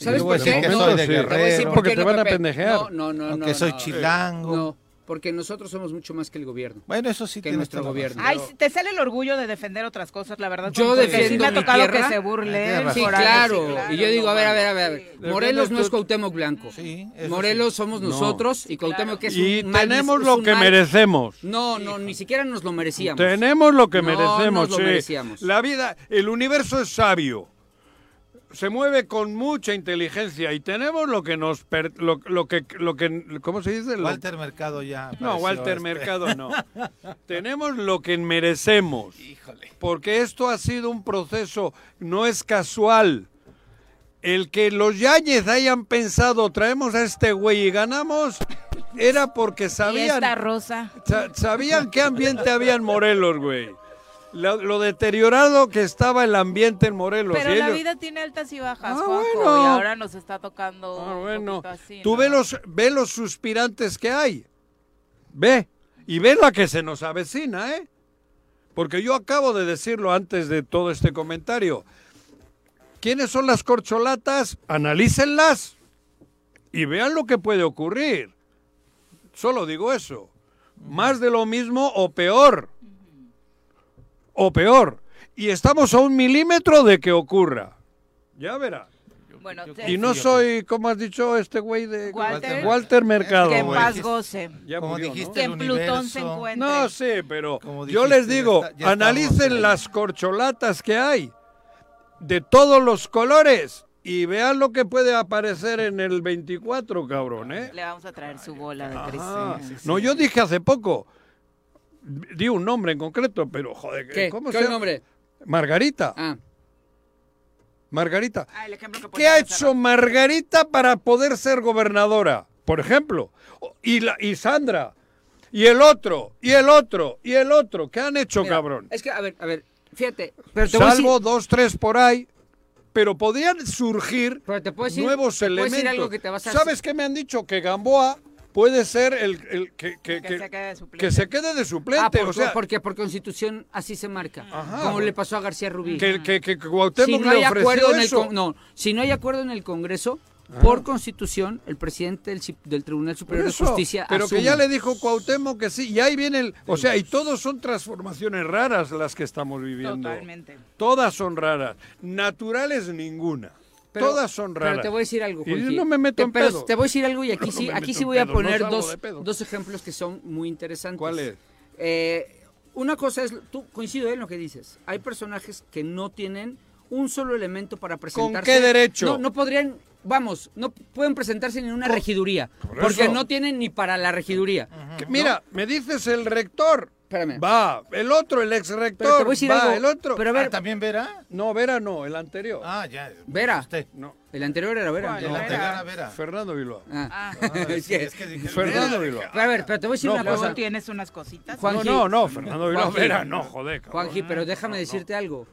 Speaker 6: Y yo voy a decir que soy de
Speaker 5: Te voy a decir
Speaker 6: Guerrero,
Speaker 5: por
Speaker 4: Porque
Speaker 5: qué
Speaker 4: te
Speaker 5: no,
Speaker 4: van a
Speaker 5: Pepe.
Speaker 4: pendejear.
Speaker 5: No, no, no.
Speaker 6: no,
Speaker 5: no,
Speaker 6: que soy
Speaker 5: no.
Speaker 6: chilango.
Speaker 5: No. porque nosotros somos mucho más que el gobierno.
Speaker 6: Bueno, eso sí
Speaker 5: que nuestro gobierno.
Speaker 3: Ay, sí, te sale el orgullo de defender otras cosas, la verdad.
Speaker 5: Yo
Speaker 3: porque sí
Speaker 5: defiendo
Speaker 3: me ha
Speaker 5: mi
Speaker 3: tocado
Speaker 5: tierra. Ah,
Speaker 3: que se
Speaker 4: Ah,
Speaker 3: burlen.
Speaker 5: Sí,
Speaker 3: por ahí,
Speaker 5: claro.
Speaker 3: sí, claro,
Speaker 5: Y yo digo,
Speaker 3: no
Speaker 5: a ver, a
Speaker 3: mames.
Speaker 5: ver, a ver, a ver. Morelos no es Cuauhtémoc Blanco. Morelos somos
Speaker 4: No.
Speaker 5: nosotros y Cuauhtémoc es un
Speaker 4: Y
Speaker 5: mal-
Speaker 4: tenemos
Speaker 5: es
Speaker 4: lo
Speaker 5: un
Speaker 4: que
Speaker 5: mal-
Speaker 4: merecemos.
Speaker 5: No, no, ni siquiera nos lo merecíamos.
Speaker 4: Tenemos lo que
Speaker 5: No
Speaker 4: merecemos,
Speaker 5: nos lo
Speaker 4: sí.
Speaker 5: merecíamos.
Speaker 4: La vida, el universo es sabio. Se mueve con mucha inteligencia y tenemos lo que nos per- lo, lo que lo que ¿cómo se dice? Lo-
Speaker 6: Walter Mercado ya.
Speaker 4: No,
Speaker 6: apareció,
Speaker 4: Walter
Speaker 6: este. [LAUGHS]
Speaker 4: Mercado no. tenemos lo que merecemos. Porque esto ha sido un proceso, no es casual. El que los Yáñez hayan pensado, traemos a este güey y ganamos, era porque
Speaker 3: Y
Speaker 4: sabían.
Speaker 3: esta rosa.
Speaker 4: Sa- Sabían qué ambiente había en Morelos, güey. Lo, lo deteriorado que estaba el ambiente en Morelos.
Speaker 3: Pero
Speaker 4: Y
Speaker 3: la
Speaker 4: ellos-
Speaker 3: vida tiene altas y bajas,
Speaker 4: Ah,
Speaker 3: Juanjo,
Speaker 4: bueno. Ah,
Speaker 3: y ahora nos está tocando un poquito así.
Speaker 4: Tú
Speaker 3: ¿no?
Speaker 4: ve los, ve los suspirantes que hay. Ve. Y ve la que se nos avecina, ¿eh? Porque yo acabo de decirlo antes de todo este comentario. ¿Quiénes son las corcholatas? Analícenlas y vean lo que puede ocurrir. Solo digo eso. Más de lo mismo o peor. O peor. Y estamos a un milímetro de que ocurra. Ya verá.
Speaker 3: Bueno, te-
Speaker 4: Y no soy, como has dicho, este güey de
Speaker 3: Walter-
Speaker 4: Walter, Mercado.
Speaker 3: Que en
Speaker 4: güey.
Speaker 3: paz goce.
Speaker 4: Ya
Speaker 6: Como
Speaker 4: murió, ¿no?
Speaker 6: dijiste,
Speaker 3: Que
Speaker 6: el
Speaker 3: en Plutón
Speaker 6: universo.
Speaker 3: se encuentra.
Speaker 4: No sé, pero
Speaker 6: Como
Speaker 4: yo
Speaker 6: dijiste,
Speaker 4: les digo,
Speaker 6: ya está- ya estamos
Speaker 4: analicen
Speaker 6: en-
Speaker 4: las corcholatas que hay de todos los colores y vean lo que puede aparecer en el 24, cabrón, ¿eh?
Speaker 3: Le vamos a traer su bola de
Speaker 4: Ah,
Speaker 3: cristal.
Speaker 4: No, yo dije hace poco, di un nombre en concreto, pero joder,
Speaker 5: ¿Qué?
Speaker 4: ¿cómo
Speaker 5: ¿Qué
Speaker 4: se llama?
Speaker 5: nombre? Ah.
Speaker 4: Margarita. Margarita.
Speaker 3: que
Speaker 4: ¿Qué ha hecho Margarita para poder ser gobernadora? Por ejemplo. O- Y, la, y Sandra. Y el otro. Y el otro. Y el otro. ¿Qué han hecho,
Speaker 5: Mira,
Speaker 4: cabrón?
Speaker 5: Es que, a ver, a ver, fíjate. te voy a
Speaker 4: Salvo dos, tres por ahí. Pero podrían surgir
Speaker 5: puedo decir-
Speaker 4: nuevos
Speaker 5: te puedo decir
Speaker 4: elementos.
Speaker 5: algo que te vas a-
Speaker 4: ¿Sabes qué me han dicho? Que Gamboa puede ser el, el que, que- que- que se quede de
Speaker 5: Ah,
Speaker 4: suplente.
Speaker 5: por-
Speaker 4: o sea,
Speaker 5: porque por constitución así se marca. Como le pasó a García Rubí.
Speaker 4: que, que, que Cuauhtémoc
Speaker 5: si no
Speaker 4: le
Speaker 5: hay
Speaker 4: ofreció
Speaker 5: acuerdo en el
Speaker 4: eso.
Speaker 5: con- no, si no hay acuerdo en el Congreso,
Speaker 4: Ah.
Speaker 5: por constitución el presidente del, Sup- del Tribunal
Speaker 4: Por
Speaker 5: Superior
Speaker 4: eso,
Speaker 5: de Justicia
Speaker 4: pero
Speaker 5: asume.
Speaker 4: que ya le dijo Cuauhtémoc que sí, y ahí viene el, o sea, y todos son transformaciones raras las que estamos viviendo.
Speaker 3: Totalmente.
Speaker 4: Todas son raras, naturales ninguna.
Speaker 5: Pero-
Speaker 4: Todas son raras.
Speaker 5: Pero te voy a decir algo,
Speaker 4: Y yo
Speaker 5: Juanqui.
Speaker 4: no me meto
Speaker 5: te,
Speaker 4: en
Speaker 5: pero
Speaker 4: pedos.
Speaker 5: Te voy a decir algo y aquí
Speaker 4: [LAUGHS] No, no
Speaker 5: sí,
Speaker 4: me
Speaker 5: aquí
Speaker 4: meto
Speaker 5: sí
Speaker 4: en
Speaker 5: voy a
Speaker 4: pedos, no
Speaker 5: poner
Speaker 4: salgo
Speaker 5: dos,
Speaker 4: de pedos.
Speaker 5: dos ejemplos que son muy interesantes.
Speaker 4: ¿Cuáles?
Speaker 5: Eh, una cosa es, tú coincido eh, en lo que dices. Hay personajes que no tienen un solo elemento para presentarse.
Speaker 4: qué derecho?
Speaker 5: No, no podrían, vamos, no pueden presentarse ni en una
Speaker 4: Con-
Speaker 5: regiduría.
Speaker 4: Por
Speaker 5: porque
Speaker 4: eso.
Speaker 5: no tienen ni para la regiduría.
Speaker 4: Que Mira, me dices el rector.
Speaker 5: Espérame.
Speaker 4: Va, Ah, el otro, el ex
Speaker 5: Pero te
Speaker 4: rector.
Speaker 5: voy a decir
Speaker 4: va,
Speaker 5: algo,
Speaker 4: el otro.
Speaker 5: pero a ver- Ah,
Speaker 6: ¿También Vera?
Speaker 4: No, Vera no, el anterior.
Speaker 6: Ah, ya.
Speaker 5: Vera.
Speaker 4: No.
Speaker 5: El anterior era Vera.
Speaker 4: Ah, el
Speaker 5: No.
Speaker 4: anterior
Speaker 6: Vera,
Speaker 4: era
Speaker 6: Vera.
Speaker 4: Fernando Bilbao.
Speaker 5: [LAUGHS] Ah.
Speaker 6: es que- es que dije-
Speaker 4: Fernando
Speaker 6: Vera.
Speaker 4: Bilbao.
Speaker 5: Pero a ver, pero te voy a decir
Speaker 4: No,
Speaker 5: una
Speaker 4: pues,
Speaker 5: cosa.
Speaker 3: ¿Tienes unas cositas?
Speaker 4: Juan-
Speaker 5: Juanji,
Speaker 4: No, no, Fernando Villalobos
Speaker 5: Juanji.
Speaker 4: era, no, joder, cabrón.
Speaker 5: Juanji, pero déjame decirte algo.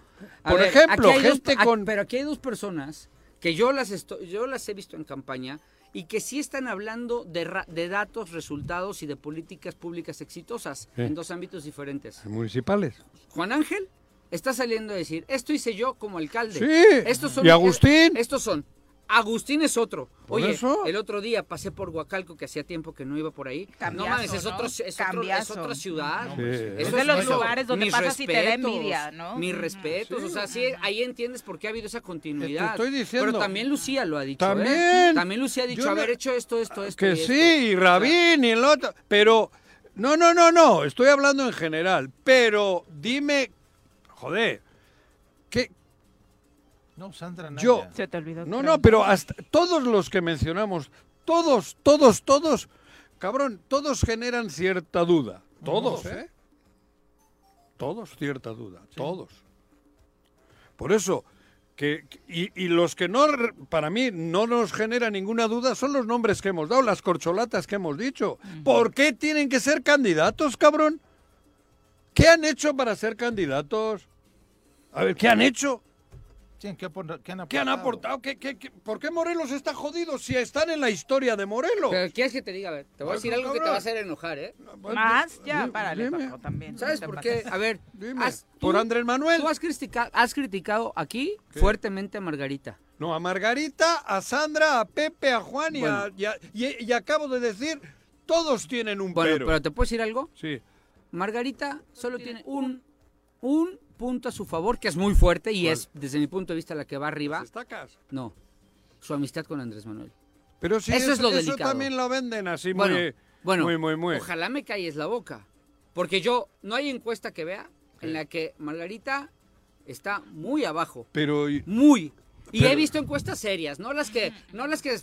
Speaker 4: Por ejemplo,
Speaker 5: aquí hay dos-
Speaker 4: gente
Speaker 5: a-
Speaker 4: con-
Speaker 5: pero aquí hay dos personas que yo las estoy, yo las he visto en campaña y que sí están hablando de, ra- de datos, resultados y de políticas públicas exitosas
Speaker 4: Sí.
Speaker 5: en dos ámbitos diferentes.
Speaker 4: Municipales.
Speaker 5: Juan Ángel está saliendo a decir, esto hice yo como alcalde.
Speaker 4: Sí.
Speaker 5: Estos son,
Speaker 4: ¿Y Agustín?
Speaker 5: Estos son. Agustín es otro.
Speaker 4: Por
Speaker 5: Oye,
Speaker 4: eso.
Speaker 5: el otro día pasé por Huacalco, que hacía tiempo que no iba por ahí.
Speaker 3: Cambiazo,
Speaker 5: no mames, es,
Speaker 3: ¿no?
Speaker 5: otro- es, otro- es
Speaker 3: Cambiazo. pues,
Speaker 5: otra ciudad. pues,
Speaker 4: hombre, sí.
Speaker 3: Es
Speaker 5: Eso
Speaker 3: de los
Speaker 5: nuevo.
Speaker 3: lugares donde
Speaker 5: Mis
Speaker 3: pasas y te da
Speaker 5: respetos,
Speaker 3: envidia, ¿no?
Speaker 5: Mis
Speaker 3: Ujú.
Speaker 5: respetos. O sea, sí, ahí entiendes por qué ha habido esa continuidad.
Speaker 4: estoy diciendo.
Speaker 5: Pero también Lucía lo ha dicho. ¿eh?
Speaker 4: También.
Speaker 5: También Lucía ha dicho
Speaker 4: Yo no-
Speaker 5: haber hecho esto, esto, esto.
Speaker 4: Que
Speaker 5: y esto.
Speaker 4: sí, y Rabín y el otro. Pero, no, no, no, no, estoy hablando en general. Pero dime, joder, que
Speaker 6: No, Sandra Naya.
Speaker 4: yo.
Speaker 3: Se te olvidó.
Speaker 4: No,
Speaker 3: creo.
Speaker 4: no, pero hasta todos los que mencionamos, todos, todos, todos, cabrón, todos generan cierta duda. Todos,
Speaker 6: Todos,
Speaker 4: ¿eh? Todos cierta duda, todos. Por eso, que, que- y, y los que no, re- para mí, no nos genera ninguna duda son los nombres que hemos dado, las corcholatas que hemos dicho. ¿Por qué tienen que ser candidatos, cabrón? ¿Qué han hecho para ser candidatos? A ver, ¿qué han hecho?
Speaker 6: Sí, ¿en ¿Qué, apor- qué han aportado?
Speaker 4: ¿Qué han aportado? ¿Qué, qué, qué- por qué Morelos está jodido si están en la historia de Morelos?
Speaker 5: Pero quieres que te diga, a ver, te voy a
Speaker 4: Ay,
Speaker 5: decir algo que te
Speaker 4: cabrón.
Speaker 5: va a hacer enojar, ¿eh?
Speaker 3: Más, ya, párale,
Speaker 4: dime.
Speaker 3: Paco, también.
Speaker 5: ¿Sabes
Speaker 3: No te
Speaker 5: por qué?
Speaker 3: pases.
Speaker 5: A ver, has- tú-
Speaker 4: ¿Por Andrés Manuel?
Speaker 5: Tú has criticado, has criticado aquí
Speaker 4: ¿Qué?
Speaker 5: fuertemente a Margarita.
Speaker 4: No, a Margarita, a Sandra, a Pepe, a Juan y, a- y a- y- y acabo de decir Todos tienen un
Speaker 5: Bueno,
Speaker 4: pero.
Speaker 5: pero ¿te puedo decir algo?
Speaker 4: Sí.
Speaker 5: Margarita solo tiene un, un punto a su favor, que es muy fuerte y es, desde mi punto de vista, la que va arriba.
Speaker 4: estacas?
Speaker 5: No, su amistad con Andrés Manuel.
Speaker 4: Pero sí,
Speaker 5: eso es,
Speaker 4: eso-
Speaker 5: lo
Speaker 4: eso
Speaker 5: delicado.
Speaker 4: también lo venden así, muy-
Speaker 5: bueno, bueno,
Speaker 4: muy, muy, muy.
Speaker 5: Ojalá me calles la boca, porque yo, no hay encuesta que vea en la que Margarita está muy abajo.
Speaker 4: Pero
Speaker 5: muy. Y
Speaker 4: Pero-
Speaker 5: he visto encuestas serias, no las que, no las que,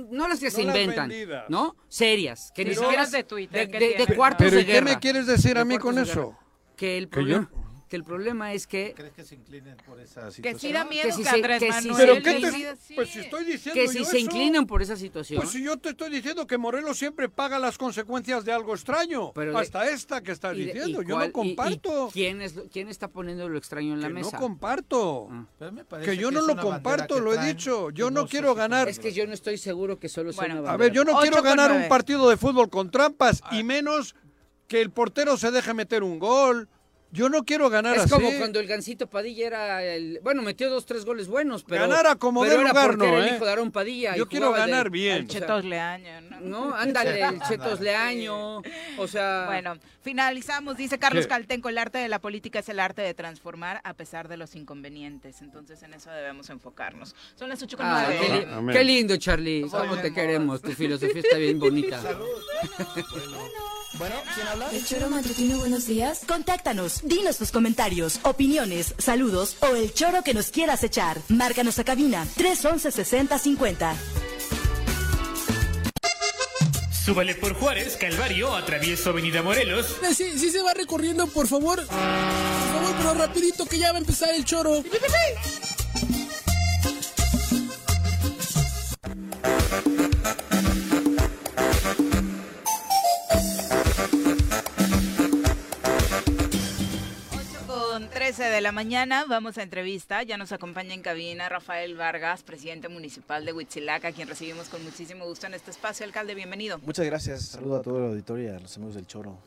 Speaker 5: no las que se
Speaker 4: No las
Speaker 5: inventan,
Speaker 4: vendidas.
Speaker 5: ¿no? Serias, que ni
Speaker 3: Pero-
Speaker 5: siquiera
Speaker 3: Las de Twitter
Speaker 5: de,
Speaker 3: que
Speaker 5: de- de
Speaker 3: tienen,
Speaker 5: cuartos
Speaker 4: Pero
Speaker 5: de
Speaker 4: ¿y qué
Speaker 5: guerra.
Speaker 4: me quieres decir a
Speaker 5: De
Speaker 4: mí con
Speaker 5: cuartos de
Speaker 4: eso?
Speaker 5: guerra. Que el
Speaker 4: ¿Que yo?
Speaker 5: problema, que el problema es que
Speaker 6: ¿Crees que se inclinen por esa
Speaker 5: Que
Speaker 6: situación?
Speaker 5: sí da miedo Que si que se- Andrés que si Manuel se-
Speaker 6: Pero
Speaker 5: que
Speaker 6: ¿qué te-
Speaker 5: si-
Speaker 4: Pues si estoy diciendo
Speaker 5: que si
Speaker 4: yo
Speaker 5: se
Speaker 4: eso,
Speaker 5: inclinan por esa situación,
Speaker 4: Pues si yo te estoy diciendo que Morelos siempre paga las consecuencias de algo extraño.
Speaker 5: Pero de-
Speaker 4: hasta esta que estás
Speaker 5: y de- y
Speaker 4: diciendo. yo
Speaker 5: cuál- y- y
Speaker 4: no comparto.
Speaker 5: quién es lo- quién está poniendo lo extraño en la
Speaker 4: que
Speaker 5: mesa.
Speaker 4: no comparto.
Speaker 5: parece
Speaker 4: Mm. Que yo
Speaker 5: que
Speaker 4: no
Speaker 5: es
Speaker 4: lo
Speaker 5: una bandera
Speaker 4: comparto,
Speaker 5: que
Speaker 4: lo he
Speaker 5: traen,
Speaker 4: dicho. Yo
Speaker 5: que
Speaker 4: no,
Speaker 5: no sé
Speaker 4: quiero
Speaker 5: si
Speaker 4: ganar.
Speaker 5: Es que yo no estoy seguro que solo sea una
Speaker 4: A
Speaker 5: bandera.
Speaker 4: ver, yo no quiero
Speaker 5: Ocho con
Speaker 4: ganar un
Speaker 5: nueve.
Speaker 4: partido de fútbol con trampas y menos que el portero se deje meter un gol. Yo no quiero ganar
Speaker 5: Es
Speaker 4: así.
Speaker 5: como cuando el Gancito Padilla era el. Bueno, metió dos, tres goles buenos, pero.
Speaker 4: Ganar a como
Speaker 5: pero
Speaker 4: dé
Speaker 5: era
Speaker 4: lugar,
Speaker 5: porque
Speaker 4: no,
Speaker 5: era el
Speaker 4: ¿eh?
Speaker 5: hijo de Aarón Padilla. y
Speaker 4: Yo quiero
Speaker 5: jugaba de-
Speaker 4: ganar bien.
Speaker 5: al
Speaker 3: Chetos Leaño, ¿no?
Speaker 5: No, ándale, el Chetos
Speaker 3: Sí.
Speaker 5: Leaño. O sea.
Speaker 3: Bueno, finalizamos. Dice Carlos
Speaker 5: ¿Qué?
Speaker 3: Caltenco, el arte de la política es el arte de transformar a pesar de los inconvenientes. Entonces, en eso debemos enfocarnos. Son las ocho con
Speaker 5: Ah,
Speaker 3: nueve.
Speaker 5: qué, li-
Speaker 4: Amén.
Speaker 5: qué lindo, Charlie. ¿Cómo
Speaker 3: Volvemos.
Speaker 5: te queremos? Tu filosofía está bien [LAUGHS] bonita.
Speaker 9: Bueno, ¿quién habla? El choro matutino, buenos días. Contáctanos, dinos tus comentarios, opiniones, saludos o el choro que nos quieras echar. Márcanos a cabina 311-6050.
Speaker 12: Súbale por Juárez, Calvario, atravieso Avenida Morelos.
Speaker 13: Eh, Sí, sí se va recorriendo, por favor. Por favor, pero rapidito que ya va a empezar el choro.
Speaker 3: Con 13 de la mañana vamos a entrevista. Ya nos acompaña en cabina Rafael Vargas, presidente municipal de Huitzilaca, a quien recibimos con muchísimo gusto en este espacio. Alcalde, bienvenido.
Speaker 14: Muchas gracias. Saludo a todo el auditorio y a los amigos del Choro.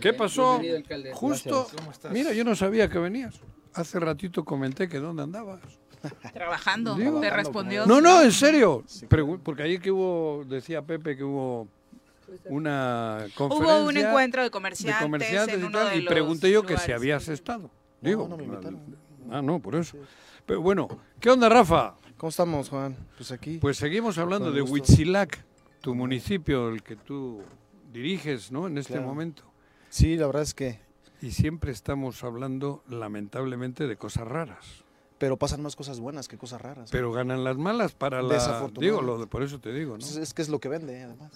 Speaker 4: ¿Qué pasó?
Speaker 3: Bienvenido, alcalde.
Speaker 4: Justo.
Speaker 3: Gracias. ¿Cómo estás?
Speaker 4: Mira, yo no sabía que venías. Hace ratito comenté que dónde andabas.
Speaker 3: Trabajando,
Speaker 4: Digo-
Speaker 3: te respondió.
Speaker 4: No, no, en serio. Pregu- Porque ayer que hubo, decía Pepe que hubo una conferencia.
Speaker 3: Hubo un encuentro de comerciantes,
Speaker 4: de comerciantes
Speaker 3: en
Speaker 4: y,
Speaker 3: uno
Speaker 4: tal,
Speaker 3: de
Speaker 4: y
Speaker 3: los
Speaker 4: pregunté yo que si
Speaker 3: lugares.
Speaker 4: habías estado. Digo, no, me invitaron. Ah, no, por eso. Pero bueno, ¿qué onda, Rafa?
Speaker 14: ¿Cómo estamos, Juan? Pues aquí.
Speaker 4: Pues seguimos hablando
Speaker 14: Con
Speaker 4: de
Speaker 14: gusto.
Speaker 4: Huitzilac, tu municipio, el que tú diriges, ¿no? En este
Speaker 14: Claro.
Speaker 4: momento.
Speaker 14: Sí, la verdad es que.
Speaker 4: Y siempre estamos hablando, lamentablemente, de cosas raras.
Speaker 14: Pero pasan más cosas buenas que cosas raras.
Speaker 4: Pero ganan las malas para la...
Speaker 14: Desafortunadamente.
Speaker 4: Digo, lo de- por eso te digo, ¿no?
Speaker 14: Pues es que es lo que vende, además.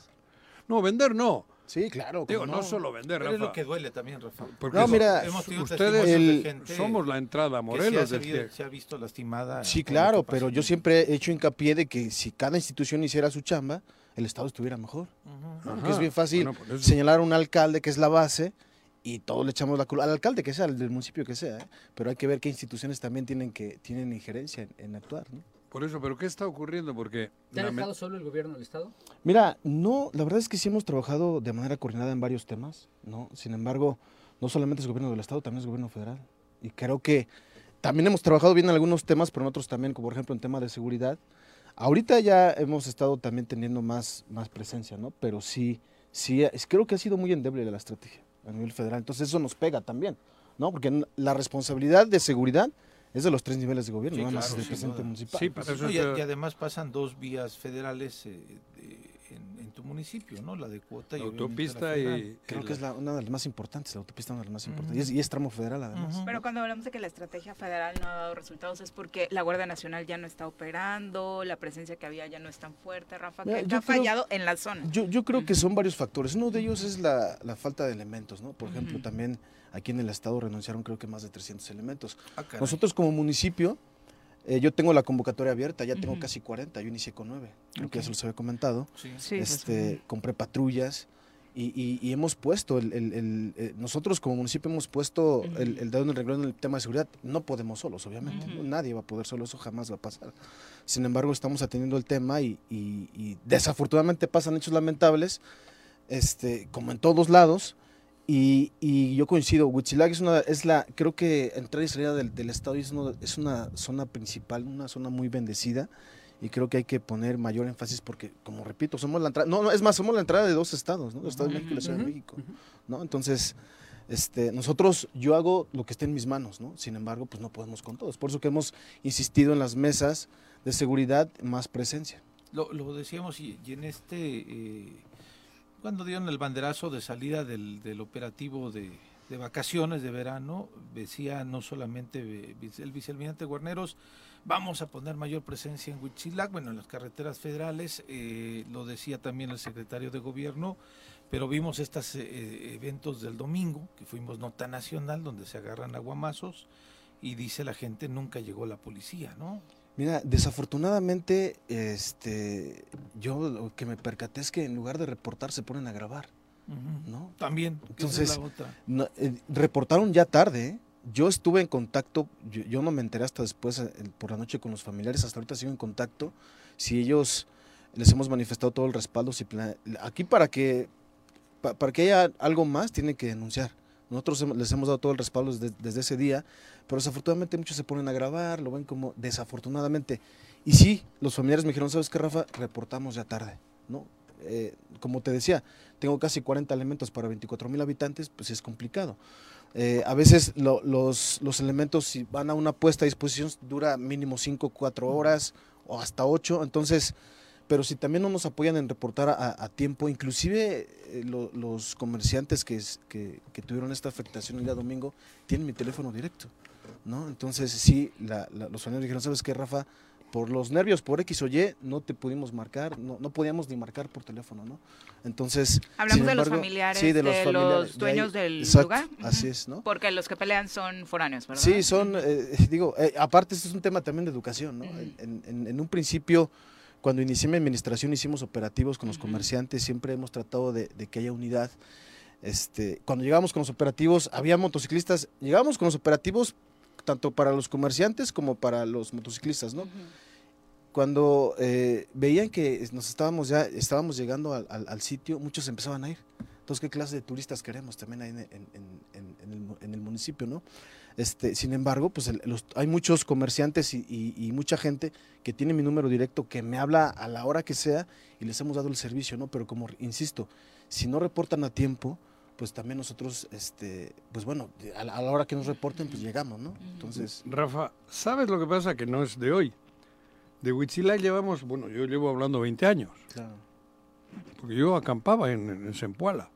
Speaker 4: No, vender no.
Speaker 14: Sí, claro.
Speaker 4: Digo,
Speaker 14: cómo
Speaker 4: no solo vender,
Speaker 6: Pero es lo
Speaker 4: Rafa.
Speaker 6: que duele también, Rafa.
Speaker 4: Porque
Speaker 14: No,
Speaker 4: so-
Speaker 14: mira,
Speaker 4: ustedes
Speaker 14: el-
Speaker 4: somos la entrada a
Speaker 6: Que
Speaker 4: Morelos.
Speaker 6: se, ha sabido-
Speaker 4: decía.
Speaker 6: se ha visto
Speaker 4: Ah,
Speaker 6: lastimada.
Speaker 14: Sí,
Speaker 6: por lo
Speaker 14: claro,
Speaker 6: que pasó.
Speaker 14: pero yo siempre he hecho hincapié de que si cada institución hiciera su chamba, el Estado estuviera mejor. Porque es
Speaker 4: Ajá.
Speaker 14: bien fácil
Speaker 4: Bueno, por eso.
Speaker 14: señalar a un alcalde que es la base y todos le echamos la culpa al alcalde que sea, al del municipio que sea, ¿eh? pero hay que ver qué instituciones también tienen que tienen injerencia en, en actuar. ¿no?
Speaker 4: Por eso, pero ¿qué está ocurriendo? Porque...
Speaker 5: ¿Te ha
Speaker 4: lame-
Speaker 5: dejado solo el gobierno del Estado?
Speaker 14: Mira, no, la verdad es que sí hemos trabajado de manera coordinada en varios temas, ¿no? Sin embargo, no solamente es gobierno del Estado, también es gobierno federal. Y creo que también hemos trabajado bien en algunos temas, pero en otros también, como por ejemplo en tema de seguridad. Ahorita ya hemos estado también teniendo más, más presencia, ¿no? Pero sí, sí, es- creo que ha sido muy endeble la estrategia a nivel federal. Entonces eso nos pega también, ¿no? Porque n- la responsabilidad de seguridad es de los tres niveles de gobierno,
Speaker 6: Sí,
Speaker 14: no nada más
Speaker 6: claro,
Speaker 14: es del
Speaker 6: sin
Speaker 14: presidente
Speaker 6: duda.
Speaker 14: municipal.
Speaker 6: No, y, y además pasan dos vías federales eh, de- en, en tu municipio, ¿no? La de cuota y
Speaker 4: La
Speaker 6: obviamente
Speaker 4: autopista
Speaker 6: federal.
Speaker 4: y-
Speaker 14: Creo que es la- una de las más importantes, la autopista una de las más importantes. y, es,
Speaker 6: Ujú.
Speaker 14: y es tramo federal además.
Speaker 3: Pero cuando hablamos de que la estrategia federal no ha dado resultados es porque la Guardia Nacional ya no está operando, la presencia que había ya no es tan fuerte, Rafa,
Speaker 14: Mira,
Speaker 3: que
Speaker 14: yo
Speaker 3: ha
Speaker 14: creo-
Speaker 3: fallado en la zona.
Speaker 14: Yo, yo creo que son varios factores. Uno de ellos es la, la falta de elementos, ¿no? Por ejemplo,
Speaker 3: Ujú.
Speaker 14: también aquí en el estado renunciaron creo que más de 300 elementos.
Speaker 6: caray.
Speaker 14: Nosotros como municipio, eh, yo tengo la convocatoria abierta, ya tengo
Speaker 6: Ujú.
Speaker 14: casi 40, yo inicié con 9, creo
Speaker 6: Ok.
Speaker 14: que ya se los había comentado.
Speaker 6: Sí. Sí, pues,
Speaker 14: este, Compré patrullas y, y- y hemos puesto, el, el- el- eh, nosotros como municipio hemos puesto el, el dedo en el renglón en el tema de seguridad. No podemos solos, obviamente, ¿no? nadie va a poder solo, eso jamás va a pasar. Sin embargo, estamos atendiendo el tema y, y- y desafortunadamente pasan hechos lamentables, este, como en todos lados. Y, y yo coincido, Huitzilac es una, es la, creo que entrar y salida del, del estado es, uno- es una zona principal, una zona muy bendecida y creo que hay que poner mayor énfasis porque, como repito, somos la entrada, no, no, es más, somos la entrada de dos estados, ¿no? El Estado de México y la Ciudad de
Speaker 15: Ujú.
Speaker 14: México, ¿no? Entonces, este, nosotros, yo hago lo que esté en mis manos, ¿no? Sin embargo, pues no podemos con todos. Por eso que hemos insistido en las mesas de seguridad más presencia.
Speaker 6: Lo, lo decíamos y, y en este, eh, cuando dieron el banderazo de salida del, del operativo de, de vacaciones de verano, decía no solamente eh, vice- el vicealmirante Guarneros, vamos a poner mayor presencia en Huitzilac, bueno, en las carreteras federales, eh, lo decía también el secretario de gobierno, pero vimos estos eventos del domingo, que fuimos nota nacional, donde se agarran aguamazos, y dice la gente, nunca llegó la policía, ¿no?
Speaker 14: Mira, desafortunadamente, este, yo lo que me percaté es que en lugar de reportar se ponen a grabar. ¿No?
Speaker 6: También, que esa es
Speaker 14: Entonces,
Speaker 6: la otra.
Speaker 14: no, eh, reportaron ya tarde. ¿eh? Yo estuve en contacto, yo, yo no me enteré hasta después eh, el- por la noche con los familiares, hasta ahorita sigo en contacto. Si ellos les hemos manifestado todo el respaldo, si plane- aquí para que pa- para que haya algo más tienen que denunciar. Nosotros hemos- les hemos dado todo el respaldo desde, desde ese día, pero desafortunadamente muchos se ponen a grabar, lo ven como desafortunadamente. Y sí, los familiares me dijeron, ¿sabes qué, Rafa? Reportamos ya tarde, ¿no? Eh, como te decía, tengo casi 40 elementos para 24 mil habitantes, pues es complicado. Eh, a veces lo- los, los elementos, si van a una puesta a disposición, dura mínimo 5, 4 horas o hasta 8, entonces pero si también no nos apoyan en reportar a, a tiempo, inclusive eh, lo- los comerciantes que, es- que, que tuvieron esta afectación el día domingo tienen mi teléfono directo, ¿no? Entonces sí, la- la- los familiares dijeron, ¿sabes qué, Rafa? Por los nervios, por X o Y, no te pudimos marcar, no, no podíamos ni marcar por teléfono, ¿no? Entonces...
Speaker 3: Hablamos
Speaker 14: sin
Speaker 3: de los
Speaker 14: embargo,
Speaker 3: familiares,
Speaker 14: sí,
Speaker 3: de los,
Speaker 14: familiares, de ahí-
Speaker 3: dueños del
Speaker 14: exacto,
Speaker 3: lugar. Ujú.
Speaker 14: Así es, ¿no?
Speaker 3: Porque los que pelean son foráneos, ¿verdad?
Speaker 14: Sí, son, eh, digo, eh, aparte esto es un tema también de educación, ¿no? En, en- en un principio, cuando inicié mi administración, hicimos operativos con los comerciantes, siempre hemos tratado de, de que haya unidad. Este, cuando llegamos con los operativos, había motociclistas, llegamos con los operativos tanto para los comerciantes como para los motociclistas, ¿no? Cuando eh, veían que nos estábamos ya, estábamos llegando al, al- al sitio, muchos empezaban a ir. Entonces, ¿qué clase de turistas queremos también ahí en, en- en- en- en el, mu- en el municipio, no? Este, sin embargo, pues el- los- hay muchos comerciantes y, y- y mucha gente que tiene mi número directo, que me habla a la hora que sea y les hemos dado el servicio, ¿no? Pero como, insisto, si no reportan a tiempo, pues también nosotros, este, pues bueno, a la, a la hora que nos reporten, pues llegamos, ¿no? Entonces...
Speaker 4: Rafa, ¿sabes lo que pasa? Que no es de hoy. De Huitzilac llevamos, bueno, yo llevo hablando 20 años. Porque yo acampaba en, en Zempoala.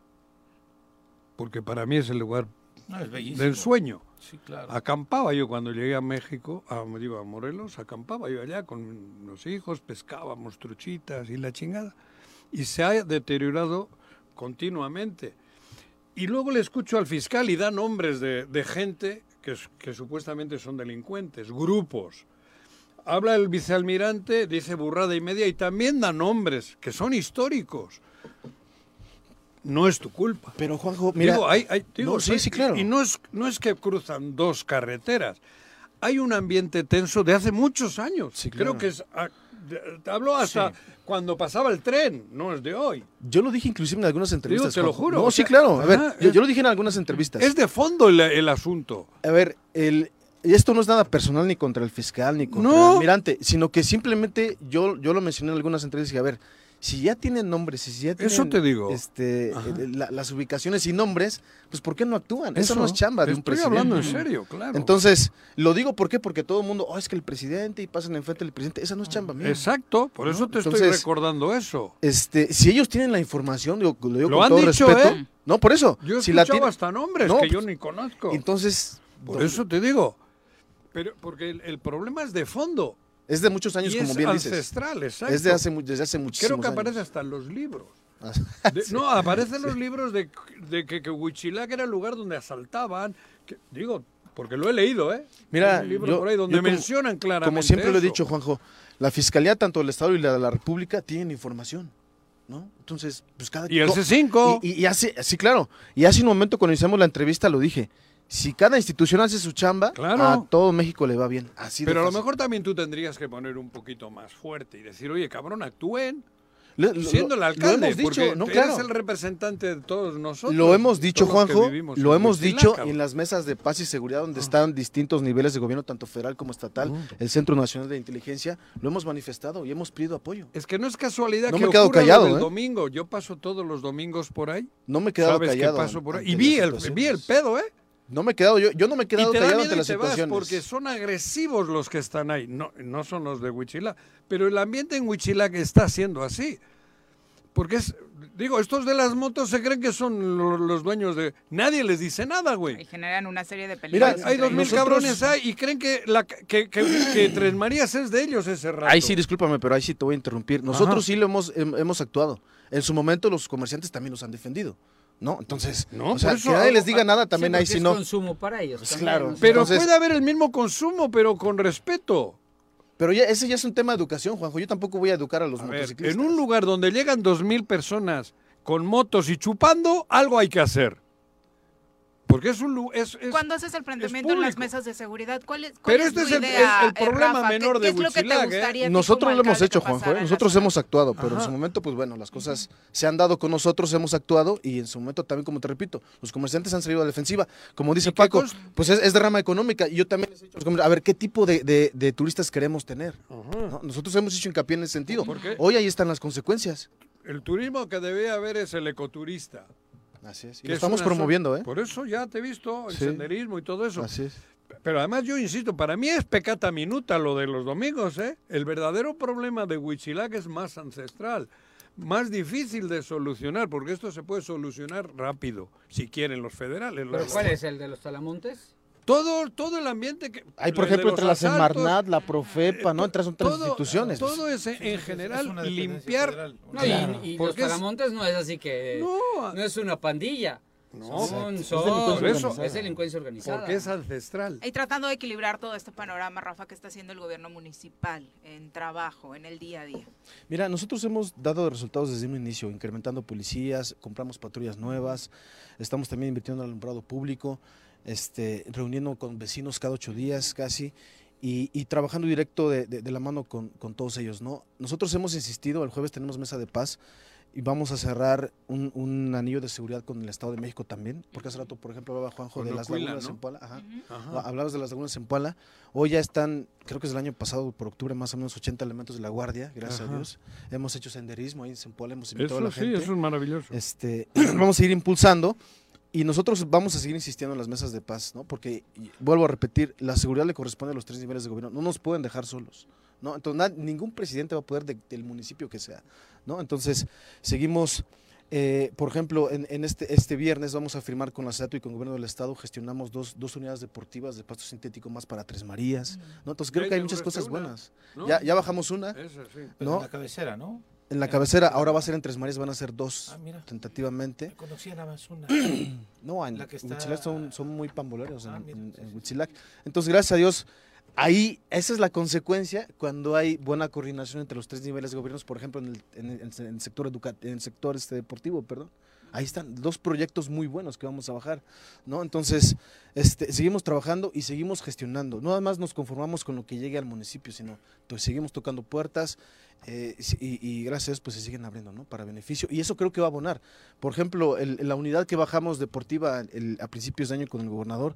Speaker 4: Porque para mí es el lugar
Speaker 6: No, es bellísimo.
Speaker 4: del sueño. Ah,
Speaker 6: Sí, claro.
Speaker 4: Acampaba yo cuando llegué a México, a, digo, a Morelos, acampaba yo allá con los hijos, pescábamos truchitas y la chingada. Y se ha deteriorado continuamente. Y luego le escucho al fiscal y da nombres de, de gente que, s- que supuestamente son delincuentes, grupos. Habla el vicealmirante, dice burrada y media, y también da nombres que son históricos. No es tu culpa.
Speaker 14: Pero Juanjo, Oh, mira,
Speaker 4: Digo, hay- hay- digo,
Speaker 14: no, sí,
Speaker 4: soy-
Speaker 14: sí, claro.
Speaker 4: Y no es, no es que cruzan dos carreteras. Hay un ambiente tenso de hace muchos años.
Speaker 14: claro.
Speaker 4: Creo que es. ah, de- te hablo hasta cuando pasaba el tren, no es de hoy.
Speaker 14: Yo lo dije inclusive en algunas entrevistas.
Speaker 4: te lo
Speaker 14: Juanjo.
Speaker 4: juro,
Speaker 14: No,
Speaker 4: o
Speaker 14: sí,
Speaker 4: sea,
Speaker 14: claro. A ver,
Speaker 4: ajá,
Speaker 14: yo,
Speaker 4: es-
Speaker 14: yo lo dije en algunas entrevistas.
Speaker 4: Es de fondo el, el asunto.
Speaker 14: A ver, el, y esto no es nada personal ni contra el fiscal ni contra el almirante, sino que simplemente yo, yo lo mencioné en algunas entrevistas y dije, a ver, si ya tienen nombres, si ya tienen
Speaker 4: Eso te digo.
Speaker 14: Este,
Speaker 4: Ajá.
Speaker 14: el- la- las ubicaciones y nombres, pues ¿por qué no actúan? Eso,
Speaker 4: Eso,
Speaker 14: no es chamba de
Speaker 4: te
Speaker 14: un
Speaker 4: estoy
Speaker 14: presidente.
Speaker 4: hablando en serio, claro.
Speaker 14: Entonces, lo digo ¿por qué? porque todo el mundo, oh, es que el presidente y pasan enfrente del presidente, esa no es chamba
Speaker 4: Mm.
Speaker 14: mía.
Speaker 4: Exacto, por eso te estoy
Speaker 14: Entonces,
Speaker 4: recordando eso.
Speaker 14: Este, si ellos tienen la información, digo, lo digo
Speaker 4: Lo
Speaker 14: con
Speaker 4: han
Speaker 14: todo
Speaker 4: dicho,
Speaker 14: respeto.
Speaker 4: ¿eh?
Speaker 14: No, por eso.
Speaker 4: Yo he
Speaker 14: si la
Speaker 4: escuchado
Speaker 14: tiene-
Speaker 4: hasta nombres
Speaker 14: No,
Speaker 4: que yo
Speaker 14: pues,
Speaker 4: ni conozco.
Speaker 14: Entonces. pues,
Speaker 4: Por eso te digo. Pero porque el, el problema es de fondo.
Speaker 14: Es de muchos años,
Speaker 4: Y
Speaker 14: como
Speaker 4: es
Speaker 14: bien dices.
Speaker 4: ancestral, exacto.
Speaker 14: Es de hace, mu- desde hace
Speaker 4: Creo
Speaker 14: muchísimos
Speaker 4: que aparece
Speaker 14: años.
Speaker 4: hasta en los libros.
Speaker 14: Ah,
Speaker 4: De-
Speaker 14: [LAUGHS] sí.
Speaker 4: No, aparecen los libros de, de que, que Huichilac era el lugar donde asaltaban. que- digo, porque lo he leído, ¿eh?
Speaker 14: Mira,
Speaker 4: Hay un libro
Speaker 14: yo-
Speaker 4: por ahí donde
Speaker 14: yo como-
Speaker 4: mencionan claramente.
Speaker 14: Como siempre lo he
Speaker 4: eso.
Speaker 14: dicho, Juanjo, la Fiscalía, tanto del Estado y la de la República, tienen información. ¿No? Entonces, pues cada
Speaker 4: Y el
Speaker 14: co-
Speaker 4: C5.
Speaker 14: Y, y- y hace, sí, claro. Y hace un momento cuando iniciamos la entrevista lo dije. Si cada institución hace su chamba, a todo México le va bien. Así de
Speaker 4: Pero a lo
Speaker 14: fácil.
Speaker 4: mejor también tú tendrías que poner un poquito más fuerte y decir, oye, cabrón, actúen.
Speaker 14: Lo- lo-
Speaker 4: Siendo el
Speaker 14: lo
Speaker 4: alcalde,
Speaker 14: hemos dicho,
Speaker 4: porque
Speaker 14: no,
Speaker 4: eres
Speaker 14: claro.
Speaker 4: el representante de todos nosotros.
Speaker 14: Lo hemos dicho,
Speaker 4: todos los que
Speaker 14: Juanjo,
Speaker 4: vivimos
Speaker 14: lo
Speaker 4: en
Speaker 14: hemos
Speaker 4: Huixtila,
Speaker 14: dicho
Speaker 4: cabrón. Ah.
Speaker 14: en las mesas de paz y seguridad donde están distintos niveles de gobierno, tanto federal como estatal, el Centro Nacional de Inteligencia, lo hemos manifestado y hemos pedido apoyo.
Speaker 4: Es que no es casualidad
Speaker 14: No
Speaker 4: que
Speaker 14: me he quedado
Speaker 4: ocurra lo
Speaker 14: callado,
Speaker 4: del
Speaker 14: ¿eh?
Speaker 4: domingo. Yo paso todos los domingos por ahí.
Speaker 14: No me he quedado
Speaker 4: ¿Sabes qué
Speaker 14: callado.
Speaker 4: paso por ahí?
Speaker 14: ante
Speaker 4: Y vi
Speaker 14: las
Speaker 4: el, vi el
Speaker 14: situaciones.
Speaker 4: pedo, ¿eh?
Speaker 14: No me he quedado, yo, yo no me he quedado
Speaker 4: y te da
Speaker 14: callado
Speaker 4: miedo
Speaker 14: ante
Speaker 4: y
Speaker 14: las
Speaker 4: te vas
Speaker 14: situaciones.
Speaker 4: porque son agresivos los que están ahí. No, no son los de Huichilá. Pero el ambiente en Huichilá que está siendo así. Porque es, digo, estos de las motos se creen que son lo- los dueños de... Nadie les dice nada, güey.
Speaker 3: Y generan una serie de
Speaker 4: Mira,
Speaker 3: películas.
Speaker 4: hay, dos mil
Speaker 3: increíbles.
Speaker 4: cabrones ahí y creen que, la, que, que- que Tres Marías es de ellos ese rato.
Speaker 14: Ahí sí, discúlpame, pero ahí sí te voy a interrumpir. Nosotros sí lo hemos, hem- hemos actuado. En su momento los comerciantes también nos han defendido. ¿No? Entonces, o sea,
Speaker 4: Pues
Speaker 14: que nadie les diga nada también ahí
Speaker 5: porque
Speaker 14: si
Speaker 5: es
Speaker 14: no.
Speaker 5: consumo para ellos.
Speaker 14: Pues
Speaker 5: también,
Speaker 14: claro.
Speaker 5: o sea,
Speaker 4: Pero
Speaker 14: Entonces-
Speaker 4: puede haber el mismo consumo, pero con respeto.
Speaker 14: Pero ya, ese ya es un tema de educación, Juanjo. Yo tampoco voy a educar a los
Speaker 4: A ver,
Speaker 14: motociclistas.
Speaker 4: en un lugar donde llegan dos mil personas con motos y chupando, algo hay que hacer. Porque es un lu- es, es-
Speaker 3: Cuando haces el planteamiento en las mesas de seguridad, ¿cuál es, cuál
Speaker 4: Pero este
Speaker 3: tu
Speaker 4: es el-
Speaker 3: idea,
Speaker 4: el- el
Speaker 3: eh,
Speaker 4: problema
Speaker 3: Rafa? ¿Qué-
Speaker 4: menor de
Speaker 3: ¿Qué es lo que te
Speaker 4: Huitzilac, ¿eh?
Speaker 3: gustaría a ti
Speaker 14: Nosotros
Speaker 3: como
Speaker 14: lo hemos
Speaker 3: alcalde
Speaker 14: hecho,
Speaker 3: que
Speaker 14: Juanjo.
Speaker 3: pasara
Speaker 14: ¿eh?
Speaker 3: en la
Speaker 14: Nosotros hemos actuado, pero en
Speaker 3: Ajá.
Speaker 14: su momento, pues bueno, las cosas se han dado con nosotros, hemos actuado y en su momento también, como te repito, los comerciantes han salido a la defensiva. Como dice Paco, pues es, es derrama económica. Y yo también les he dicho a los comerciantes, a ver, ¿qué tipo de, de- de turistas queremos tener? ¿No? Nosotros hemos hecho hincapié en ese sentido.
Speaker 4: ¿Por qué?
Speaker 14: Hoy ahí están las consecuencias.
Speaker 4: el turismo que debe haber es el ecoturista.
Speaker 14: Así es. Y
Speaker 4: que
Speaker 14: lo
Speaker 4: es
Speaker 14: estamos
Speaker 4: una sola-
Speaker 14: promoviendo, ¿eh?
Speaker 4: Por eso ya te he visto, el
Speaker 14: Sí.
Speaker 4: senderismo y todo eso.
Speaker 14: Así es.
Speaker 4: Pero además yo insisto, para mí es pecata minuta lo de los domingos, ¿eh? El verdadero problema de Huichilac es más ancestral, más difícil de solucionar, porque esto se puede solucionar rápido, si quieren los federales.
Speaker 5: ¿Pero
Speaker 4: la-
Speaker 5: cuál es? ¿El de los talamontes?
Speaker 4: Todo, todo el ambiente que...
Speaker 14: Hay, por
Speaker 4: el de
Speaker 14: ejemplo,
Speaker 4: los
Speaker 14: entre la
Speaker 4: asaltos,
Speaker 14: Semarnat, la Profepa, ¿no? Entre son tres
Speaker 4: todo-
Speaker 14: instituciones.
Speaker 4: Todo es en, en general limpiar...
Speaker 5: No, y-
Speaker 14: Claro.
Speaker 5: y, los
Speaker 4: Porque es-
Speaker 5: talamontes no es así que... No. es una pandilla. No,
Speaker 4: exacto.
Speaker 5: son,
Speaker 4: Es
Speaker 5: son-
Speaker 4: delincuencia
Speaker 5: es,
Speaker 4: organizada.
Speaker 5: delincuencia organizada.
Speaker 4: Porque es ancestral.
Speaker 3: Y tratando de equilibrar todo este panorama, Rafa, que está haciendo el gobierno municipal en trabajo, en el día a día.
Speaker 14: Mira, nosotros hemos dado resultados desde un inicio, incrementando policías, compramos patrullas nuevas, estamos también invirtiendo en alumbrado público, este, reuniendo con vecinos cada ocho días casi y, y trabajando directo de, de- de la mano con, con todos ellos. ¿no? Nosotros hemos insistido, el jueves tenemos mesa de paz y vamos a cerrar un, un anillo de seguridad con el Estado de México también, porque hace rato, por ejemplo, hablaba Juanjo
Speaker 4: Con
Speaker 14: de
Speaker 4: lo
Speaker 14: las
Speaker 4: Cuila,
Speaker 14: lagunas
Speaker 4: ¿no?
Speaker 14: en Puebla, ajá.
Speaker 4: Ajá.
Speaker 14: No, Hablabas de las lagunas en Puebla. Hoy ya están, creo que es el año pasado, por octubre, más o menos 80 elementos de la Guardia, gracias
Speaker 4: Ajá.
Speaker 14: a Dios. Hemos hecho senderismo ahí en Zempoala, hemos invitado a
Speaker 4: Eso
Speaker 14: la
Speaker 4: sí,
Speaker 14: gente.
Speaker 4: eso es maravilloso. [CLEARS THROAT]
Speaker 14: Este, [CLEARS THROAT] vamos a ir impulsando y nosotros vamos a seguir insistiendo en las mesas de paz, ¿no? Porque, y vuelvo a repetir, la seguridad le corresponde a los tres niveles de gobierno, no nos pueden dejar solos, ¿no? Entonces, na- ningún presidente va a poder de- del municipio que sea, ¿no? Entonces, seguimos, eh, por ejemplo, en, en este, este viernes vamos a firmar con la SATU y con el gobierno del Estado, gestionamos dos, dos unidades deportivas de pasto sintético más para Tres Marías, ¿no? Entonces, creo
Speaker 4: Mm. Ya
Speaker 14: que hay
Speaker 4: inauguraste
Speaker 14: muchas cosas
Speaker 4: una,
Speaker 14: buenas.
Speaker 4: ¿no?
Speaker 14: Ya, ya bajamos una.
Speaker 4: Esa, sí.
Speaker 12: Pero
Speaker 14: ¿no?
Speaker 12: en la cabecera, ¿no?
Speaker 14: En la cabecera, ahora va a ser en Tres Marías, van a ser dos,
Speaker 12: Ah, mira.
Speaker 14: [CLEARS THROAT] tentativamente.
Speaker 12: Conocía nada más una.
Speaker 14: No, en
Speaker 12: La que
Speaker 14: Huitzilac
Speaker 12: está-
Speaker 14: son, son muy pamboleros en,
Speaker 12: Ah, mira,
Speaker 14: en- en Huitzilac. Entonces, gracias a Dios, ahí esa es la consecuencia cuando hay buena coordinación entre los tres niveles de gobiernos, por ejemplo, en el, en el- en el sector educa- en el sector este deportivo, perdón. Ahí están dos proyectos muy buenos que vamos a bajar, ¿no? Entonces, este, seguimos trabajando y seguimos gestionando. No nada más nos conformamos con lo que llegue al municipio, sino pues, seguimos tocando puertas eh, y, y gracias a Dios, pues se siguen abriendo, ¿no? Para beneficio. Y eso creo que va a abonar. Por ejemplo, el- la unidad que bajamos deportiva el- a principios de año con el gobernador,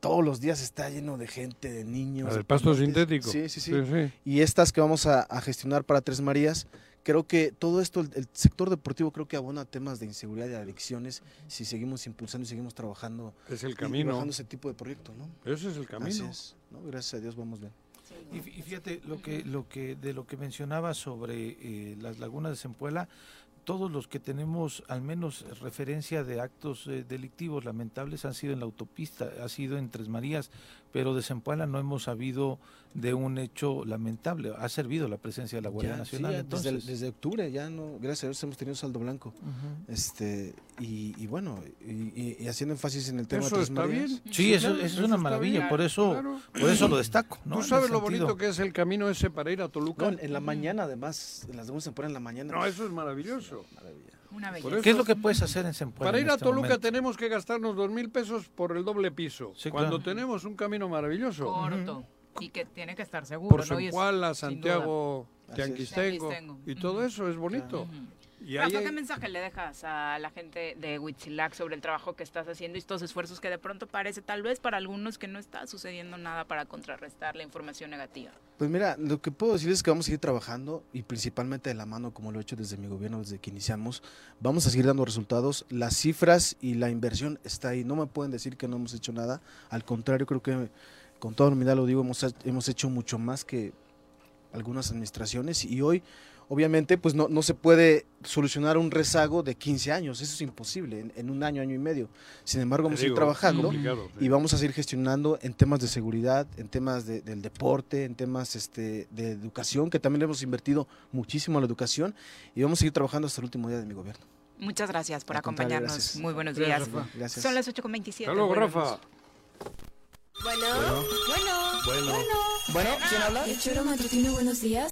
Speaker 14: todos los días está lleno de gente, de niños.
Speaker 4: ¿La
Speaker 14: de
Speaker 4: del pasto
Speaker 14: pilotes.
Speaker 4: sintético?
Speaker 14: Sí, sí, sí.
Speaker 4: Sí, sí.
Speaker 14: Y estas que vamos a, a gestionar para Tres Marías, creo que todo esto, el, el sector deportivo creo que abona temas de inseguridad y de adicciones si seguimos impulsando y seguimos trabajando.
Speaker 4: Es el
Speaker 14: y
Speaker 4: camino.
Speaker 14: trabajando ese tipo de proyectos, ¿no?
Speaker 4: Ese es el
Speaker 14: Así
Speaker 4: camino.
Speaker 14: es, ¿no? Gracias a Dios vamos bien.
Speaker 12: Y fí- y fíjate, lo que, lo que, de lo que mencionaba sobre eh, las lagunas de Zempuela, todos los que tenemos al menos referencia de actos eh, delictivos lamentables han sido en la autopista, ha sido en Tres Marías, pero de Zempuela no hemos sabido de un hecho lamentable. Ha servido la presencia de la Guardia
Speaker 14: Ya,
Speaker 12: Nacional.
Speaker 14: sí, ya desde, el-
Speaker 12: entonces.
Speaker 14: desde octubre ya no, gracias a Dios hemos tenido saldo blanco. Este, y, y bueno, y, y- y haciendo énfasis en el tema
Speaker 4: Eso
Speaker 14: de Tres
Speaker 4: Pues está
Speaker 14: Marías.
Speaker 4: bien.
Speaker 12: Sí, eso- eso es una
Speaker 4: está
Speaker 12: maravilla,
Speaker 4: bien.
Speaker 12: por eso- por eso lo destaco, ¿no?
Speaker 4: Tú
Speaker 12: En ese
Speaker 4: sabes lo
Speaker 12: sentido.
Speaker 4: bonito que es el camino ese para ir a Toluca.
Speaker 14: No, en, en la mañana además, las demás se ponen en la mañana.
Speaker 4: No, eso es maravilloso.
Speaker 3: Una
Speaker 4: Por eso-
Speaker 12: ¿Qué es lo que puedes hacer en Zempuela?
Speaker 4: Para
Speaker 12: en
Speaker 4: ir a
Speaker 12: este
Speaker 4: Toluca
Speaker 12: momento?
Speaker 4: tenemos que gastarnos dos mil pesos por el doble piso.
Speaker 12: Sí,
Speaker 4: cuando
Speaker 12: claro.
Speaker 4: tenemos un camino maravilloso.
Speaker 3: Corto. Y que tiene que estar seguro,
Speaker 4: por
Speaker 3: ¿no? Y es-
Speaker 4: Sancuala,
Speaker 3: sin
Speaker 4: Santiago,
Speaker 3: duda.
Speaker 4: Tianquistengo.
Speaker 3: Tianquistengo.
Speaker 4: Y todo eso es bonito. Y ahí
Speaker 3: Rafa,
Speaker 4: hay-
Speaker 3: ¿qué mensaje le dejas a la gente de Huitzilac sobre el trabajo que estás haciendo y estos esfuerzos que de pronto parece, tal vez para algunos, que no está sucediendo nada para contrarrestar la información negativa?
Speaker 14: Pues mira, lo que puedo decir es que vamos a seguir trabajando y principalmente de la mano, como lo he hecho desde mi gobierno, desde que iniciamos, vamos a seguir dando resultados. Las cifras y la inversión está ahí. No me pueden decir que no hemos hecho nada. Al contrario, creo que con toda humildad lo digo, hemos, hemos hecho mucho más que algunas administraciones y hoy obviamente pues no, no se puede solucionar un rezago de 15 años, eso es imposible en, en un año, año y medio. Sin embargo,
Speaker 4: Te
Speaker 14: vamos a ir
Speaker 4: digo,
Speaker 14: trabajando
Speaker 4: complicado,
Speaker 14: y vamos a seguir gestionando en temas de seguridad, en temas de- del deporte, en temas este, de educación, que también le hemos invertido muchísimo a la educación y vamos a seguir trabajando hasta el último día de mi gobierno.
Speaker 3: Muchas gracias por
Speaker 14: Al contrario,
Speaker 3: acompañarnos.
Speaker 14: gracias.
Speaker 3: Muy buenos
Speaker 14: Gracias,
Speaker 3: días.
Speaker 14: Rafa. Gracias.
Speaker 3: Son las 8.27.
Speaker 14: Hasta luego,
Speaker 3: Volvemos.
Speaker 14: Rafa.
Speaker 9: Bueno,
Speaker 14: Bueno.
Speaker 9: Bueno, ¿quién habla? El choro matutino, buenos días.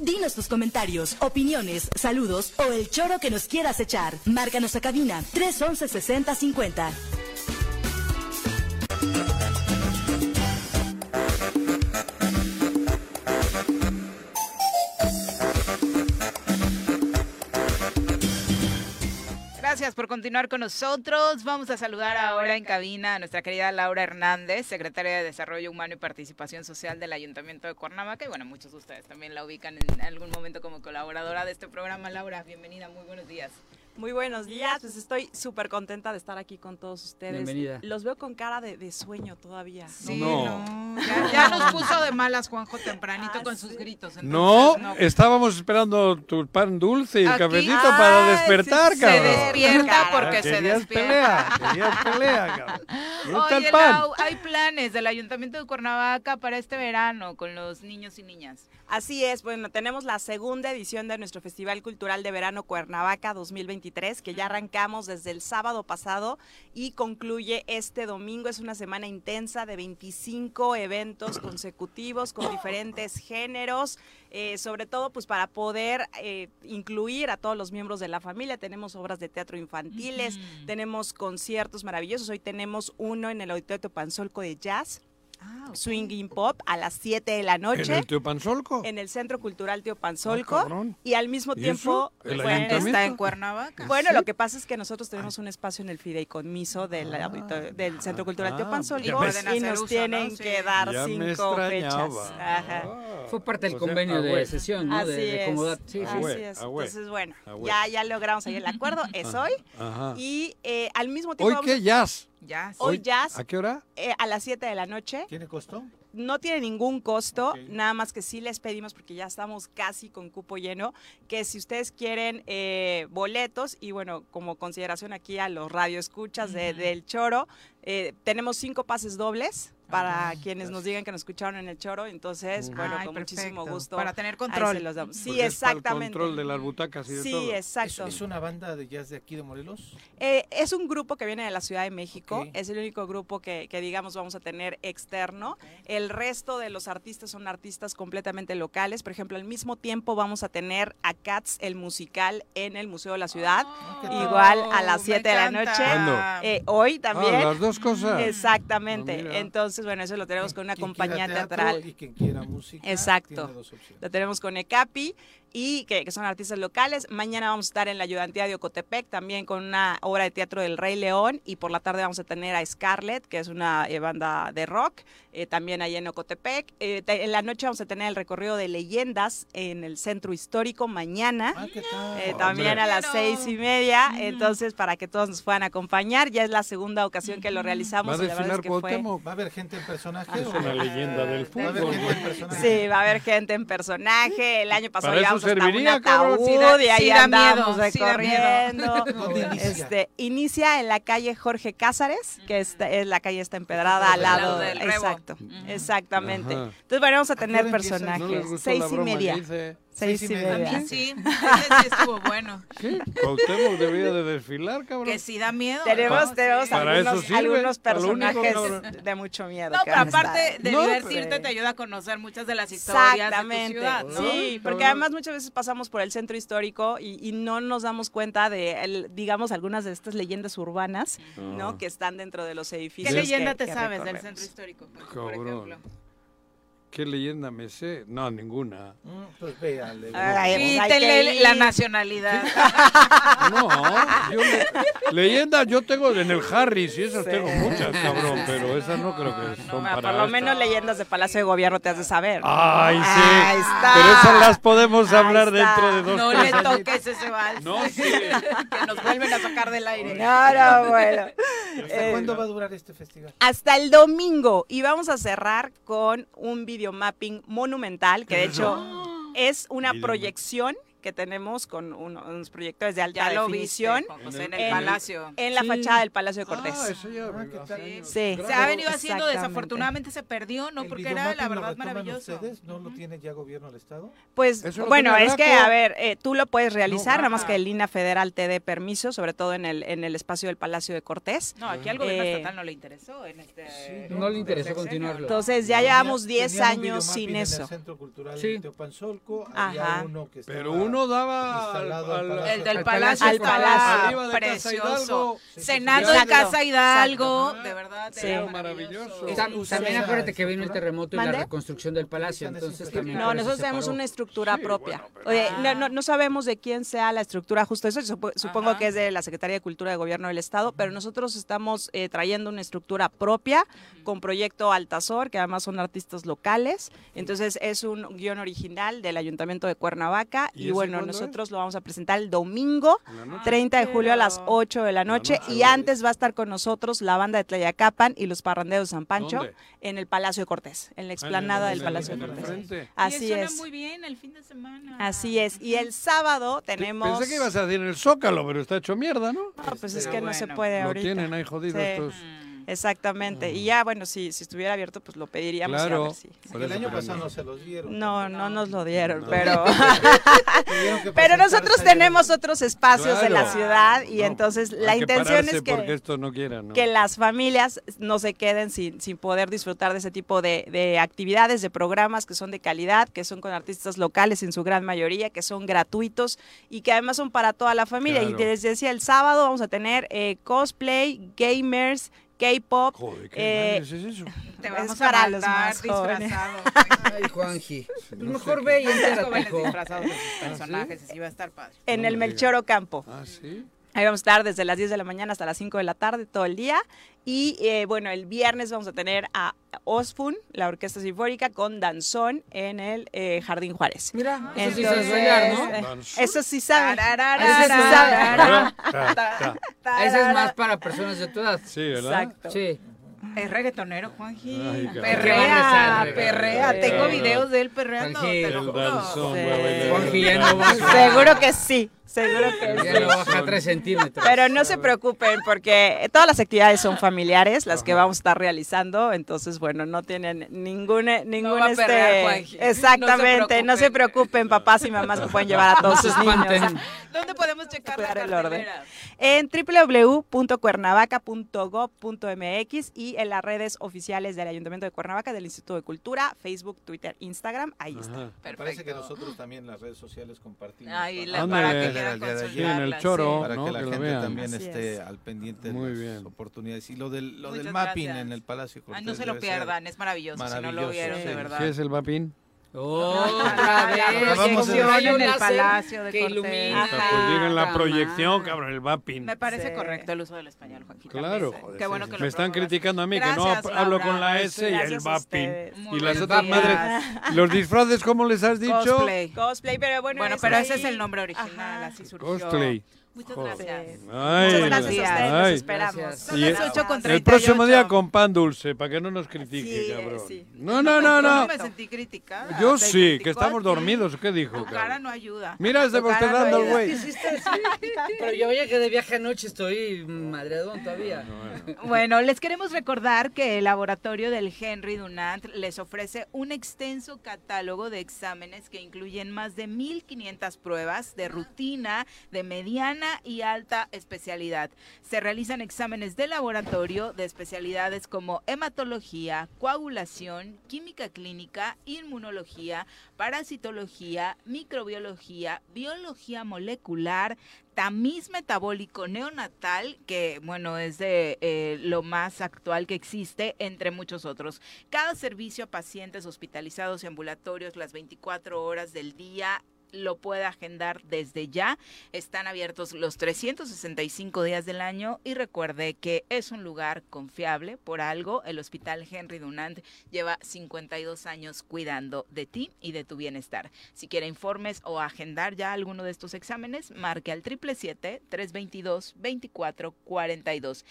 Speaker 9: Dinos tus comentarios, opiniones, saludos o el choro que nos quieras echar. Márcanos a cabina 311 6050.
Speaker 3: Gracias por continuar con nosotros. Vamos a saludar ahora en cabina a nuestra querida Laura Hernández, secretaria de Desarrollo Humano y Participación Social del Ayuntamiento de Cuernavaca. Y bueno, muchos de ustedes también la ubican en algún momento como colaboradora de este programa. Laura, bienvenida, muy buenos días.
Speaker 15: Muy buenos días, pues estoy súper contenta de estar aquí con todos ustedes.
Speaker 3: Bienvenida.
Speaker 15: Los veo con cara de, de sueño todavía.
Speaker 3: Sí, No.
Speaker 5: [LAUGHS]
Speaker 3: Ya, ya nos puso de malas Juanjo tempranito con
Speaker 5: Ah,
Speaker 3: sus gritos.
Speaker 4: No,
Speaker 3: entonces,
Speaker 4: estábamos esperando tu pan dulce y el
Speaker 3: Aquí- ah,
Speaker 4: cafecito
Speaker 3: Ay,
Speaker 4: para despertar,
Speaker 3: se- se
Speaker 4: cabrón. Ah,
Speaker 3: despierta porque se
Speaker 4: Querías
Speaker 3: despierta.
Speaker 4: Pelea, querías pelea, cabrón. ¿Dónde está
Speaker 3: Oye,
Speaker 4: el pan?
Speaker 3: Lau, hay planes del Ayuntamiento de Cuernavaca para este verano con los niños y niñas.
Speaker 15: Así es, bueno, tenemos la segunda edición de nuestro Festival Cultural de Verano Cuernavaca 2023, que ya arrancamos desde el sábado pasado y concluye este domingo. Es una semana intensa de 25 eventos consecutivos con diferentes géneros, eh, sobre todo pues para poder eh, incluir a todos los miembros de la familia. Tenemos obras de teatro infantiles, tenemos conciertos maravillosos. Hoy tenemos uno en el Auditorio Teopanzolco de Jazz. Swinging Pop a las 7 de la noche.
Speaker 4: ¿En el Teopanzolco?
Speaker 15: En el Centro Cultural
Speaker 4: Ah,
Speaker 15: Teopanzolco.
Speaker 4: cabrón.
Speaker 15: y al mismo
Speaker 4: ¿Y
Speaker 15: tiempo.
Speaker 4: eso? ¿El
Speaker 15: fue-
Speaker 4: ayuntamiento? Está en
Speaker 3: Cuernavaca.
Speaker 15: Bueno,
Speaker 4: ¿Sí?
Speaker 15: lo que pasa es que nosotros tenemos un espacio en el fideicomiso del, auditorio- del Centro Cultural
Speaker 3: ah,
Speaker 15: Teopanzolco.
Speaker 3: ya
Speaker 15: Y,
Speaker 3: me- Pueden hacer
Speaker 15: nos
Speaker 3: uso,
Speaker 15: tienen
Speaker 3: ¿no?
Speaker 15: que
Speaker 3: Sí.
Speaker 15: dar
Speaker 3: Ya me
Speaker 15: cinco fechas.
Speaker 3: extrañaba.
Speaker 15: Ajá.
Speaker 5: Fue parte del
Speaker 15: O sea,
Speaker 5: convenio
Speaker 15: ah,
Speaker 5: de
Speaker 15: bueno.
Speaker 5: sesión, ¿no?
Speaker 15: Así
Speaker 5: De, de
Speaker 15: es,
Speaker 5: acomodar. Sí,
Speaker 15: así
Speaker 5: sí.
Speaker 15: es. Entonces, bueno, ya, ya logramos ahí el acuerdo, es
Speaker 5: Ajá,
Speaker 15: hoy.
Speaker 5: ajá.
Speaker 15: Y eh, al mismo tiempo...
Speaker 4: ¿Hoy
Speaker 15: vamos-
Speaker 4: qué? ¿Jazz?
Speaker 15: Hoy jazz.
Speaker 4: ¿A qué hora?
Speaker 15: eh, a las 7 de la noche.
Speaker 12: ¿Tiene costo?
Speaker 15: No tiene ningún costo, nada más que sí les pedimos, porque ya estamos casi con cupo lleno, que si ustedes quieren eh, boletos y bueno, como consideración aquí a los radioescuchas de, del Choro, eh, tenemos cinco pases dobles para quienes nos digan que nos escucharon en el Choro, entonces,
Speaker 4: Ah, Ujú.
Speaker 15: bueno,
Speaker 3: Ay,
Speaker 15: con muchísimo
Speaker 3: perfecto,
Speaker 15: gusto.
Speaker 3: para tener
Speaker 15: ahí
Speaker 3: control.
Speaker 15: se los damos. Sí,
Speaker 4: Porque es para el
Speaker 15: exactamente.
Speaker 4: control de las butacas y de
Speaker 15: Sí,
Speaker 4: todo.
Speaker 15: exacto.
Speaker 12: ¿Es, es una banda de jazz de aquí de Morelos?
Speaker 15: Eh, es un grupo que viene de la Ciudad de México,
Speaker 12: Ok.
Speaker 15: es el único grupo que, que, digamos vamos a tener externo. El resto de los artistas son artistas completamente locales. Por ejemplo, al mismo tiempo vamos a tener a Cats el musical en el Museo de la Ciudad,
Speaker 12: Ah,
Speaker 15: igual a las 7 de la
Speaker 3: encanta.
Speaker 15: noche.
Speaker 4: ¿Cuándo?
Speaker 15: Eh, hoy también.
Speaker 4: Ah, las dos cosas.
Speaker 12: Ah,
Speaker 15: Exactamente. Entonces, bueno, eso lo
Speaker 12: Eh,
Speaker 15: tenemos con una compañía teatral.
Speaker 12: Y quien quiera música.
Speaker 15: Exacto.
Speaker 12: tiene dos opciones.
Speaker 15: Lo tenemos con ECAPI y que, que son artistas locales. Mañana vamos a estar en la ayudantía de Ocotepec también con una obra de teatro del Rey León y por la tarde vamos a tener a Scarlett, que es una eh, banda de rock, eh, también ahí en Ocotepec. Eh, te- en la noche vamos a tener el recorrido de leyendas en el centro histórico mañana,
Speaker 12: Ah,
Speaker 15: eh, también
Speaker 3: Hombre.
Speaker 15: a las seis y media. Mm. Entonces, para que todos nos puedan acompañar, ya es la segunda ocasión que lo
Speaker 12: Mm. ¿Va
Speaker 15: realizamos.
Speaker 12: a
Speaker 15: y la verdad es
Speaker 12: desfilar
Speaker 15: que fue-
Speaker 12: Cuauhtémoc? ¿Va a haber gente en personaje?
Speaker 4: Es
Speaker 12: o-
Speaker 4: una leyenda del
Speaker 12: ¿Va a haber
Speaker 4: fútbol.
Speaker 12: gente en personaje?
Speaker 4: [LAUGHS]
Speaker 15: Sí, va a haber gente en personaje. El año pasado
Speaker 4: Para eso
Speaker 15: llevamos hasta un
Speaker 4: serviría, cabrón.
Speaker 15: ataúd
Speaker 4: Sí da-
Speaker 15: y ahí
Speaker 4: sí da
Speaker 15: andamos
Speaker 4: miedo, sí da
Speaker 15: [LAUGHS] recorriendo.
Speaker 4: miedo. ¿Dónde [LAUGHS] inicia?
Speaker 15: Este, inicia en la calle Jorge Cázares, que está- es la calle está empedrada al
Speaker 3: Al
Speaker 15: lado
Speaker 3: lado del Rebo.
Speaker 15: Exacto, exactamente.
Speaker 3: Ajá.
Speaker 15: Entonces, bueno, vamos a
Speaker 3: hora
Speaker 15: tener
Speaker 3: empieza?
Speaker 4: ¿No les
Speaker 15: personajes.
Speaker 4: gustó
Speaker 15: seis
Speaker 4: la
Speaker 15: y
Speaker 4: broma que
Speaker 15: media.
Speaker 4: hice?
Speaker 15: Seis y [LAUGHS] media.
Speaker 3: Sí, ese sí
Speaker 15: [LAUGHS]
Speaker 3: estuvo bueno.
Speaker 4: Cuauhtémoc debía de desfilar, cabrón.
Speaker 3: Que sí da miedo.
Speaker 15: Tenemos,
Speaker 3: ¿no?
Speaker 15: tenemos
Speaker 4: Para
Speaker 15: algunos,
Speaker 4: eso sirve,
Speaker 15: algunos
Speaker 4: para lo único,
Speaker 15: personajes
Speaker 4: cabrón.
Speaker 15: de mucho miedo.
Speaker 3: No,
Speaker 15: que
Speaker 3: pero
Speaker 15: van a estar.
Speaker 3: aparte de
Speaker 15: No,
Speaker 3: divertirte
Speaker 15: pero-
Speaker 3: te ayuda a conocer muchas de las historias de tu
Speaker 15: Exactamente.
Speaker 3: ciudad, ¿no?
Speaker 15: Sí, porque además muchas veces pasamos por el centro histórico y, y no nos damos cuenta de, el- digamos, algunas de estas leyendas urbanas,
Speaker 4: Ujú.
Speaker 15: ¿no? Que están dentro de los edificios.
Speaker 3: ¿Qué leyenda
Speaker 15: que-
Speaker 3: te
Speaker 15: que
Speaker 3: sabes del
Speaker 4: Ah,
Speaker 15: recorremos.
Speaker 3: centro histórico?
Speaker 4: Cabrón. ¿Qué leyenda me sé? No, ninguna.
Speaker 15: Mm.
Speaker 6: Pues véale.
Speaker 3: Ay,
Speaker 6: Sí,
Speaker 3: pues hay
Speaker 6: te
Speaker 3: que
Speaker 6: le-
Speaker 3: ir. la nacionalidad.
Speaker 4: No, yo le- leyendas yo tengo en el Harris y esas tengo muchas, cabrón, pero esas no creo que son para
Speaker 15: Ah, Por lo
Speaker 4: esta.
Speaker 15: menos leyendas de Palacio de Gobierno te has de saber.
Speaker 4: Ay, sí.
Speaker 15: Ahí está.
Speaker 4: Pero esas las podemos
Speaker 15: Ahí
Speaker 4: hablar
Speaker 15: está.
Speaker 4: dentro de dos
Speaker 3: No
Speaker 4: tres
Speaker 3: le
Speaker 4: años.
Speaker 3: toques ese vals.
Speaker 4: No, sí.
Speaker 3: [LAUGHS] que nos vuelven a sacar del aire.
Speaker 15: No, no, bueno. Eh,
Speaker 6: ¿Hasta cuándo va a durar este festival?
Speaker 15: Hasta el domingo. Y vamos a cerrar con un videomapping monumental, que de hecho es una
Speaker 3: Videomapping.
Speaker 15: proyección que tenemos con uno- unos proyectores de alta
Speaker 3: Ya lo viste,
Speaker 15: definición
Speaker 3: Juan José, en el palacio.
Speaker 15: en la
Speaker 3: Sí. Ah,
Speaker 15: fachada del Palacio de Cortés. Sí.
Speaker 3: Se ha venido haciendo,
Speaker 15: Exactamente.
Speaker 3: desafortunadamente se perdió, ¿no?
Speaker 6: ¿El
Speaker 3: Porque era la
Speaker 6: videomapping lo
Speaker 3: verdad
Speaker 6: retoman
Speaker 3: maravilloso.
Speaker 6: ustedes? ¿No lo tiene ya gobierno del Estado?
Speaker 15: Pues
Speaker 6: Eso lo
Speaker 15: bueno,
Speaker 6: tiene
Speaker 15: es que
Speaker 6: Graco.
Speaker 15: a ver, eh, tú lo puedes realizar, nada más
Speaker 3: Graca.
Speaker 15: que el INA Federal te dé permiso, sobre todo en el en el espacio del Palacio de Cortés.
Speaker 3: No, aquí al gobierno
Speaker 15: Eh,
Speaker 3: estatal no le interesó. En este,
Speaker 5: No le interesó continuarlo.
Speaker 15: Entonces ya
Speaker 6: Tenía-
Speaker 15: llevamos 10
Speaker 6: tenían un
Speaker 15: años sin
Speaker 6: videomapping En
Speaker 15: eso.
Speaker 6: el Centro Cultural
Speaker 15: Sí.
Speaker 6: de Teopanzolco,
Speaker 15: Ajá.
Speaker 6: había uno que estaba
Speaker 4: Pero uno daba al-
Speaker 6: instalado al
Speaker 4: al-
Speaker 6: Palacio
Speaker 3: El del
Speaker 6: Al
Speaker 3: palacio
Speaker 6: Palacio
Speaker 3: estaba
Speaker 6: Arriba de Casa
Speaker 3: precioso.
Speaker 6: Hidalgo.
Speaker 3: Cenando en
Speaker 6: Exacto.
Speaker 3: Casa Hidalgo, de verdad.
Speaker 5: Sí.
Speaker 3: era
Speaker 5: Y tam- También acuérdate que vino el terremoto y la
Speaker 15: ¿Mande?
Speaker 5: reconstrucción del palacio, entonces Pues también.
Speaker 15: No,
Speaker 5: por eso
Speaker 15: nosotros
Speaker 5: se
Speaker 15: tenemos
Speaker 5: paró.
Speaker 15: una estructura propia. Oye, no, no- no sabemos de quién sea la estructura justo eso, supo- supongo que es de la Secretaría de Cultura de Gobierno del Estado, pero nosotros estamos eh, trayendo una estructura propia con Proyecto Altazor, que además son artistas locales, entonces es un guión original del Ayuntamiento de Cuernavaca
Speaker 3: ¿Y
Speaker 15: y,
Speaker 3: ese
Speaker 15: bueno,
Speaker 3: cuándo
Speaker 15: nosotros lo vamos a presentar el domingo
Speaker 3: la noche?
Speaker 15: 30 de julio a las
Speaker 3: Pero-
Speaker 15: 8 de la noche y antes va a estar con nosotros la banda de Tlayacapan y los parrandeos de San Pancho
Speaker 3: ¿Dónde?
Speaker 15: en el Palacio de Cortés, en la explanada del Palacio de Cortés. Así
Speaker 3: suena
Speaker 15: es.
Speaker 3: muy bien el fin de semana.
Speaker 15: Así es. Y el sábado tenemos.
Speaker 4: Pensé que ibas a decir en el Zócalo, pero está hecho mierda, ¿no?
Speaker 15: No, pues es que no se puede
Speaker 4: Lo
Speaker 15: ahorita.
Speaker 4: tienen ahí jodido
Speaker 15: Sí.
Speaker 4: estos.
Speaker 3: Mm.
Speaker 15: Exactamente. Y ya, bueno, si, si estuviera abierto, pues lo pediríamos. y a
Speaker 4: Claro.
Speaker 15: ver si-
Speaker 4: Por
Speaker 6: El
Speaker 4: eso,
Speaker 6: año
Speaker 4: pero
Speaker 6: pasado
Speaker 4: no.
Speaker 6: no se los dieron.
Speaker 15: No, no nos lo dieron,
Speaker 6: No.
Speaker 15: pero.
Speaker 4: [LAUGHS]
Speaker 6: Tuvieron que
Speaker 15: [LAUGHS] pero nosotros
Speaker 6: presentarse
Speaker 15: tenemos otros espacios en la
Speaker 4: Claro.
Speaker 15: ciudad y entonces la
Speaker 4: Hay que
Speaker 15: intención
Speaker 4: pararse
Speaker 15: es que.
Speaker 4: Porque estos no quieran, ¿no?
Speaker 15: que las familias no se queden sin, sin poder disfrutar de ese tipo de, de actividades, de programas que son de calidad, que son con artistas locales en su gran mayoría, que son gratuitos y que además son para toda la familia.
Speaker 9: Claro.
Speaker 15: Y te les decía, el sábado vamos a tener eh, cosplay, gamers, K-pop. eh,
Speaker 3: Te
Speaker 15: es
Speaker 3: vamos a
Speaker 15: para
Speaker 3: mandar
Speaker 15: los más jóvenes. [LAUGHS]
Speaker 3: disfrazado.
Speaker 5: Ay,
Speaker 3: [LAUGHS]
Speaker 5: Juanji. Pues
Speaker 3: No
Speaker 5: mejor
Speaker 3: sé
Speaker 5: ve y
Speaker 3: qué.
Speaker 5: entérate,
Speaker 3: Ah, Jóvenes
Speaker 5: hijo.
Speaker 3: disfrazados de sus
Speaker 5: ¿Ah, sí?
Speaker 3: personajes, así va a estar padre.
Speaker 15: en el Melchor Ocampo. Ahí vamos a estar desde las 10 de la mañana hasta las 5 de la tarde todo el día. Y eh, bueno, el viernes vamos a tener a Osfun, la Orquesta Sinfónica, con Danzón en el eh, Jardín Juárez.
Speaker 5: Mira,
Speaker 15: eso
Speaker 5: eso sí sabes bailar, ¿no? Danzón.
Speaker 15: eh, Eso sí saben.
Speaker 5: Eso sí
Speaker 15: Tararara.
Speaker 5: sabe. Ese es más para personas de tu edad.
Speaker 4: Sí, ¿verdad?
Speaker 5: Exacto. Sí.
Speaker 3: Es reggaetonero, Juanji.
Speaker 4: Ay, cabrón.
Speaker 3: perrea,
Speaker 5: Hay que regresar,
Speaker 3: perrea.
Speaker 5: regresar.
Speaker 3: Tengo videos de él perreando.
Speaker 5: Juanji,
Speaker 3: te lo
Speaker 5: el
Speaker 3: juro.
Speaker 5: danzón,
Speaker 3: Sí.
Speaker 5: güey, Juanji ya
Speaker 15: [LAUGHS]
Speaker 5: no va.
Speaker 15: Seguro que sí, seguro que
Speaker 5: Ya lo baja
Speaker 15: sí.
Speaker 5: 3 centímetros.
Speaker 15: Pero no se preocupen porque todas las actividades son familiares, las que vamos a estar realizando, entonces bueno, no tienen ningún eh, ningún
Speaker 3: va a
Speaker 15: este
Speaker 3: perder, Juanji.
Speaker 15: exactamente, no se preocupen papás y mamás que pueden llevar a todos
Speaker 3: No se
Speaker 15: sus niños. [LAUGHS]
Speaker 3: espanten. ¿Dónde podemos checar la
Speaker 15: el orden.
Speaker 3: cartelera?
Speaker 15: En www.cuernavaca.gov.mx y en las redes oficiales del Ayuntamiento de Cuernavaca, del Instituto de Cultura, Facebook, Twitter, Instagram, ahí está.
Speaker 6: Me Parece que nosotros también las redes sociales compartimos.
Speaker 15: Ahí
Speaker 6: ¿no?
Speaker 15: la- Ándale. para que
Speaker 6: Era el día de
Speaker 15: consultarlas,
Speaker 6: ayer.
Speaker 4: Sí, en el choro,
Speaker 6: Para
Speaker 4: ¿no?
Speaker 6: que la
Speaker 4: Que lo
Speaker 6: gente
Speaker 4: vean.
Speaker 6: también
Speaker 4: Así
Speaker 6: esté
Speaker 4: es.
Speaker 6: al pendiente de
Speaker 4: Muy
Speaker 6: las
Speaker 4: bien.
Speaker 6: oportunidades. Y lo del, lo del
Speaker 3: Muchas
Speaker 6: mapping
Speaker 3: gracias.
Speaker 6: en el Palacio
Speaker 3: Ay,
Speaker 6: Cortés.
Speaker 3: no se lo
Speaker 6: debe ser
Speaker 3: pierdan, es maravilloso, si no lo
Speaker 6: maravilloso,
Speaker 3: vieron, de
Speaker 6: sí.
Speaker 3: verdad.
Speaker 4: ¿Qué es el vapín?
Speaker 3: Oh.
Speaker 5: Otra vez.
Speaker 3: Acabamos
Speaker 5: Hay
Speaker 3: de-
Speaker 5: un
Speaker 3: Ah, en el
Speaker 5: láser
Speaker 3: Palacio de
Speaker 5: que
Speaker 3: Cortés.
Speaker 5: ilumina.
Speaker 4: Pues llega en la
Speaker 3: Ajá.
Speaker 4: proyección, cabrón, el vapín.
Speaker 3: Me parece correcto el uso del español, Juanji.
Speaker 4: Claro,
Speaker 3: también.
Speaker 4: joder,
Speaker 3: Qué
Speaker 4: sí,
Speaker 3: bueno
Speaker 4: sí.
Speaker 3: que lo
Speaker 4: me están criticando a mí que no
Speaker 3: Gracias,
Speaker 4: hab- hablo
Speaker 3: Laura.
Speaker 4: con la S y el
Speaker 3: Gracias a
Speaker 4: vapín.
Speaker 3: ustedes.
Speaker 4: Y
Speaker 3: Muy
Speaker 4: las
Speaker 3: bien.
Speaker 4: otras madres.
Speaker 3: Gracias.
Speaker 4: Los disfraces, ¿cómo les has dicho?
Speaker 3: Cosplay.
Speaker 15: Cosplay, pero Ah, bueno.
Speaker 3: Bueno,
Speaker 15: es
Speaker 3: pero
Speaker 15: ahí-
Speaker 3: ese es el nombre original, así surgió.
Speaker 4: Cosplay.
Speaker 3: Muchas
Speaker 4: Joder.
Speaker 3: gracias.
Speaker 4: Ay,
Speaker 3: Muchas gracias a ustedes, los
Speaker 4: ay.
Speaker 3: esperamos. Gracias. Son
Speaker 4: Y
Speaker 3: las ocho con
Speaker 4: el
Speaker 3: 38.
Speaker 4: próximo día con pan dulce, para que no nos critique,
Speaker 3: Sí, eh,
Speaker 4: cabrón.
Speaker 3: sí.
Speaker 4: No, no, no, no.
Speaker 3: Yo me sentí criticada.
Speaker 4: Yo
Speaker 3: Te
Speaker 4: sí, que
Speaker 3: criticó a
Speaker 4: estamos
Speaker 3: ti.
Speaker 4: dormidos. ¿Qué dijo,
Speaker 3: Tu cara
Speaker 4: cabrón?
Speaker 3: no ayuda.
Speaker 4: Mira, es de
Speaker 3: Tu cara no
Speaker 4: bostezando el
Speaker 3: ayuda.
Speaker 4: güey.
Speaker 5: [LAUGHS] Pero yo veía que de viaje anoche estoy madreadón todavía.
Speaker 3: Bueno, les queremos recordar que el laboratorio del Henry Dunant les ofrece un extenso catálogo de exámenes que incluyen más de 1.500 pruebas de rutina, de mediana mediana y alta especialidad. Se realizan exámenes de laboratorio de especialidades como hematología, coagulación, química clínica, inmunología, parasitología, microbiología, biología molecular, tamiz metabólico neonatal, que bueno, es de eh, lo más actual que existe, entre muchos otros. Cada servicio a pacientes hospitalizados y ambulatorios las 24 horas del día lo puede agendar desde ya. Están abiertos los 365 días del año y recuerde que es un lugar confiable por algo. El Hospital Henry Dunant lleva 52 años cuidando de ti y de tu bienestar. Si quiere informes o agendar ya alguno de estos exámenes, marque al 777-322-2442.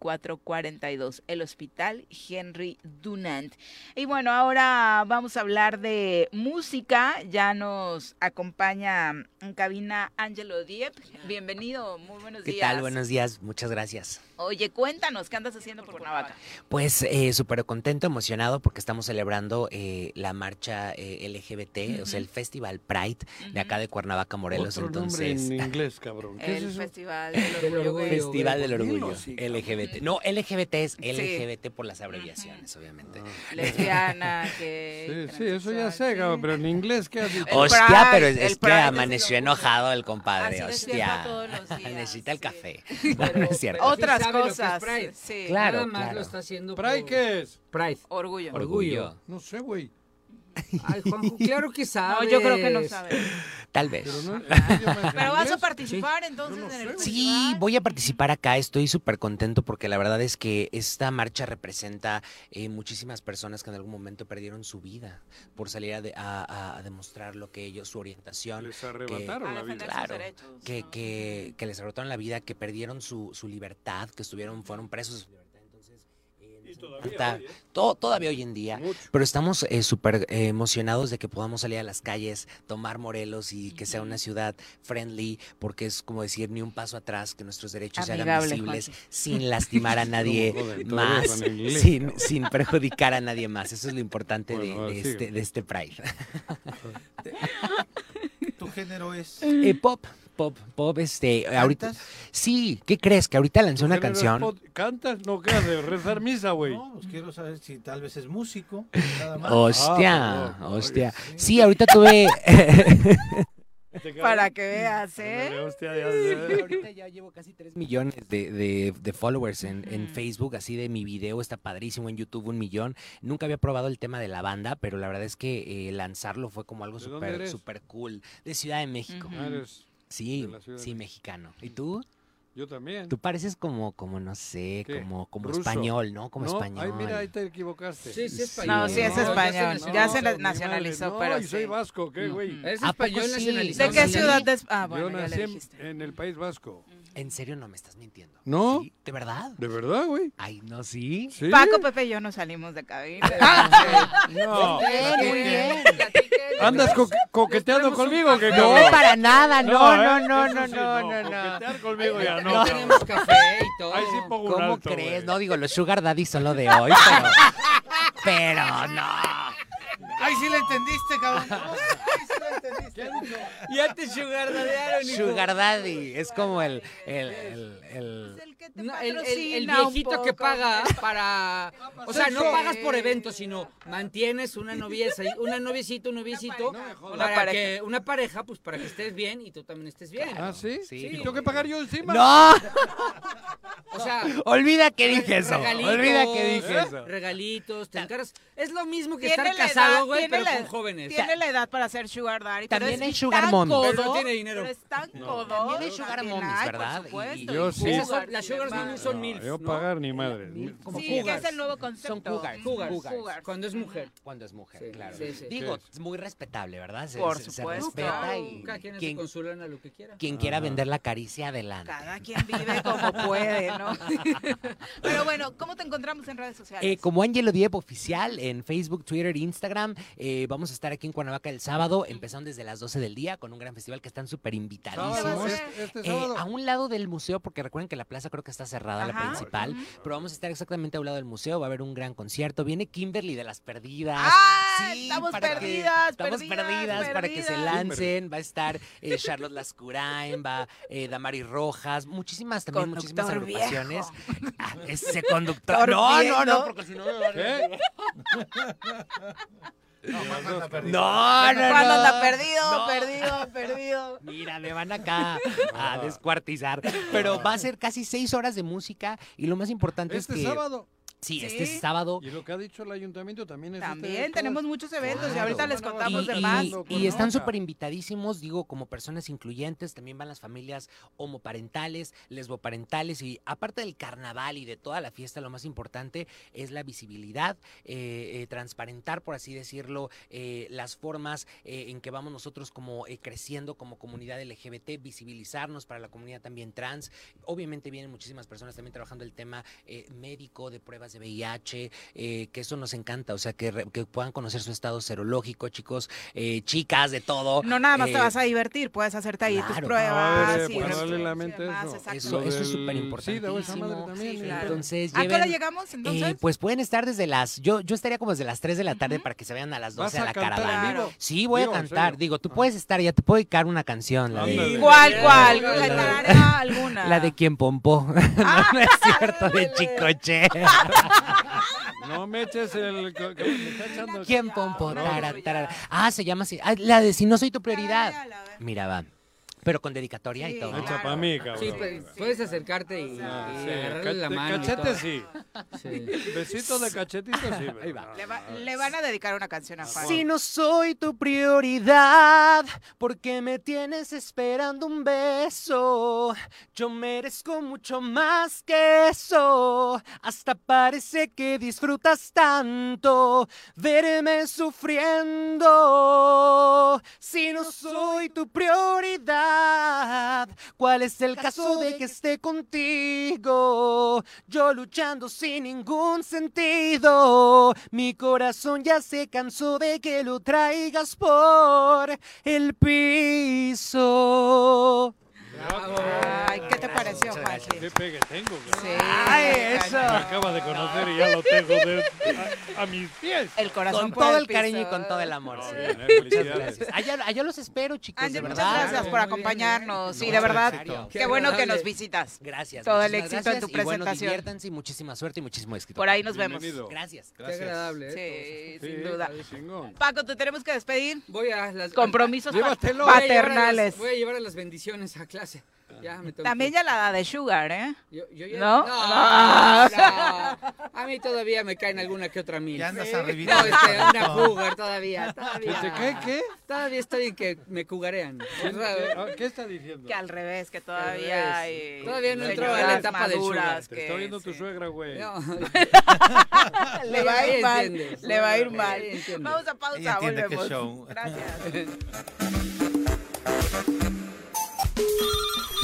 Speaker 3: 777-322-2442. El Hospital Henry Dunant. Y bueno, ahora vamos a hablar de música. Ya nos acompaña en cabina Angelo Diep. Bienvenido, muy buenos
Speaker 11: ¿Qué
Speaker 3: días.
Speaker 11: tal? Buenos días, muchas gracias.
Speaker 3: Oye, cuéntanos, ¿qué andas haciendo por Cuernavaca?
Speaker 11: Pues eh, súper contento, emocionado, porque estamos celebrando eh, la marcha eh, LGBT, o sea, el
Speaker 3: Ujú.
Speaker 11: Festival Pride de acá de Cuernavaca, Morelos.
Speaker 4: Otro nombre
Speaker 11: entonces,
Speaker 4: en
Speaker 11: [LAUGHS]
Speaker 4: inglés, cabrón. ¿Qué es
Speaker 3: El
Speaker 4: eso?
Speaker 3: [LAUGHS] Festival del Orgullo Gay.
Speaker 11: Festival del
Speaker 4: ¿Por qué no?
Speaker 11: Orgullo
Speaker 4: Sí,
Speaker 11: LGBT. No, LGBT es LGBT por las abreviaciones, obviamente.
Speaker 4: Ah.
Speaker 11: [LAUGHS]
Speaker 3: Lesbiana, que...
Speaker 4: Sí, sí, eso ya sé, cabrón, pero en inglés, ¿qué has dicho?
Speaker 11: Hostia, pero es, es que
Speaker 4: Pride es
Speaker 11: amaneció enojado el compadre.
Speaker 4: Así
Speaker 11: Hostia.
Speaker 4: despierta todos los
Speaker 11: [LAUGHS] Necesita el café. [LAUGHS] No, no es cierto.
Speaker 5: sí
Speaker 3: Otras
Speaker 5: sabe lo que es
Speaker 3: cosas.
Speaker 5: Pride.
Speaker 3: sí.
Speaker 11: Claro,
Speaker 5: Nada más
Speaker 11: claro.
Speaker 5: lo está haciendo.
Speaker 4: ¿Pride
Speaker 5: por-
Speaker 4: qué es?
Speaker 5: Pride.
Speaker 3: Orgullo.
Speaker 11: Orgullo.
Speaker 4: No sé, güey.
Speaker 5: Ay,
Speaker 3: Oh,
Speaker 5: Juanjo,
Speaker 4: [LAUGHS]
Speaker 5: claro que sabe.
Speaker 3: [LAUGHS] No, yo creo que no sabe.
Speaker 11: Tal vez.
Speaker 3: Pero vas a participar entonces en el
Speaker 11: Sí, voy a participar acá. Estoy súper contento porque la verdad es que esta marcha representa eh, muchísimas personas que en algún momento perdieron su vida por salir a, de- a- a demostrar lo que ellos, su orientación.
Speaker 4: Les arrebataron
Speaker 11: que-
Speaker 4: la A vida. defender sus
Speaker 11: Claro,
Speaker 4: derechos,
Speaker 11: que, que, que les arrebataron la vida, que perdieron su, su libertad, que estuvieron, fueron presos de su libertad. Entonces, eh, nos encanta- to- todavía hoy en día. Pero estamos eh, súper eh, emocionados de que podamos salir a las calles, tomar Morelos y que sea una ciudad friendly, porque es como decir ni un paso atrás, que nuestros derechos se hagan
Speaker 3: Amigable,
Speaker 11: visibles
Speaker 3: Juancho.
Speaker 11: sin
Speaker 4: [LAUGHS]
Speaker 11: lastimar a nadie
Speaker 4: No, joder, todavía
Speaker 11: más,
Speaker 4: con el inglés,
Speaker 11: sin, sin perjudicar a nadie más. Eso es lo importante de-
Speaker 4: Bueno,
Speaker 11: de,
Speaker 4: sigue.
Speaker 11: este, de
Speaker 4: [LAUGHS]
Speaker 11: este Pride.
Speaker 12: Tu género es.
Speaker 11: Eh, pop, pop, pop, este, ahorita. Sí, ¿qué crees? Que ahorita lanzó una
Speaker 4: Género es
Speaker 11: canción.
Speaker 4: pot- ¿Cantas? No, ¿qué haces? Rezar misa, güey.
Speaker 12: No, pues quiero saber si tal vez es músico. nada más.
Speaker 4: Ah,
Speaker 11: Hostia, hostia. Sí, ahorita
Speaker 4: [LAUGHS]
Speaker 11: tuve. [LAUGHS]
Speaker 3: Para que veas, ¿eh?
Speaker 11: Ahorita ya llevo casi 3 millones de, de- de followers en, en Facebook, así de mi video está padrísimo, en YouTube un millón. Nunca había probado el tema de la banda, pero la verdad es que eh, lanzarlo fue como algo
Speaker 4: ¿De dónde
Speaker 11: súper
Speaker 4: eres?
Speaker 11: súper cool. De Ciudad de México.
Speaker 4: Ah, eres
Speaker 11: Sí,
Speaker 4: de la Ciudad de
Speaker 11: sí, mexicano. ¿Y tú?
Speaker 4: Yo
Speaker 11: [LAUGHS]
Speaker 4: también.
Speaker 11: Tú pareces como, como no sé,
Speaker 4: ¿Qué?
Speaker 11: como, como
Speaker 4: Ruso.
Speaker 11: español, ¿no? Como español.
Speaker 4: Ay, mira, ahí te equivocaste.
Speaker 5: Sí, sí, es
Speaker 11: español. No, sí, es
Speaker 3: español. Ya se
Speaker 4: no, mi madre,
Speaker 3: nacionalizó,
Speaker 4: no,
Speaker 3: pero
Speaker 4: y soy
Speaker 3: sí.
Speaker 4: vasco, ¿qué, eh, güey?
Speaker 5: Eres ¿A poco español sí? nacionalizado.
Speaker 3: ¿De qué
Speaker 5: Sí.
Speaker 3: ciudad? de- Ah, bueno,
Speaker 4: Yo
Speaker 3: ya
Speaker 4: nací
Speaker 3: le
Speaker 4: en,
Speaker 3: dijiste.
Speaker 4: en el País Vasco.
Speaker 11: ¿En serio no me estás mintiendo?
Speaker 4: ¿No?
Speaker 11: Sí, ¿De verdad?
Speaker 4: ¿De verdad, güey?
Speaker 11: Ay, no, sí.
Speaker 4: ¿Sí?
Speaker 3: [LAUGHS] Paco, Pepe y yo no salimos de cabina. [LAUGHS] Ah,
Speaker 4: No.
Speaker 3: Muy bien, muy bien.
Speaker 4: ¿Andas co- coqueteando conmigo? ¿qué,
Speaker 11: No,
Speaker 4: cabrón?
Speaker 11: para nada, no, no,
Speaker 4: ¿eh?
Speaker 11: no,
Speaker 4: Eso
Speaker 11: no,
Speaker 4: sí,
Speaker 11: no, no, no.
Speaker 4: Coquetear conmigo ya, no.
Speaker 11: No.
Speaker 4: cabrón. Ahí sí pongo un
Speaker 11: ¿Cómo
Speaker 4: alto,
Speaker 11: crees?
Speaker 4: güey.
Speaker 11: No, digo, los Sugar Daddy son lo de hoy, [LAUGHS] pero. Pero no.
Speaker 4: Ah.
Speaker 12: Ay, sí la entendiste,
Speaker 3: [LAUGHS]
Speaker 12: cabrón.
Speaker 11: Ya te Sugar
Speaker 5: daddearon, hijo.
Speaker 11: Sugar Daddy. Es como el. el, el, el-
Speaker 5: No, el, el- el
Speaker 3: patrocina un
Speaker 5: viejito
Speaker 3: poco.
Speaker 5: que paga para... O sea, no
Speaker 3: Sí.
Speaker 5: pagas por evento, sino mantienes una novieza, y- una noviecita, un noviecito,
Speaker 3: Una
Speaker 5: para
Speaker 3: pareja.
Speaker 5: que una pareja, pues para que estés bien y tú también estés bien.
Speaker 4: ¿Ah, sí?
Speaker 5: Sí.
Speaker 4: ¿Y tengo que pagar yo encima?
Speaker 3: [LAUGHS]
Speaker 11: ¡No!
Speaker 5: O sea,
Speaker 11: Olvida que dije eso.
Speaker 5: regalitos,
Speaker 11: Olvida que dije
Speaker 5: ¿eh?
Speaker 11: eso.
Speaker 5: Regalitos, te encargas. Es lo mismo que
Speaker 3: Tiene
Speaker 5: estar
Speaker 3: la edad,
Speaker 5: casado, güey,
Speaker 3: tiene
Speaker 5: pero
Speaker 3: la-
Speaker 5: con jóvenes.
Speaker 3: Tiene la edad para ser sugar daddy. pero
Speaker 11: También
Speaker 3: es
Speaker 11: hay sugar
Speaker 3: tan
Speaker 11: mommy.
Speaker 3: codo,
Speaker 5: Pero no tiene dinero.
Speaker 3: pero es tan
Speaker 5: No.
Speaker 3: codo.
Speaker 11: También hay sugar
Speaker 3: También
Speaker 11: mommies,
Speaker 3: hay,
Speaker 11: ¿verdad?
Speaker 3: por supuesto,
Speaker 11: Y-
Speaker 4: yo
Speaker 3: y
Speaker 4: sí.
Speaker 3: cougars,
Speaker 5: Esas son- las
Speaker 3: sin
Speaker 5: sugar
Speaker 3: embargo.
Speaker 5: mommy son
Speaker 4: No,
Speaker 5: milfs,
Speaker 4: yo
Speaker 5: ¿no?
Speaker 4: pagar ni madre.
Speaker 5: como
Speaker 3: Sí, que es
Speaker 5: cougars.
Speaker 3: el nuevo concepto.
Speaker 11: Son cougars,
Speaker 5: Cougars,
Speaker 11: cougars.
Speaker 3: Cougars.
Speaker 5: Cuando es mujer.
Speaker 11: Cuando es mujer,
Speaker 5: Sí,
Speaker 11: claro.
Speaker 5: sí, sí.
Speaker 11: Digo,
Speaker 4: Sí.
Speaker 11: es muy respetable, ¿verdad? Se,
Speaker 3: Por
Speaker 11: se- se
Speaker 3: supuesto.
Speaker 11: respeta
Speaker 3: Claro,
Speaker 11: y
Speaker 5: Cada quien hace
Speaker 11: quien,
Speaker 5: con su lana lo que quiera.
Speaker 11: Eh, quien quiera vender la caricia adelante.
Speaker 3: Cada quien vive como puede,
Speaker 11: [LAUGHS]
Speaker 3: Claro. Pero bueno, ¿cómo te encontramos en redes sociales?
Speaker 11: Eh, como Angelo Diep Oficial en Facebook, Twitter, Instagram. Eh, vamos a estar aquí en Cuernavaca el sábado, empezando desde las 12 del día con un gran festival que están súper
Speaker 2: Sábado,
Speaker 11: invitadísimos.
Speaker 2: este- este
Speaker 11: Eh,
Speaker 2: sábado.
Speaker 9: ah,
Speaker 11: a un lado del museo, porque recuerden que la plaza creo que está cerrada, la
Speaker 2: Ajá.
Speaker 11: principal. Pero vamos a estar exactamente a un lado del museo. Va a haber un gran concierto. Viene Kimberly de las Perdidas.
Speaker 2: ¡Ah!
Speaker 11: Sí,
Speaker 3: estamos
Speaker 11: para que-
Speaker 3: perdidas,
Speaker 11: Estamos
Speaker 3: perdidas,
Speaker 11: perdidas, para que se
Speaker 3: perdidas.
Speaker 11: lancen. Va a estar eh, Charlotte Lascurain, va eh, Damari Rojas, muchísimas también, muchísimas
Speaker 2: Conductor
Speaker 11: agrupaciones.
Speaker 2: [LAUGHS]
Speaker 11: Ah, ese conductor.
Speaker 2: Conductor
Speaker 11: No, no,
Speaker 2: viejo.
Speaker 11: no, porque si no. me van a-
Speaker 2: ¿Qué?
Speaker 11: No, no,
Speaker 2: Juan
Speaker 11: no.
Speaker 2: anda perdido,
Speaker 11: No.
Speaker 2: perdido,
Speaker 3: perdido.
Speaker 11: Mira, me van acá a Ah,
Speaker 4: Ah.
Speaker 11: descuartizar. Pero va a ser casi seis horas de música y lo más importante
Speaker 4: Este
Speaker 11: es que.
Speaker 4: sábado.
Speaker 11: Sí, este sábado.
Speaker 4: Y lo que ha dicho el ayuntamiento también es este
Speaker 3: También tenemos muchos eventos y
Speaker 11: Claro.
Speaker 3: ahorita les contamos
Speaker 11: Y-
Speaker 3: de
Speaker 11: y-
Speaker 3: más.
Speaker 11: Y, están súper invitadísimos, digo, como personas incluyentes, también van las familias homoparentales, lesboparentales y aparte del carnaval y de toda la fiesta, lo más importante es la visibilidad, eh, eh, transparentar, por así decirlo, eh, las formas eh, en que vamos nosotros como eh, creciendo como comunidad LGBT, visibilizarnos para la comunidad también trans. Obviamente vienen muchísimas personas también trabajando el tema eh, médico, de pruebas de VIH, eh, que eso nos encanta, o sea, que, re- que puedan conocer su estado serológico, chicos, eh, chicas, de todo.
Speaker 3: No nada más
Speaker 11: eh,
Speaker 3: te vas a Ah, divertir, puedes hacerte ahí tus
Speaker 11: claro.
Speaker 3: pruebas. y
Speaker 11: Eso, eso es súper importante. Entonces,
Speaker 3: ¿A qué hora
Speaker 11: lleven-
Speaker 3: llegamos
Speaker 11: eh,
Speaker 3: entonces?
Speaker 11: pues pueden estar desde las. Yo, yo estaría como desde las 3 de la tarde para que se vayan a las 12
Speaker 3: ¿Vas
Speaker 11: a
Speaker 3: a
Speaker 11: la
Speaker 3: cantar en
Speaker 11: caravana.
Speaker 3: vivo?
Speaker 11: Sí, voy
Speaker 3: Digo,
Speaker 11: a
Speaker 3: en Ah.
Speaker 11: cantar. Digo, tú puedes estar, ya te puedo dedicar una canción. La de,
Speaker 3: ¿Cuál, cuál?
Speaker 11: La de-
Speaker 3: ¿Cantará alguna? Ah,
Speaker 11: La de quien pompó. [LAUGHS] no, no es cierto, de
Speaker 3: [LAUGHS]
Speaker 11: Chicoche.
Speaker 4: No me eches el. co- que me está echando-
Speaker 11: ¿Quién pompó? Tara, tara. Ah, se llama así. Ah, la de si no soy tu prioridad. Mira, va. Pero con dedicatoria y todo.
Speaker 4: Echa pa' mí, cabrón.
Speaker 5: Sí, pues, puedes acercarte y, y
Speaker 4: Ah, sí,
Speaker 5: agarrarle la
Speaker 4: cachete-
Speaker 5: mano. y
Speaker 4: cachete
Speaker 5: todo.
Speaker 4: sí. Besito de cachetito, sí. Ahí va.
Speaker 3: Le,
Speaker 11: Ah,
Speaker 3: va- le van a dedicar una canción a Juan.
Speaker 11: Si no soy tu prioridad, porque me tienes esperando un beso. Yo merezco mucho más que eso. Hasta parece que disfrutas tanto verme sufriendo. Si no soy tu prioridad, ¿cuál es el caso de que esté contigo? Yo luchando sin ningún sentido. Mi corazón ya se cansó de que lo traigas por el piso.
Speaker 3: Ay, ¿qué te pareció, Juan?
Speaker 4: Qué pegue tengo, cabrón.
Speaker 3: Sí.
Speaker 4: Ay,
Speaker 3: eso.
Speaker 4: Me acabas de conocer y ya
Speaker 3: [LAUGHS]
Speaker 4: lo tengo de- a, a mis pies.
Speaker 3: El corazón
Speaker 11: Con
Speaker 3: por
Speaker 11: todo el
Speaker 3: piso.
Speaker 11: cariño y con todo el amor. sí.
Speaker 4: bien, eh,
Speaker 11: Muchas
Speaker 4: felicidades.
Speaker 11: gracias. Pues, Allá, allá los espero, chicos. de
Speaker 3: Ángel, muchas
Speaker 11: verdad.
Speaker 3: gracias por acompañarnos. Sí, de verdad, qué bueno que nos visitas.
Speaker 11: Gracias.
Speaker 3: Todo el
Speaker 11: muchísimas
Speaker 3: éxito
Speaker 11: gracias
Speaker 3: en tu
Speaker 11: y bueno,
Speaker 3: presentación.
Speaker 11: diviértanse y muchísima suerte y muchísimo éxito.
Speaker 3: Por ahí nos vemos.
Speaker 11: Gracias.
Speaker 3: Qué agradable. ¿eh? Sí, sin duda.
Speaker 4: duda.
Speaker 3: Paco, te tenemos que despedir.
Speaker 5: Voy a las
Speaker 3: compromisos pa-
Speaker 5: Llévatelo.
Speaker 3: paternales.
Speaker 5: Voy a, llevar a las, voy a llevar a las bendiciones a clase. Ya me tengo
Speaker 3: También
Speaker 5: que-
Speaker 3: ya la da de Sugar, ¿eh?
Speaker 5: Yo- yo ya-
Speaker 3: ¿No? Ah.
Speaker 5: No,
Speaker 3: [LAUGHS]
Speaker 5: no. A mí todavía me caen alguna que otra mil.
Speaker 12: Ya andas
Speaker 5: Sí.
Speaker 12: arribita
Speaker 5: No,
Speaker 12: de
Speaker 5: este,
Speaker 12: tanto.
Speaker 5: una cougar
Speaker 3: [LAUGHS]
Speaker 5: todavía,
Speaker 4: ¿Que
Speaker 5: todavía.
Speaker 4: te cae qué?
Speaker 5: Todavía estoy en que me cugarean.
Speaker 4: ¿Qué, qué está diciendo?
Speaker 3: Que al revés, que todavía
Speaker 5: Al revés.
Speaker 3: hay.
Speaker 5: Todavía no entró a la
Speaker 3: señoras
Speaker 5: etapa del
Speaker 3: maduras
Speaker 4: Te
Speaker 3: que
Speaker 4: está viendo tu suegra, güey. [LAUGHS]
Speaker 5: No. [LAUGHS]
Speaker 3: Le va a ir
Speaker 5: Ella
Speaker 3: mal.
Speaker 5: entiende.
Speaker 3: Le va a ir
Speaker 5: Ella
Speaker 3: mal.
Speaker 5: entiende.
Speaker 3: Vamos a
Speaker 12: Ella
Speaker 3: pausa,
Speaker 12: entiende que es
Speaker 3: volvemos.
Speaker 12: show.
Speaker 3: Gracias.
Speaker 9: eh,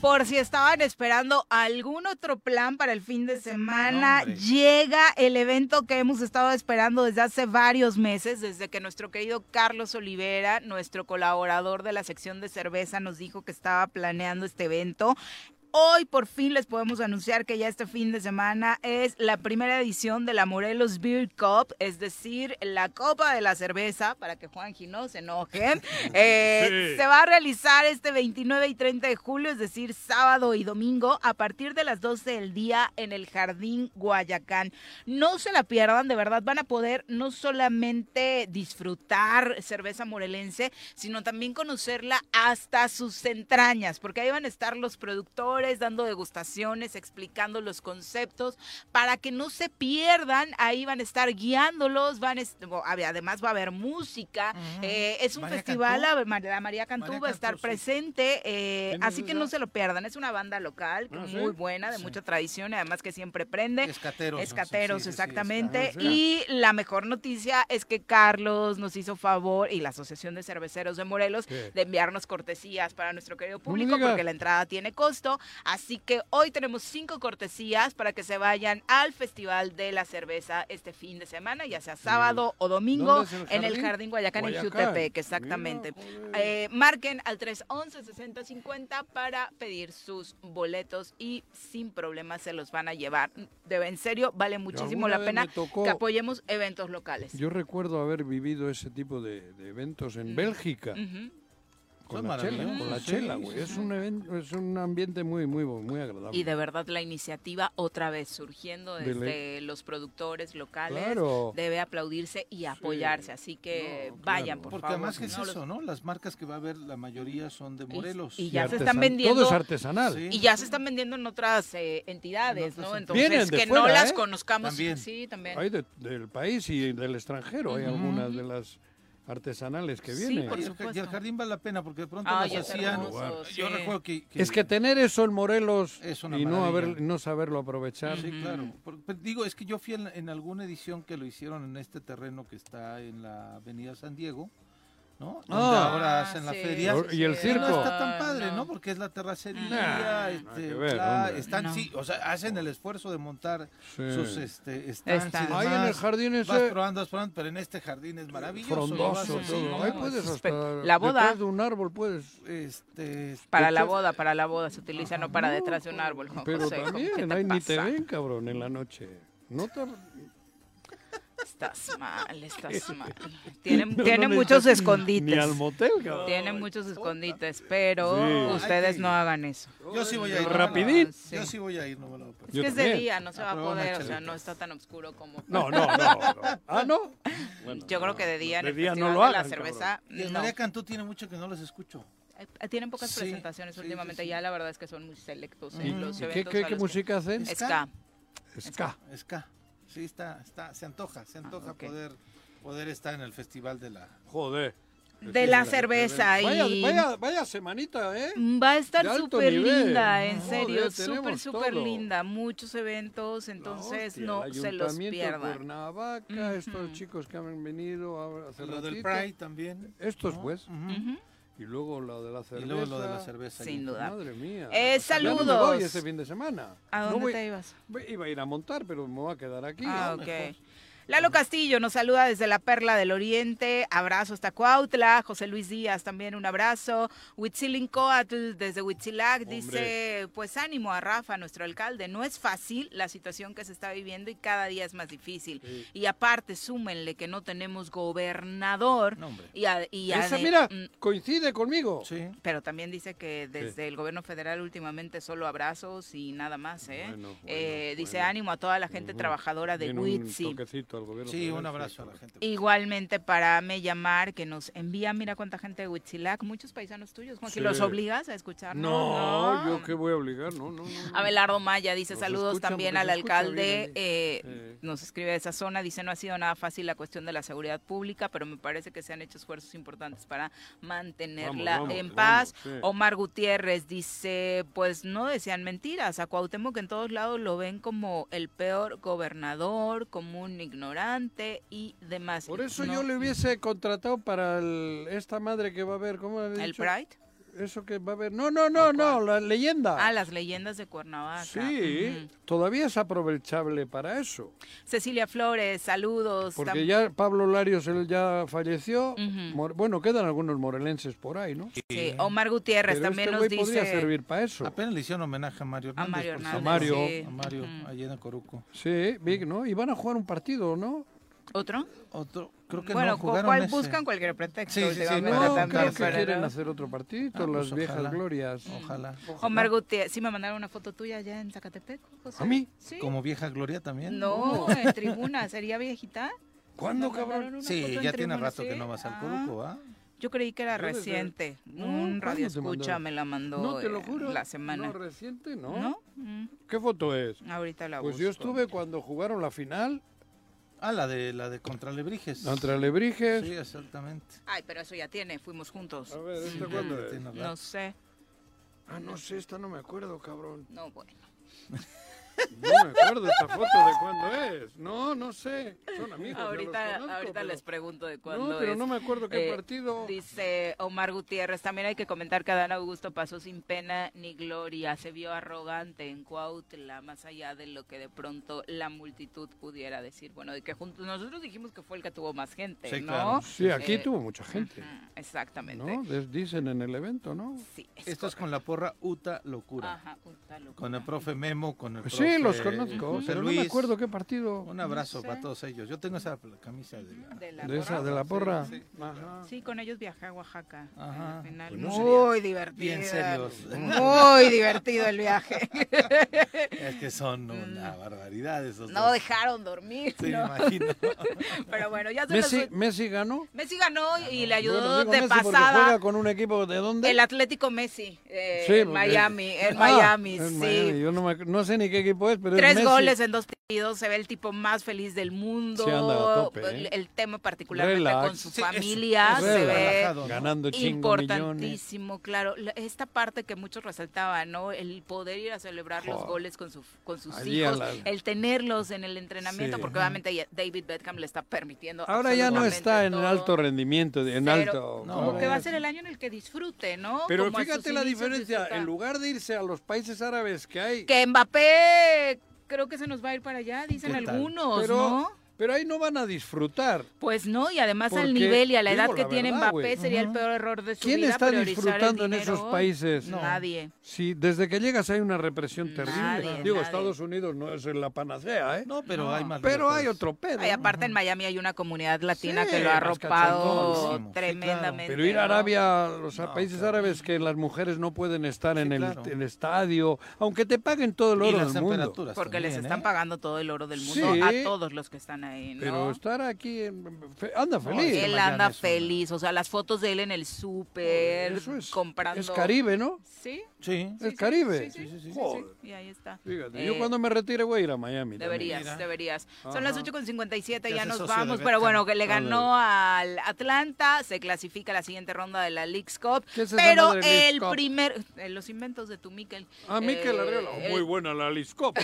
Speaker 3: Por si estaban esperando algún otro plan para el fin de semana, llega el evento que hemos estado esperando desde hace varios meses, desde que nuestro querido Carlos Olivera, nuestro colaborador de la sección de cerveza, nos dijo que estaba planeando este evento. Hoy por fin les podemos anunciar que ya este fin de semana es la primera edición de la Morelos Beer Cup, es decir, la Copa de la Cerveza, para que Juanji no se enoje. Eh,
Speaker 15: Sí.
Speaker 3: Se va a realizar este 29 y 30 de julio, es decir, sábado y domingo, a partir de las 12 del día en el Jardín Guayacán. No se la pierdan, de verdad van a poder no solamente disfrutar cerveza morelense, sino también conocerla hasta sus entrañas, porque ahí van a estar los productores dando degustaciones, explicando los conceptos, para que no se pierdan, ahí van a estar guiándolos, van a est- además va a haber música, eh, es un
Speaker 15: María
Speaker 3: festival,
Speaker 15: Cantú.
Speaker 3: la- la María Cantú
Speaker 15: María
Speaker 3: va a estar
Speaker 15: Cantú, sí.
Speaker 3: presente, eh,
Speaker 15: ¿Quién es
Speaker 3: así que
Speaker 15: esa?
Speaker 3: no se lo pierdan, es una banda local
Speaker 15: Ah, ¿sí?
Speaker 3: muy buena, de
Speaker 15: Sí.
Speaker 3: mucha tradición y además que siempre prende.
Speaker 6: Escateros, ¿no? Sí,
Speaker 3: Escateros,
Speaker 6: sí, sí,
Speaker 3: exactamente.
Speaker 6: escateros.
Speaker 3: Y la mejor noticia es que Carlos nos hizo favor y la Asociación de Cerveceros de Morelos
Speaker 15: Sí.
Speaker 3: de enviarnos cortesías para nuestro querido
Speaker 15: me
Speaker 3: público
Speaker 15: digas.
Speaker 3: porque la entrada tiene costo. Así que hoy tenemos cinco cortesías para que se vayan al Festival de la Cerveza este fin de semana, ya sea sábado o domingo,
Speaker 15: ¿Dónde es el
Speaker 3: en el
Speaker 15: jardín?
Speaker 3: Jardín Guayacán, en
Speaker 15: Guayacán.
Speaker 3: Jutepec, exactamente. Eh, marquen al 311-6050 para pedir sus boletos y sin problemas se los van a llevar. De, en serio, vale muchísimo
Speaker 4: alguna
Speaker 3: la
Speaker 4: vez
Speaker 3: pena
Speaker 4: me tocó-
Speaker 3: que apoyemos eventos locales.
Speaker 4: Yo recuerdo haber vivido ese tipo de, de eventos en Bélgica.
Speaker 3: Ujú.
Speaker 4: Con
Speaker 3: Son
Speaker 4: la chela,
Speaker 3: maravillosos,
Speaker 4: con la
Speaker 3: sí,
Speaker 4: chela,
Speaker 3: sí,
Speaker 4: güey.
Speaker 3: sí.
Speaker 4: Es un evento, es un ambiente muy, muy, bo- muy agradable.
Speaker 3: Y de verdad la iniciativa otra vez surgiendo
Speaker 4: De
Speaker 3: desde
Speaker 4: ley.
Speaker 3: los productores locales
Speaker 4: Claro.
Speaker 3: debe aplaudirse y apoyarse. Así que vayan, por
Speaker 6: Porque
Speaker 3: favor.
Speaker 6: además que es
Speaker 3: no los-
Speaker 6: eso, ¿no? Las marcas que va a haber, la mayoría son de Morelos.
Speaker 3: Y, ya se están vendiendo. Y ya se están vendiendo en otras eh, entidades, ¿no? Entonces,
Speaker 4: Vienen de
Speaker 3: que no
Speaker 4: fuera,
Speaker 3: las
Speaker 4: ¿eh?
Speaker 3: conozcamos.
Speaker 4: También.
Speaker 3: Sí, también.
Speaker 4: Hay de- del país y del extranjero. Hay
Speaker 3: Ujú.
Speaker 4: algunas de las artesanales que
Speaker 6: Sí,
Speaker 4: vienen.
Speaker 6: por Y el- supuesto. y el jardín vale la pena porque de pronto
Speaker 3: Ay,
Speaker 6: las
Speaker 3: es
Speaker 6: hacían.
Speaker 3: hermoso,
Speaker 6: Yo
Speaker 3: sí.
Speaker 6: recuerdo que,
Speaker 4: Es que tener eso en Morelos
Speaker 6: una
Speaker 4: y no,
Speaker 6: maravilla.
Speaker 4: haber, no saberlo aprovechar.
Speaker 6: Sí, claro. Por- pero digo, es que yo fui en, en alguna edición que lo hicieron en este terreno que está en la Avenida San Diego, ¿no? Donde
Speaker 4: Ah.
Speaker 6: ahora hacen la
Speaker 4: Sí,
Speaker 6: feria.
Speaker 4: sí, Y el sí. circo.
Speaker 6: No está tan
Speaker 4: Ah,
Speaker 6: padre, ¿no?
Speaker 4: no.
Speaker 6: Porque es la terracería,
Speaker 4: Nah,
Speaker 6: este,
Speaker 4: que ver,
Speaker 6: la-
Speaker 4: hombre.
Speaker 6: están,
Speaker 4: No.
Speaker 6: sí, o sea, hacen el esfuerzo de montar
Speaker 4: Sí.
Speaker 6: sus este, stands
Speaker 4: Stands.
Speaker 6: y demás.
Speaker 4: Ahí en el jardín
Speaker 6: Vas
Speaker 4: ese-
Speaker 6: probando, vas probando, pero en este jardín es maravilloso.
Speaker 4: Frondoso,
Speaker 6: lo vas-
Speaker 4: todo.
Speaker 6: sí,
Speaker 4: Ahí
Speaker 6: no,
Speaker 4: puedes
Speaker 6: es
Speaker 4: hasta.
Speaker 6: espect- la boda.
Speaker 4: detrás de un árbol puedes.
Speaker 6: Este,
Speaker 3: Para la
Speaker 4: detrás-
Speaker 3: boda, para la boda se utiliza, no para detrás de un árbol. Juan
Speaker 4: Pero
Speaker 3: José, ¿cómo que
Speaker 4: también,
Speaker 3: te
Speaker 4: ahí ni te
Speaker 3: pasa?
Speaker 4: ven, cabrón, en la noche. No te...
Speaker 3: Estás mal, estás mal. Tiene,
Speaker 4: No, no
Speaker 3: tiene
Speaker 4: le
Speaker 3: muchos
Speaker 4: entras
Speaker 3: escondites.
Speaker 4: Ni al motel, cabrón.
Speaker 3: Tiene muchos escondites, pero
Speaker 4: Sí.
Speaker 3: ustedes no hagan eso.
Speaker 6: Yo sí voy a ir.
Speaker 4: Rapidín.
Speaker 6: Sí. Yo sí voy a ir, no me lo
Speaker 3: Es que es de día, Ah, no se va a poder, o sea, no está tan oscuro como.
Speaker 4: No, no, no,
Speaker 3: [LAUGHS]
Speaker 4: no. Ah, no.
Speaker 3: Yo creo que de día en
Speaker 4: de
Speaker 3: el
Speaker 4: día no
Speaker 3: Festival
Speaker 4: lo
Speaker 3: de la
Speaker 4: hagan,
Speaker 3: cerveza.
Speaker 6: Y el
Speaker 3: no.
Speaker 6: María Cantú tiene mucho que no los escucho.
Speaker 3: Eh, Tienen pocas
Speaker 6: Sí,
Speaker 3: presentaciones
Speaker 6: sí, sí,
Speaker 3: últimamente,
Speaker 6: sí.
Speaker 3: ya la verdad es que son muy selectos
Speaker 4: ¿Y
Speaker 3: en los
Speaker 4: qué-
Speaker 3: eventos.
Speaker 4: qué- qué
Speaker 3: a los que-
Speaker 4: música hacen?
Speaker 3: Ska.
Speaker 4: Ska.
Speaker 6: Ska. Sí, está, está, se antoja, se
Speaker 3: Ah,
Speaker 6: antoja poder, poder estar en el festival de la...
Speaker 4: Joder.
Speaker 3: De la cerveza
Speaker 4: Vaya,
Speaker 3: y-
Speaker 4: vaya, vaya semanita, ¿eh?
Speaker 3: Mm, Va a estar
Speaker 4: De alto
Speaker 3: súper
Speaker 4: nivel.
Speaker 3: linda, en
Speaker 4: Joder,
Speaker 3: serio, súper,
Speaker 4: tenemos
Speaker 3: súper
Speaker 4: todo.
Speaker 3: linda. Muchos eventos, entonces
Speaker 4: Hostia,
Speaker 3: no
Speaker 4: el
Speaker 3: se los
Speaker 4: Ayuntamiento de
Speaker 3: pierdan.
Speaker 4: Cuernavaca, estos chicos que han venido ahora hace
Speaker 6: Lo del
Speaker 4: ratito.
Speaker 6: Pride también.
Speaker 4: Estos,
Speaker 6: ¿no?
Speaker 4: pues.
Speaker 6: Ujú.
Speaker 4: Y luego lo de la cerveza.
Speaker 6: Y luego lo de la cerveza.
Speaker 3: Sin duda.
Speaker 4: Madre mía.
Speaker 3: Eh,
Speaker 4: Ya no me
Speaker 3: saludos.
Speaker 4: voy ese fin de semana.
Speaker 3: ¿A dónde
Speaker 4: voy-
Speaker 3: te ibas?
Speaker 4: ve- Iba a ir a montar, pero me voy a quedar aquí.
Speaker 3: Ah,
Speaker 4: ¿no?
Speaker 3: ok.
Speaker 4: Mejor.
Speaker 3: Lalo Castillo nos saluda desde la Perla del Oriente. Abrazo hasta Cuautla. José Luis Díaz también un abrazo. Huitzilin Coatl desde Huitzilac dice: Pues ánimo a Rafa, nuestro alcalde. No es fácil la situación que se está viviendo y cada día es más difícil.
Speaker 15: Sí.
Speaker 3: Y aparte, súmenle que no tenemos gobernador. y a- y a- mm,
Speaker 4: Esa, mira, coincide conmigo.
Speaker 6: Sí.
Speaker 3: Pero también dice que desde el gobierno federal últimamente solo abrazos y nada más, ¿eh? Eh, dice ánimo a toda la gente trabajadora de
Speaker 4: Viene un
Speaker 3: Huitzi.
Speaker 4: toquecito al gobierno
Speaker 6: Sí,
Speaker 4: federal,
Speaker 6: un abrazo a la gente.
Speaker 3: Igualmente para Me Llamar, que nos envía, mira cuánta gente de Huitzilac, muchos paisanos tuyos, Juan, que
Speaker 4: Sí.
Speaker 3: los obligas a escuchar.
Speaker 4: No, yo qué voy a obligar, no, no. no, no.
Speaker 3: Abelardo Maya dice
Speaker 4: Nos
Speaker 3: saludos
Speaker 4: escuchan
Speaker 3: también
Speaker 4: porque
Speaker 3: al
Speaker 4: se escucha
Speaker 3: alcalde,
Speaker 4: bien ahí.
Speaker 3: eh,
Speaker 4: Sí.
Speaker 3: nos escribe de esa zona, dice no ha sido nada fácil la cuestión de la seguridad pública, pero me parece que se han hecho esfuerzos importantes para mantenerla
Speaker 15: Vamos, vamos,
Speaker 3: en paz.
Speaker 15: vamos, sí.
Speaker 3: Omar Gutiérrez dice, pues no decían mentiras, a Cuauhtémoc en todos lados lo ven como el peor gobernador, como un ignorante y demás.
Speaker 4: Por eso
Speaker 3: No.
Speaker 4: yo le hubiese contratado para el- esta madre que va a haber, ¿cómo le he
Speaker 3: ¿El
Speaker 4: dicho?
Speaker 3: Pride?
Speaker 4: ¿Eso que va a haber? No, no, no, no, la leyenda.
Speaker 3: Ah, las leyendas de Cuernavaca.
Speaker 4: Sí,
Speaker 3: Ujú.
Speaker 4: todavía es aprovechable para eso.
Speaker 3: Cecilia Flores, saludos.
Speaker 4: Porque
Speaker 3: Tam-
Speaker 4: ya Pablo Larios él ya falleció.
Speaker 3: Ujú.
Speaker 4: Mor- Bueno, quedan algunos morelenses por ahí, ¿no?
Speaker 3: Sí, Omar Gutiérrez
Speaker 4: Pero
Speaker 3: también
Speaker 4: este
Speaker 3: nos
Speaker 4: güey podría
Speaker 3: dice.
Speaker 4: servir para eso.
Speaker 12: Apenas le hicieron homenaje a Mario Hernández.
Speaker 3: Mario
Speaker 12: por
Speaker 3: Hernández,
Speaker 12: cierto.
Speaker 4: Mario.
Speaker 12: A Mario, allá en Coruco.
Speaker 4: Sí, Vic, ¿no? Y van a jugar un partido, ¿no?
Speaker 3: ¿Otro?
Speaker 12: Otro, creo que
Speaker 3: bueno,
Speaker 12: no
Speaker 3: cu-
Speaker 12: jugaron
Speaker 3: cual-
Speaker 12: ese.
Speaker 3: buscan cualquier pretexto.
Speaker 12: Sí, sí, sí,
Speaker 3: últimamente
Speaker 12: no,
Speaker 3: también
Speaker 12: claro que
Speaker 3: para-
Speaker 4: Quieren hacer otro partidito,
Speaker 12: Ah,
Speaker 4: las
Speaker 12: pues,
Speaker 4: viejas
Speaker 12: ojalá.
Speaker 4: glorias.
Speaker 12: Ojalá.
Speaker 3: Omar Gutiérrez, sí me mandaron una foto tuya allá en Zacatepec. José?
Speaker 12: ¿A mí?
Speaker 3: Sí.
Speaker 12: Como vieja Gloria también.
Speaker 3: No, en tribuna, sería viejita.
Speaker 12: ¿Cuándo,
Speaker 3: Me mandaron
Speaker 12: cabrón?
Speaker 3: una
Speaker 12: Sí,
Speaker 3: foto en
Speaker 12: ya tiene
Speaker 3: tribuna,
Speaker 12: rato
Speaker 3: ¿sí?
Speaker 12: que no vas al
Speaker 3: Ah.
Speaker 12: Coruco, ¿va?
Speaker 3: Yo creí que era
Speaker 4: Debe ser.
Speaker 3: reciente.
Speaker 4: No,
Speaker 3: Un
Speaker 4: ¿cuándo te
Speaker 3: radio escucha
Speaker 4: mandaron?
Speaker 3: me la mandó
Speaker 4: No, te lo
Speaker 3: eh,
Speaker 4: juro,
Speaker 3: la semana.
Speaker 4: no, reciente, no.
Speaker 3: ¿No? Mm,
Speaker 4: ¿Qué foto es?
Speaker 3: Ahorita la
Speaker 4: Pues yo
Speaker 3: busco.
Speaker 4: estuve cuando jugaron la final.
Speaker 12: Ah, la de, la de contra Lebrijes.
Speaker 4: Contra Lebrijes.
Speaker 12: Sí, exactamente.
Speaker 3: Ay, pero eso ya tiene, fuimos juntos. A
Speaker 4: ver, ¿esta cuándo es?
Speaker 3: cuándo No sé.
Speaker 4: Ah, no sé, esta no me acuerdo, cabrón.
Speaker 3: No, bueno.
Speaker 4: No me acuerdo esta foto de cuándo es. No, no sé. Son amigos. ya los
Speaker 3: ahorita
Speaker 4: conozco,
Speaker 3: ahorita
Speaker 4: pero-
Speaker 3: les pregunto de cuándo
Speaker 4: pero
Speaker 3: es. eh,
Speaker 4: no me acuerdo qué
Speaker 3: partido. Dice Omar Gutiérrez, también hay que comentar que Adán Augusto pasó sin pena ni gloria, se vio arrogante en Cuautla, más allá de lo que de pronto la multitud pudiera decir. Bueno, de que juntos, nosotros dijimos que fue el que tuvo más gente, ¿no?
Speaker 4: Sí, aquí
Speaker 3: Eh,
Speaker 4: tuvo mucha gente.
Speaker 3: Exactamente.
Speaker 4: ¿No? De- Dicen en el evento, ¿no?
Speaker 3: Sí,
Speaker 12: Esto es con la porra Uta Locura.
Speaker 3: Ajá, puta locura.
Speaker 12: Con el profe Memo, con el
Speaker 4: Pues
Speaker 12: profe
Speaker 4: sí, los conozco,
Speaker 12: José
Speaker 4: pero no me
Speaker 12: Luis.
Speaker 4: acuerdo qué partido.
Speaker 12: Un abrazo
Speaker 4: No sé.
Speaker 12: para todos ellos. Yo tengo esa pl- camisa de la,
Speaker 3: De,
Speaker 4: De esa, de la porra.
Speaker 12: Sí, sí.
Speaker 3: Sí, con ellos viajé a Oaxaca.
Speaker 12: Ajá.
Speaker 3: Al final,
Speaker 12: Pues no
Speaker 3: muy
Speaker 12: sería
Speaker 3: divertido.
Speaker 12: bien serios.
Speaker 3: [LAUGHS] Muy divertido
Speaker 12: [LAUGHS]
Speaker 3: el viaje. [LAUGHS]
Speaker 12: Es que son una barbaridad esos
Speaker 3: Mm. No
Speaker 12: dos.
Speaker 3: dejaron dormir.
Speaker 12: Sí, me
Speaker 3: ¿no? [LAUGHS]
Speaker 12: imagino.
Speaker 3: Pero bueno, ya se
Speaker 4: Messi,
Speaker 3: nos-
Speaker 4: Messi ganó.
Speaker 3: Messi ganó y le ayudó
Speaker 4: Bueno, digo
Speaker 3: de
Speaker 4: Messi porque
Speaker 3: pasada
Speaker 4: Juega con un equipo de dónde?
Speaker 3: el Atlético Messi eh,
Speaker 4: Sí,
Speaker 3: en
Speaker 4: porque-
Speaker 3: Miami, en
Speaker 4: Ah,
Speaker 3: Miami,
Speaker 4: en
Speaker 3: sí.
Speaker 4: Miami. Yo no, me ac- no sé ni qué equipo es, pero es
Speaker 3: Tres
Speaker 4: Messi.
Speaker 3: goles en dos partidos, se ve el tipo más feliz del mundo.
Speaker 4: Sí, anda a tope, ¿eh?
Speaker 3: el, el tema particularmente
Speaker 4: Relax.
Speaker 3: con eh, su
Speaker 4: Sí, eso,
Speaker 3: familia
Speaker 4: eso,
Speaker 3: se
Speaker 4: relajado,
Speaker 3: ve
Speaker 4: ¿no? Ganando chingo
Speaker 3: importantísimo, claro. La- Esta parte que muchos resaltaban, ¿no? El poder ir a celebrar los
Speaker 4: Joder.
Speaker 3: goles con, su- con sus
Speaker 4: Allí a
Speaker 3: hijos,
Speaker 4: la-
Speaker 3: el tenerlos en el entrenamiento,
Speaker 4: Sí.
Speaker 3: porque obviamente ya David Beckham le está permitiendo.
Speaker 4: Ahora ya no
Speaker 3: absolutamente
Speaker 4: está en
Speaker 3: todo.
Speaker 4: alto rendimiento, en
Speaker 3: Pero-
Speaker 4: alto.
Speaker 3: Como que va a ser el año en el que disfrute, ¿no?
Speaker 4: Pero
Speaker 3: Como a
Speaker 4: fíjate
Speaker 3: sus
Speaker 4: la
Speaker 3: inicios
Speaker 4: diferencia.
Speaker 3: disfruta.
Speaker 4: En lugar de irse a los países árabes que hay.
Speaker 3: Que Mbappé creo que se nos va a ir para allá, dicen
Speaker 4: ¿Qué tal?
Speaker 3: algunos,
Speaker 4: pero,
Speaker 3: ¿no?
Speaker 4: Pero ahí no van a disfrutar.
Speaker 3: Pues no, y además al
Speaker 4: Porque,
Speaker 3: nivel y a la
Speaker 4: digo
Speaker 3: edad que
Speaker 4: la
Speaker 3: tiene
Speaker 4: verdad,
Speaker 3: Mbappé
Speaker 4: güey.
Speaker 3: sería el peor error de su
Speaker 4: ¿Quién
Speaker 3: vida.
Speaker 4: está
Speaker 3: priorizar el
Speaker 4: disfrutando en
Speaker 3: dinero.
Speaker 4: esos países? No.
Speaker 3: Nadie.
Speaker 4: Sí, desde que llegas hay una represión terrible.
Speaker 3: Nadie,
Speaker 4: Digo,
Speaker 3: nadie.
Speaker 4: Estados Unidos no es la panacea, ¿eh?
Speaker 12: No, pero hay más
Speaker 4: Pero hay otro pedo.
Speaker 3: Ay, aparte en Miami hay una comunidad latina
Speaker 4: Sí,
Speaker 3: que lo ha
Speaker 4: más
Speaker 3: arropado
Speaker 4: cachondoncísimo. Sí,
Speaker 3: tremendamente.
Speaker 4: Pero ir a
Speaker 3: ¿no?
Speaker 4: Arabia, los países árabes que las mujeres no pueden estar en el, el estadio, aunque te paguen todo
Speaker 12: Y
Speaker 4: el oro
Speaker 12: las
Speaker 4: del mundo.
Speaker 12: temperaturas ¿eh?
Speaker 3: Porque les están pagando todo el oro del
Speaker 4: Sí.
Speaker 3: mundo a todos los que están ahí, ¿no?
Speaker 4: Pero estar aquí, en- fe- ah, anda feliz.
Speaker 3: Él anda feliz, o sea, las fotos de él en el súper, comprando.
Speaker 4: Es Caribe, ¿no?
Speaker 3: Sí.
Speaker 12: Sí.
Speaker 3: Sí,
Speaker 4: Es
Speaker 3: sí,
Speaker 4: Caribe.
Speaker 3: sí, sí, sí, sí, sí, sí. Y ahí está.
Speaker 4: Fíjate,
Speaker 3: Eh,
Speaker 4: yo cuando me retire voy a ir a Miami. también.
Speaker 3: Deberías, deberías. Son las 8.57,
Speaker 4: Ya
Speaker 3: ya
Speaker 4: se
Speaker 3: nos
Speaker 4: asoció de
Speaker 3: vamos.
Speaker 4: Beckham.
Speaker 3: Pero bueno, que le
Speaker 4: Ándale.
Speaker 3: ganó al Atlanta, se clasifica a la siguiente ronda de la League's Cup.
Speaker 4: ¿Qué es esa
Speaker 3: pero
Speaker 4: madre Leagues
Speaker 3: el
Speaker 4: Cup?
Speaker 3: primer... eh, los inventos de tu Miquel.
Speaker 4: Ah, Miquel Arriola,
Speaker 3: eh,
Speaker 4: muy
Speaker 3: el-
Speaker 4: buena la Liscop.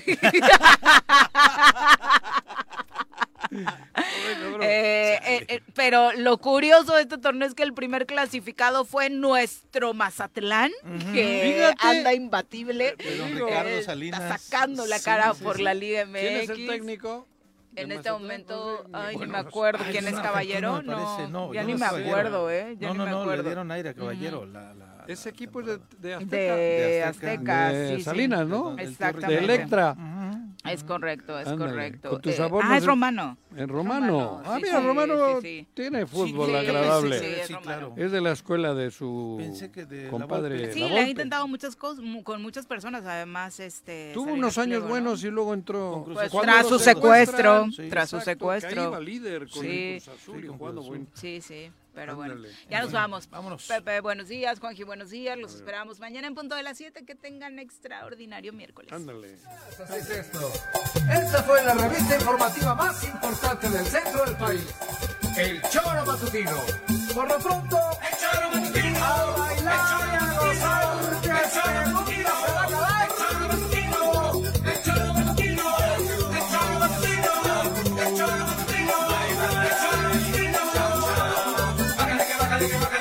Speaker 3: Eh, eh, eh, pero lo curioso de este torneo es que el primer clasificado fue nuestro Mazatlán, que
Speaker 12: Fíjate.
Speaker 3: anda imbatible.
Speaker 12: Don
Speaker 3: Digo,
Speaker 12: Ricardo
Speaker 3: él Está
Speaker 12: Salinas.
Speaker 3: sacando la
Speaker 12: Sí,
Speaker 3: cara
Speaker 12: sí,
Speaker 3: por
Speaker 12: sí.
Speaker 3: la Liga MX.
Speaker 12: ¿Quién es el
Speaker 4: técnico?
Speaker 3: En
Speaker 12: de
Speaker 3: este
Speaker 12: Mazatlán?
Speaker 3: momento, ay,
Speaker 12: Bueno,
Speaker 3: ni me acuerdo
Speaker 12: ay,
Speaker 3: quién
Speaker 12: es
Speaker 3: es
Speaker 12: un
Speaker 3: caballero.
Speaker 12: argentino, me
Speaker 3: No,
Speaker 12: parece. No,
Speaker 3: ya
Speaker 12: yo
Speaker 3: ni
Speaker 12: no
Speaker 3: me
Speaker 12: sé.
Speaker 3: acuerdo, ¿eh? Ya
Speaker 12: No,
Speaker 3: ni
Speaker 12: no,
Speaker 3: me
Speaker 12: no, le
Speaker 3: acuerdo.
Speaker 12: dieron aire a Caballero, la-
Speaker 4: Ese equipo es de, de Azteca.
Speaker 3: De Azteca, sí, sí.
Speaker 4: Salinas, ¿no?
Speaker 3: Exactamente.
Speaker 4: De Electra.
Speaker 3: Es correcto, es
Speaker 4: Ándale,
Speaker 3: correcto.
Speaker 4: con tu
Speaker 3: Eh,
Speaker 4: sabor
Speaker 3: ah,
Speaker 4: no
Speaker 3: es
Speaker 4: sé-
Speaker 3: romano.
Speaker 4: En romano. ah,
Speaker 3: sí,
Speaker 4: mira,
Speaker 3: sí,
Speaker 4: romano
Speaker 3: sí, sí.
Speaker 4: tiene fútbol
Speaker 3: sí,
Speaker 4: agradable.
Speaker 3: sí, sí, es Sí, romano. claro.
Speaker 4: Es de la escuela de su
Speaker 12: Pensé que de la
Speaker 4: compadre.
Speaker 12: Volpe.
Speaker 3: Sí,
Speaker 4: La
Speaker 3: le ha
Speaker 4: Volpe.
Speaker 3: intentado muchas cosas mu- con muchas personas, además este
Speaker 4: Tuvo
Speaker 3: Salinas
Speaker 4: unos años
Speaker 3: Pliego, ¿no?
Speaker 4: buenos y luego entró.
Speaker 3: Cruz Pues,
Speaker 4: Cuando
Speaker 3: tras
Speaker 4: lo
Speaker 3: su secuestro,
Speaker 4: secuestran,
Speaker 3: tras su
Speaker 4: exacto, que ahí
Speaker 3: secuestro.
Speaker 4: iba líder con
Speaker 3: Sí.
Speaker 4: el Cruz Azul y jugando buen-
Speaker 3: Sí, sí, pero bueno.
Speaker 4: Ándale.
Speaker 3: Ya nos
Speaker 4: Bueno,
Speaker 3: vamos. Vámonos. Pepe, buenos días, Juanji, buenos días. Los esperamos mañana en punto de las 7. Que tengan extraordinario miércoles.
Speaker 4: Ándale.
Speaker 16: Así es esto. Esta fue la revista informativa más importante del centro del país. El Choro Matutino. Por lo pronto, el Choro Matutino. A bailar y a gozar, que esa comida se va a acabar. El Choro Matutino. El Choro Matutino. El Choro Matutino. El Choro Matutino. Bájale que bájale que bájale.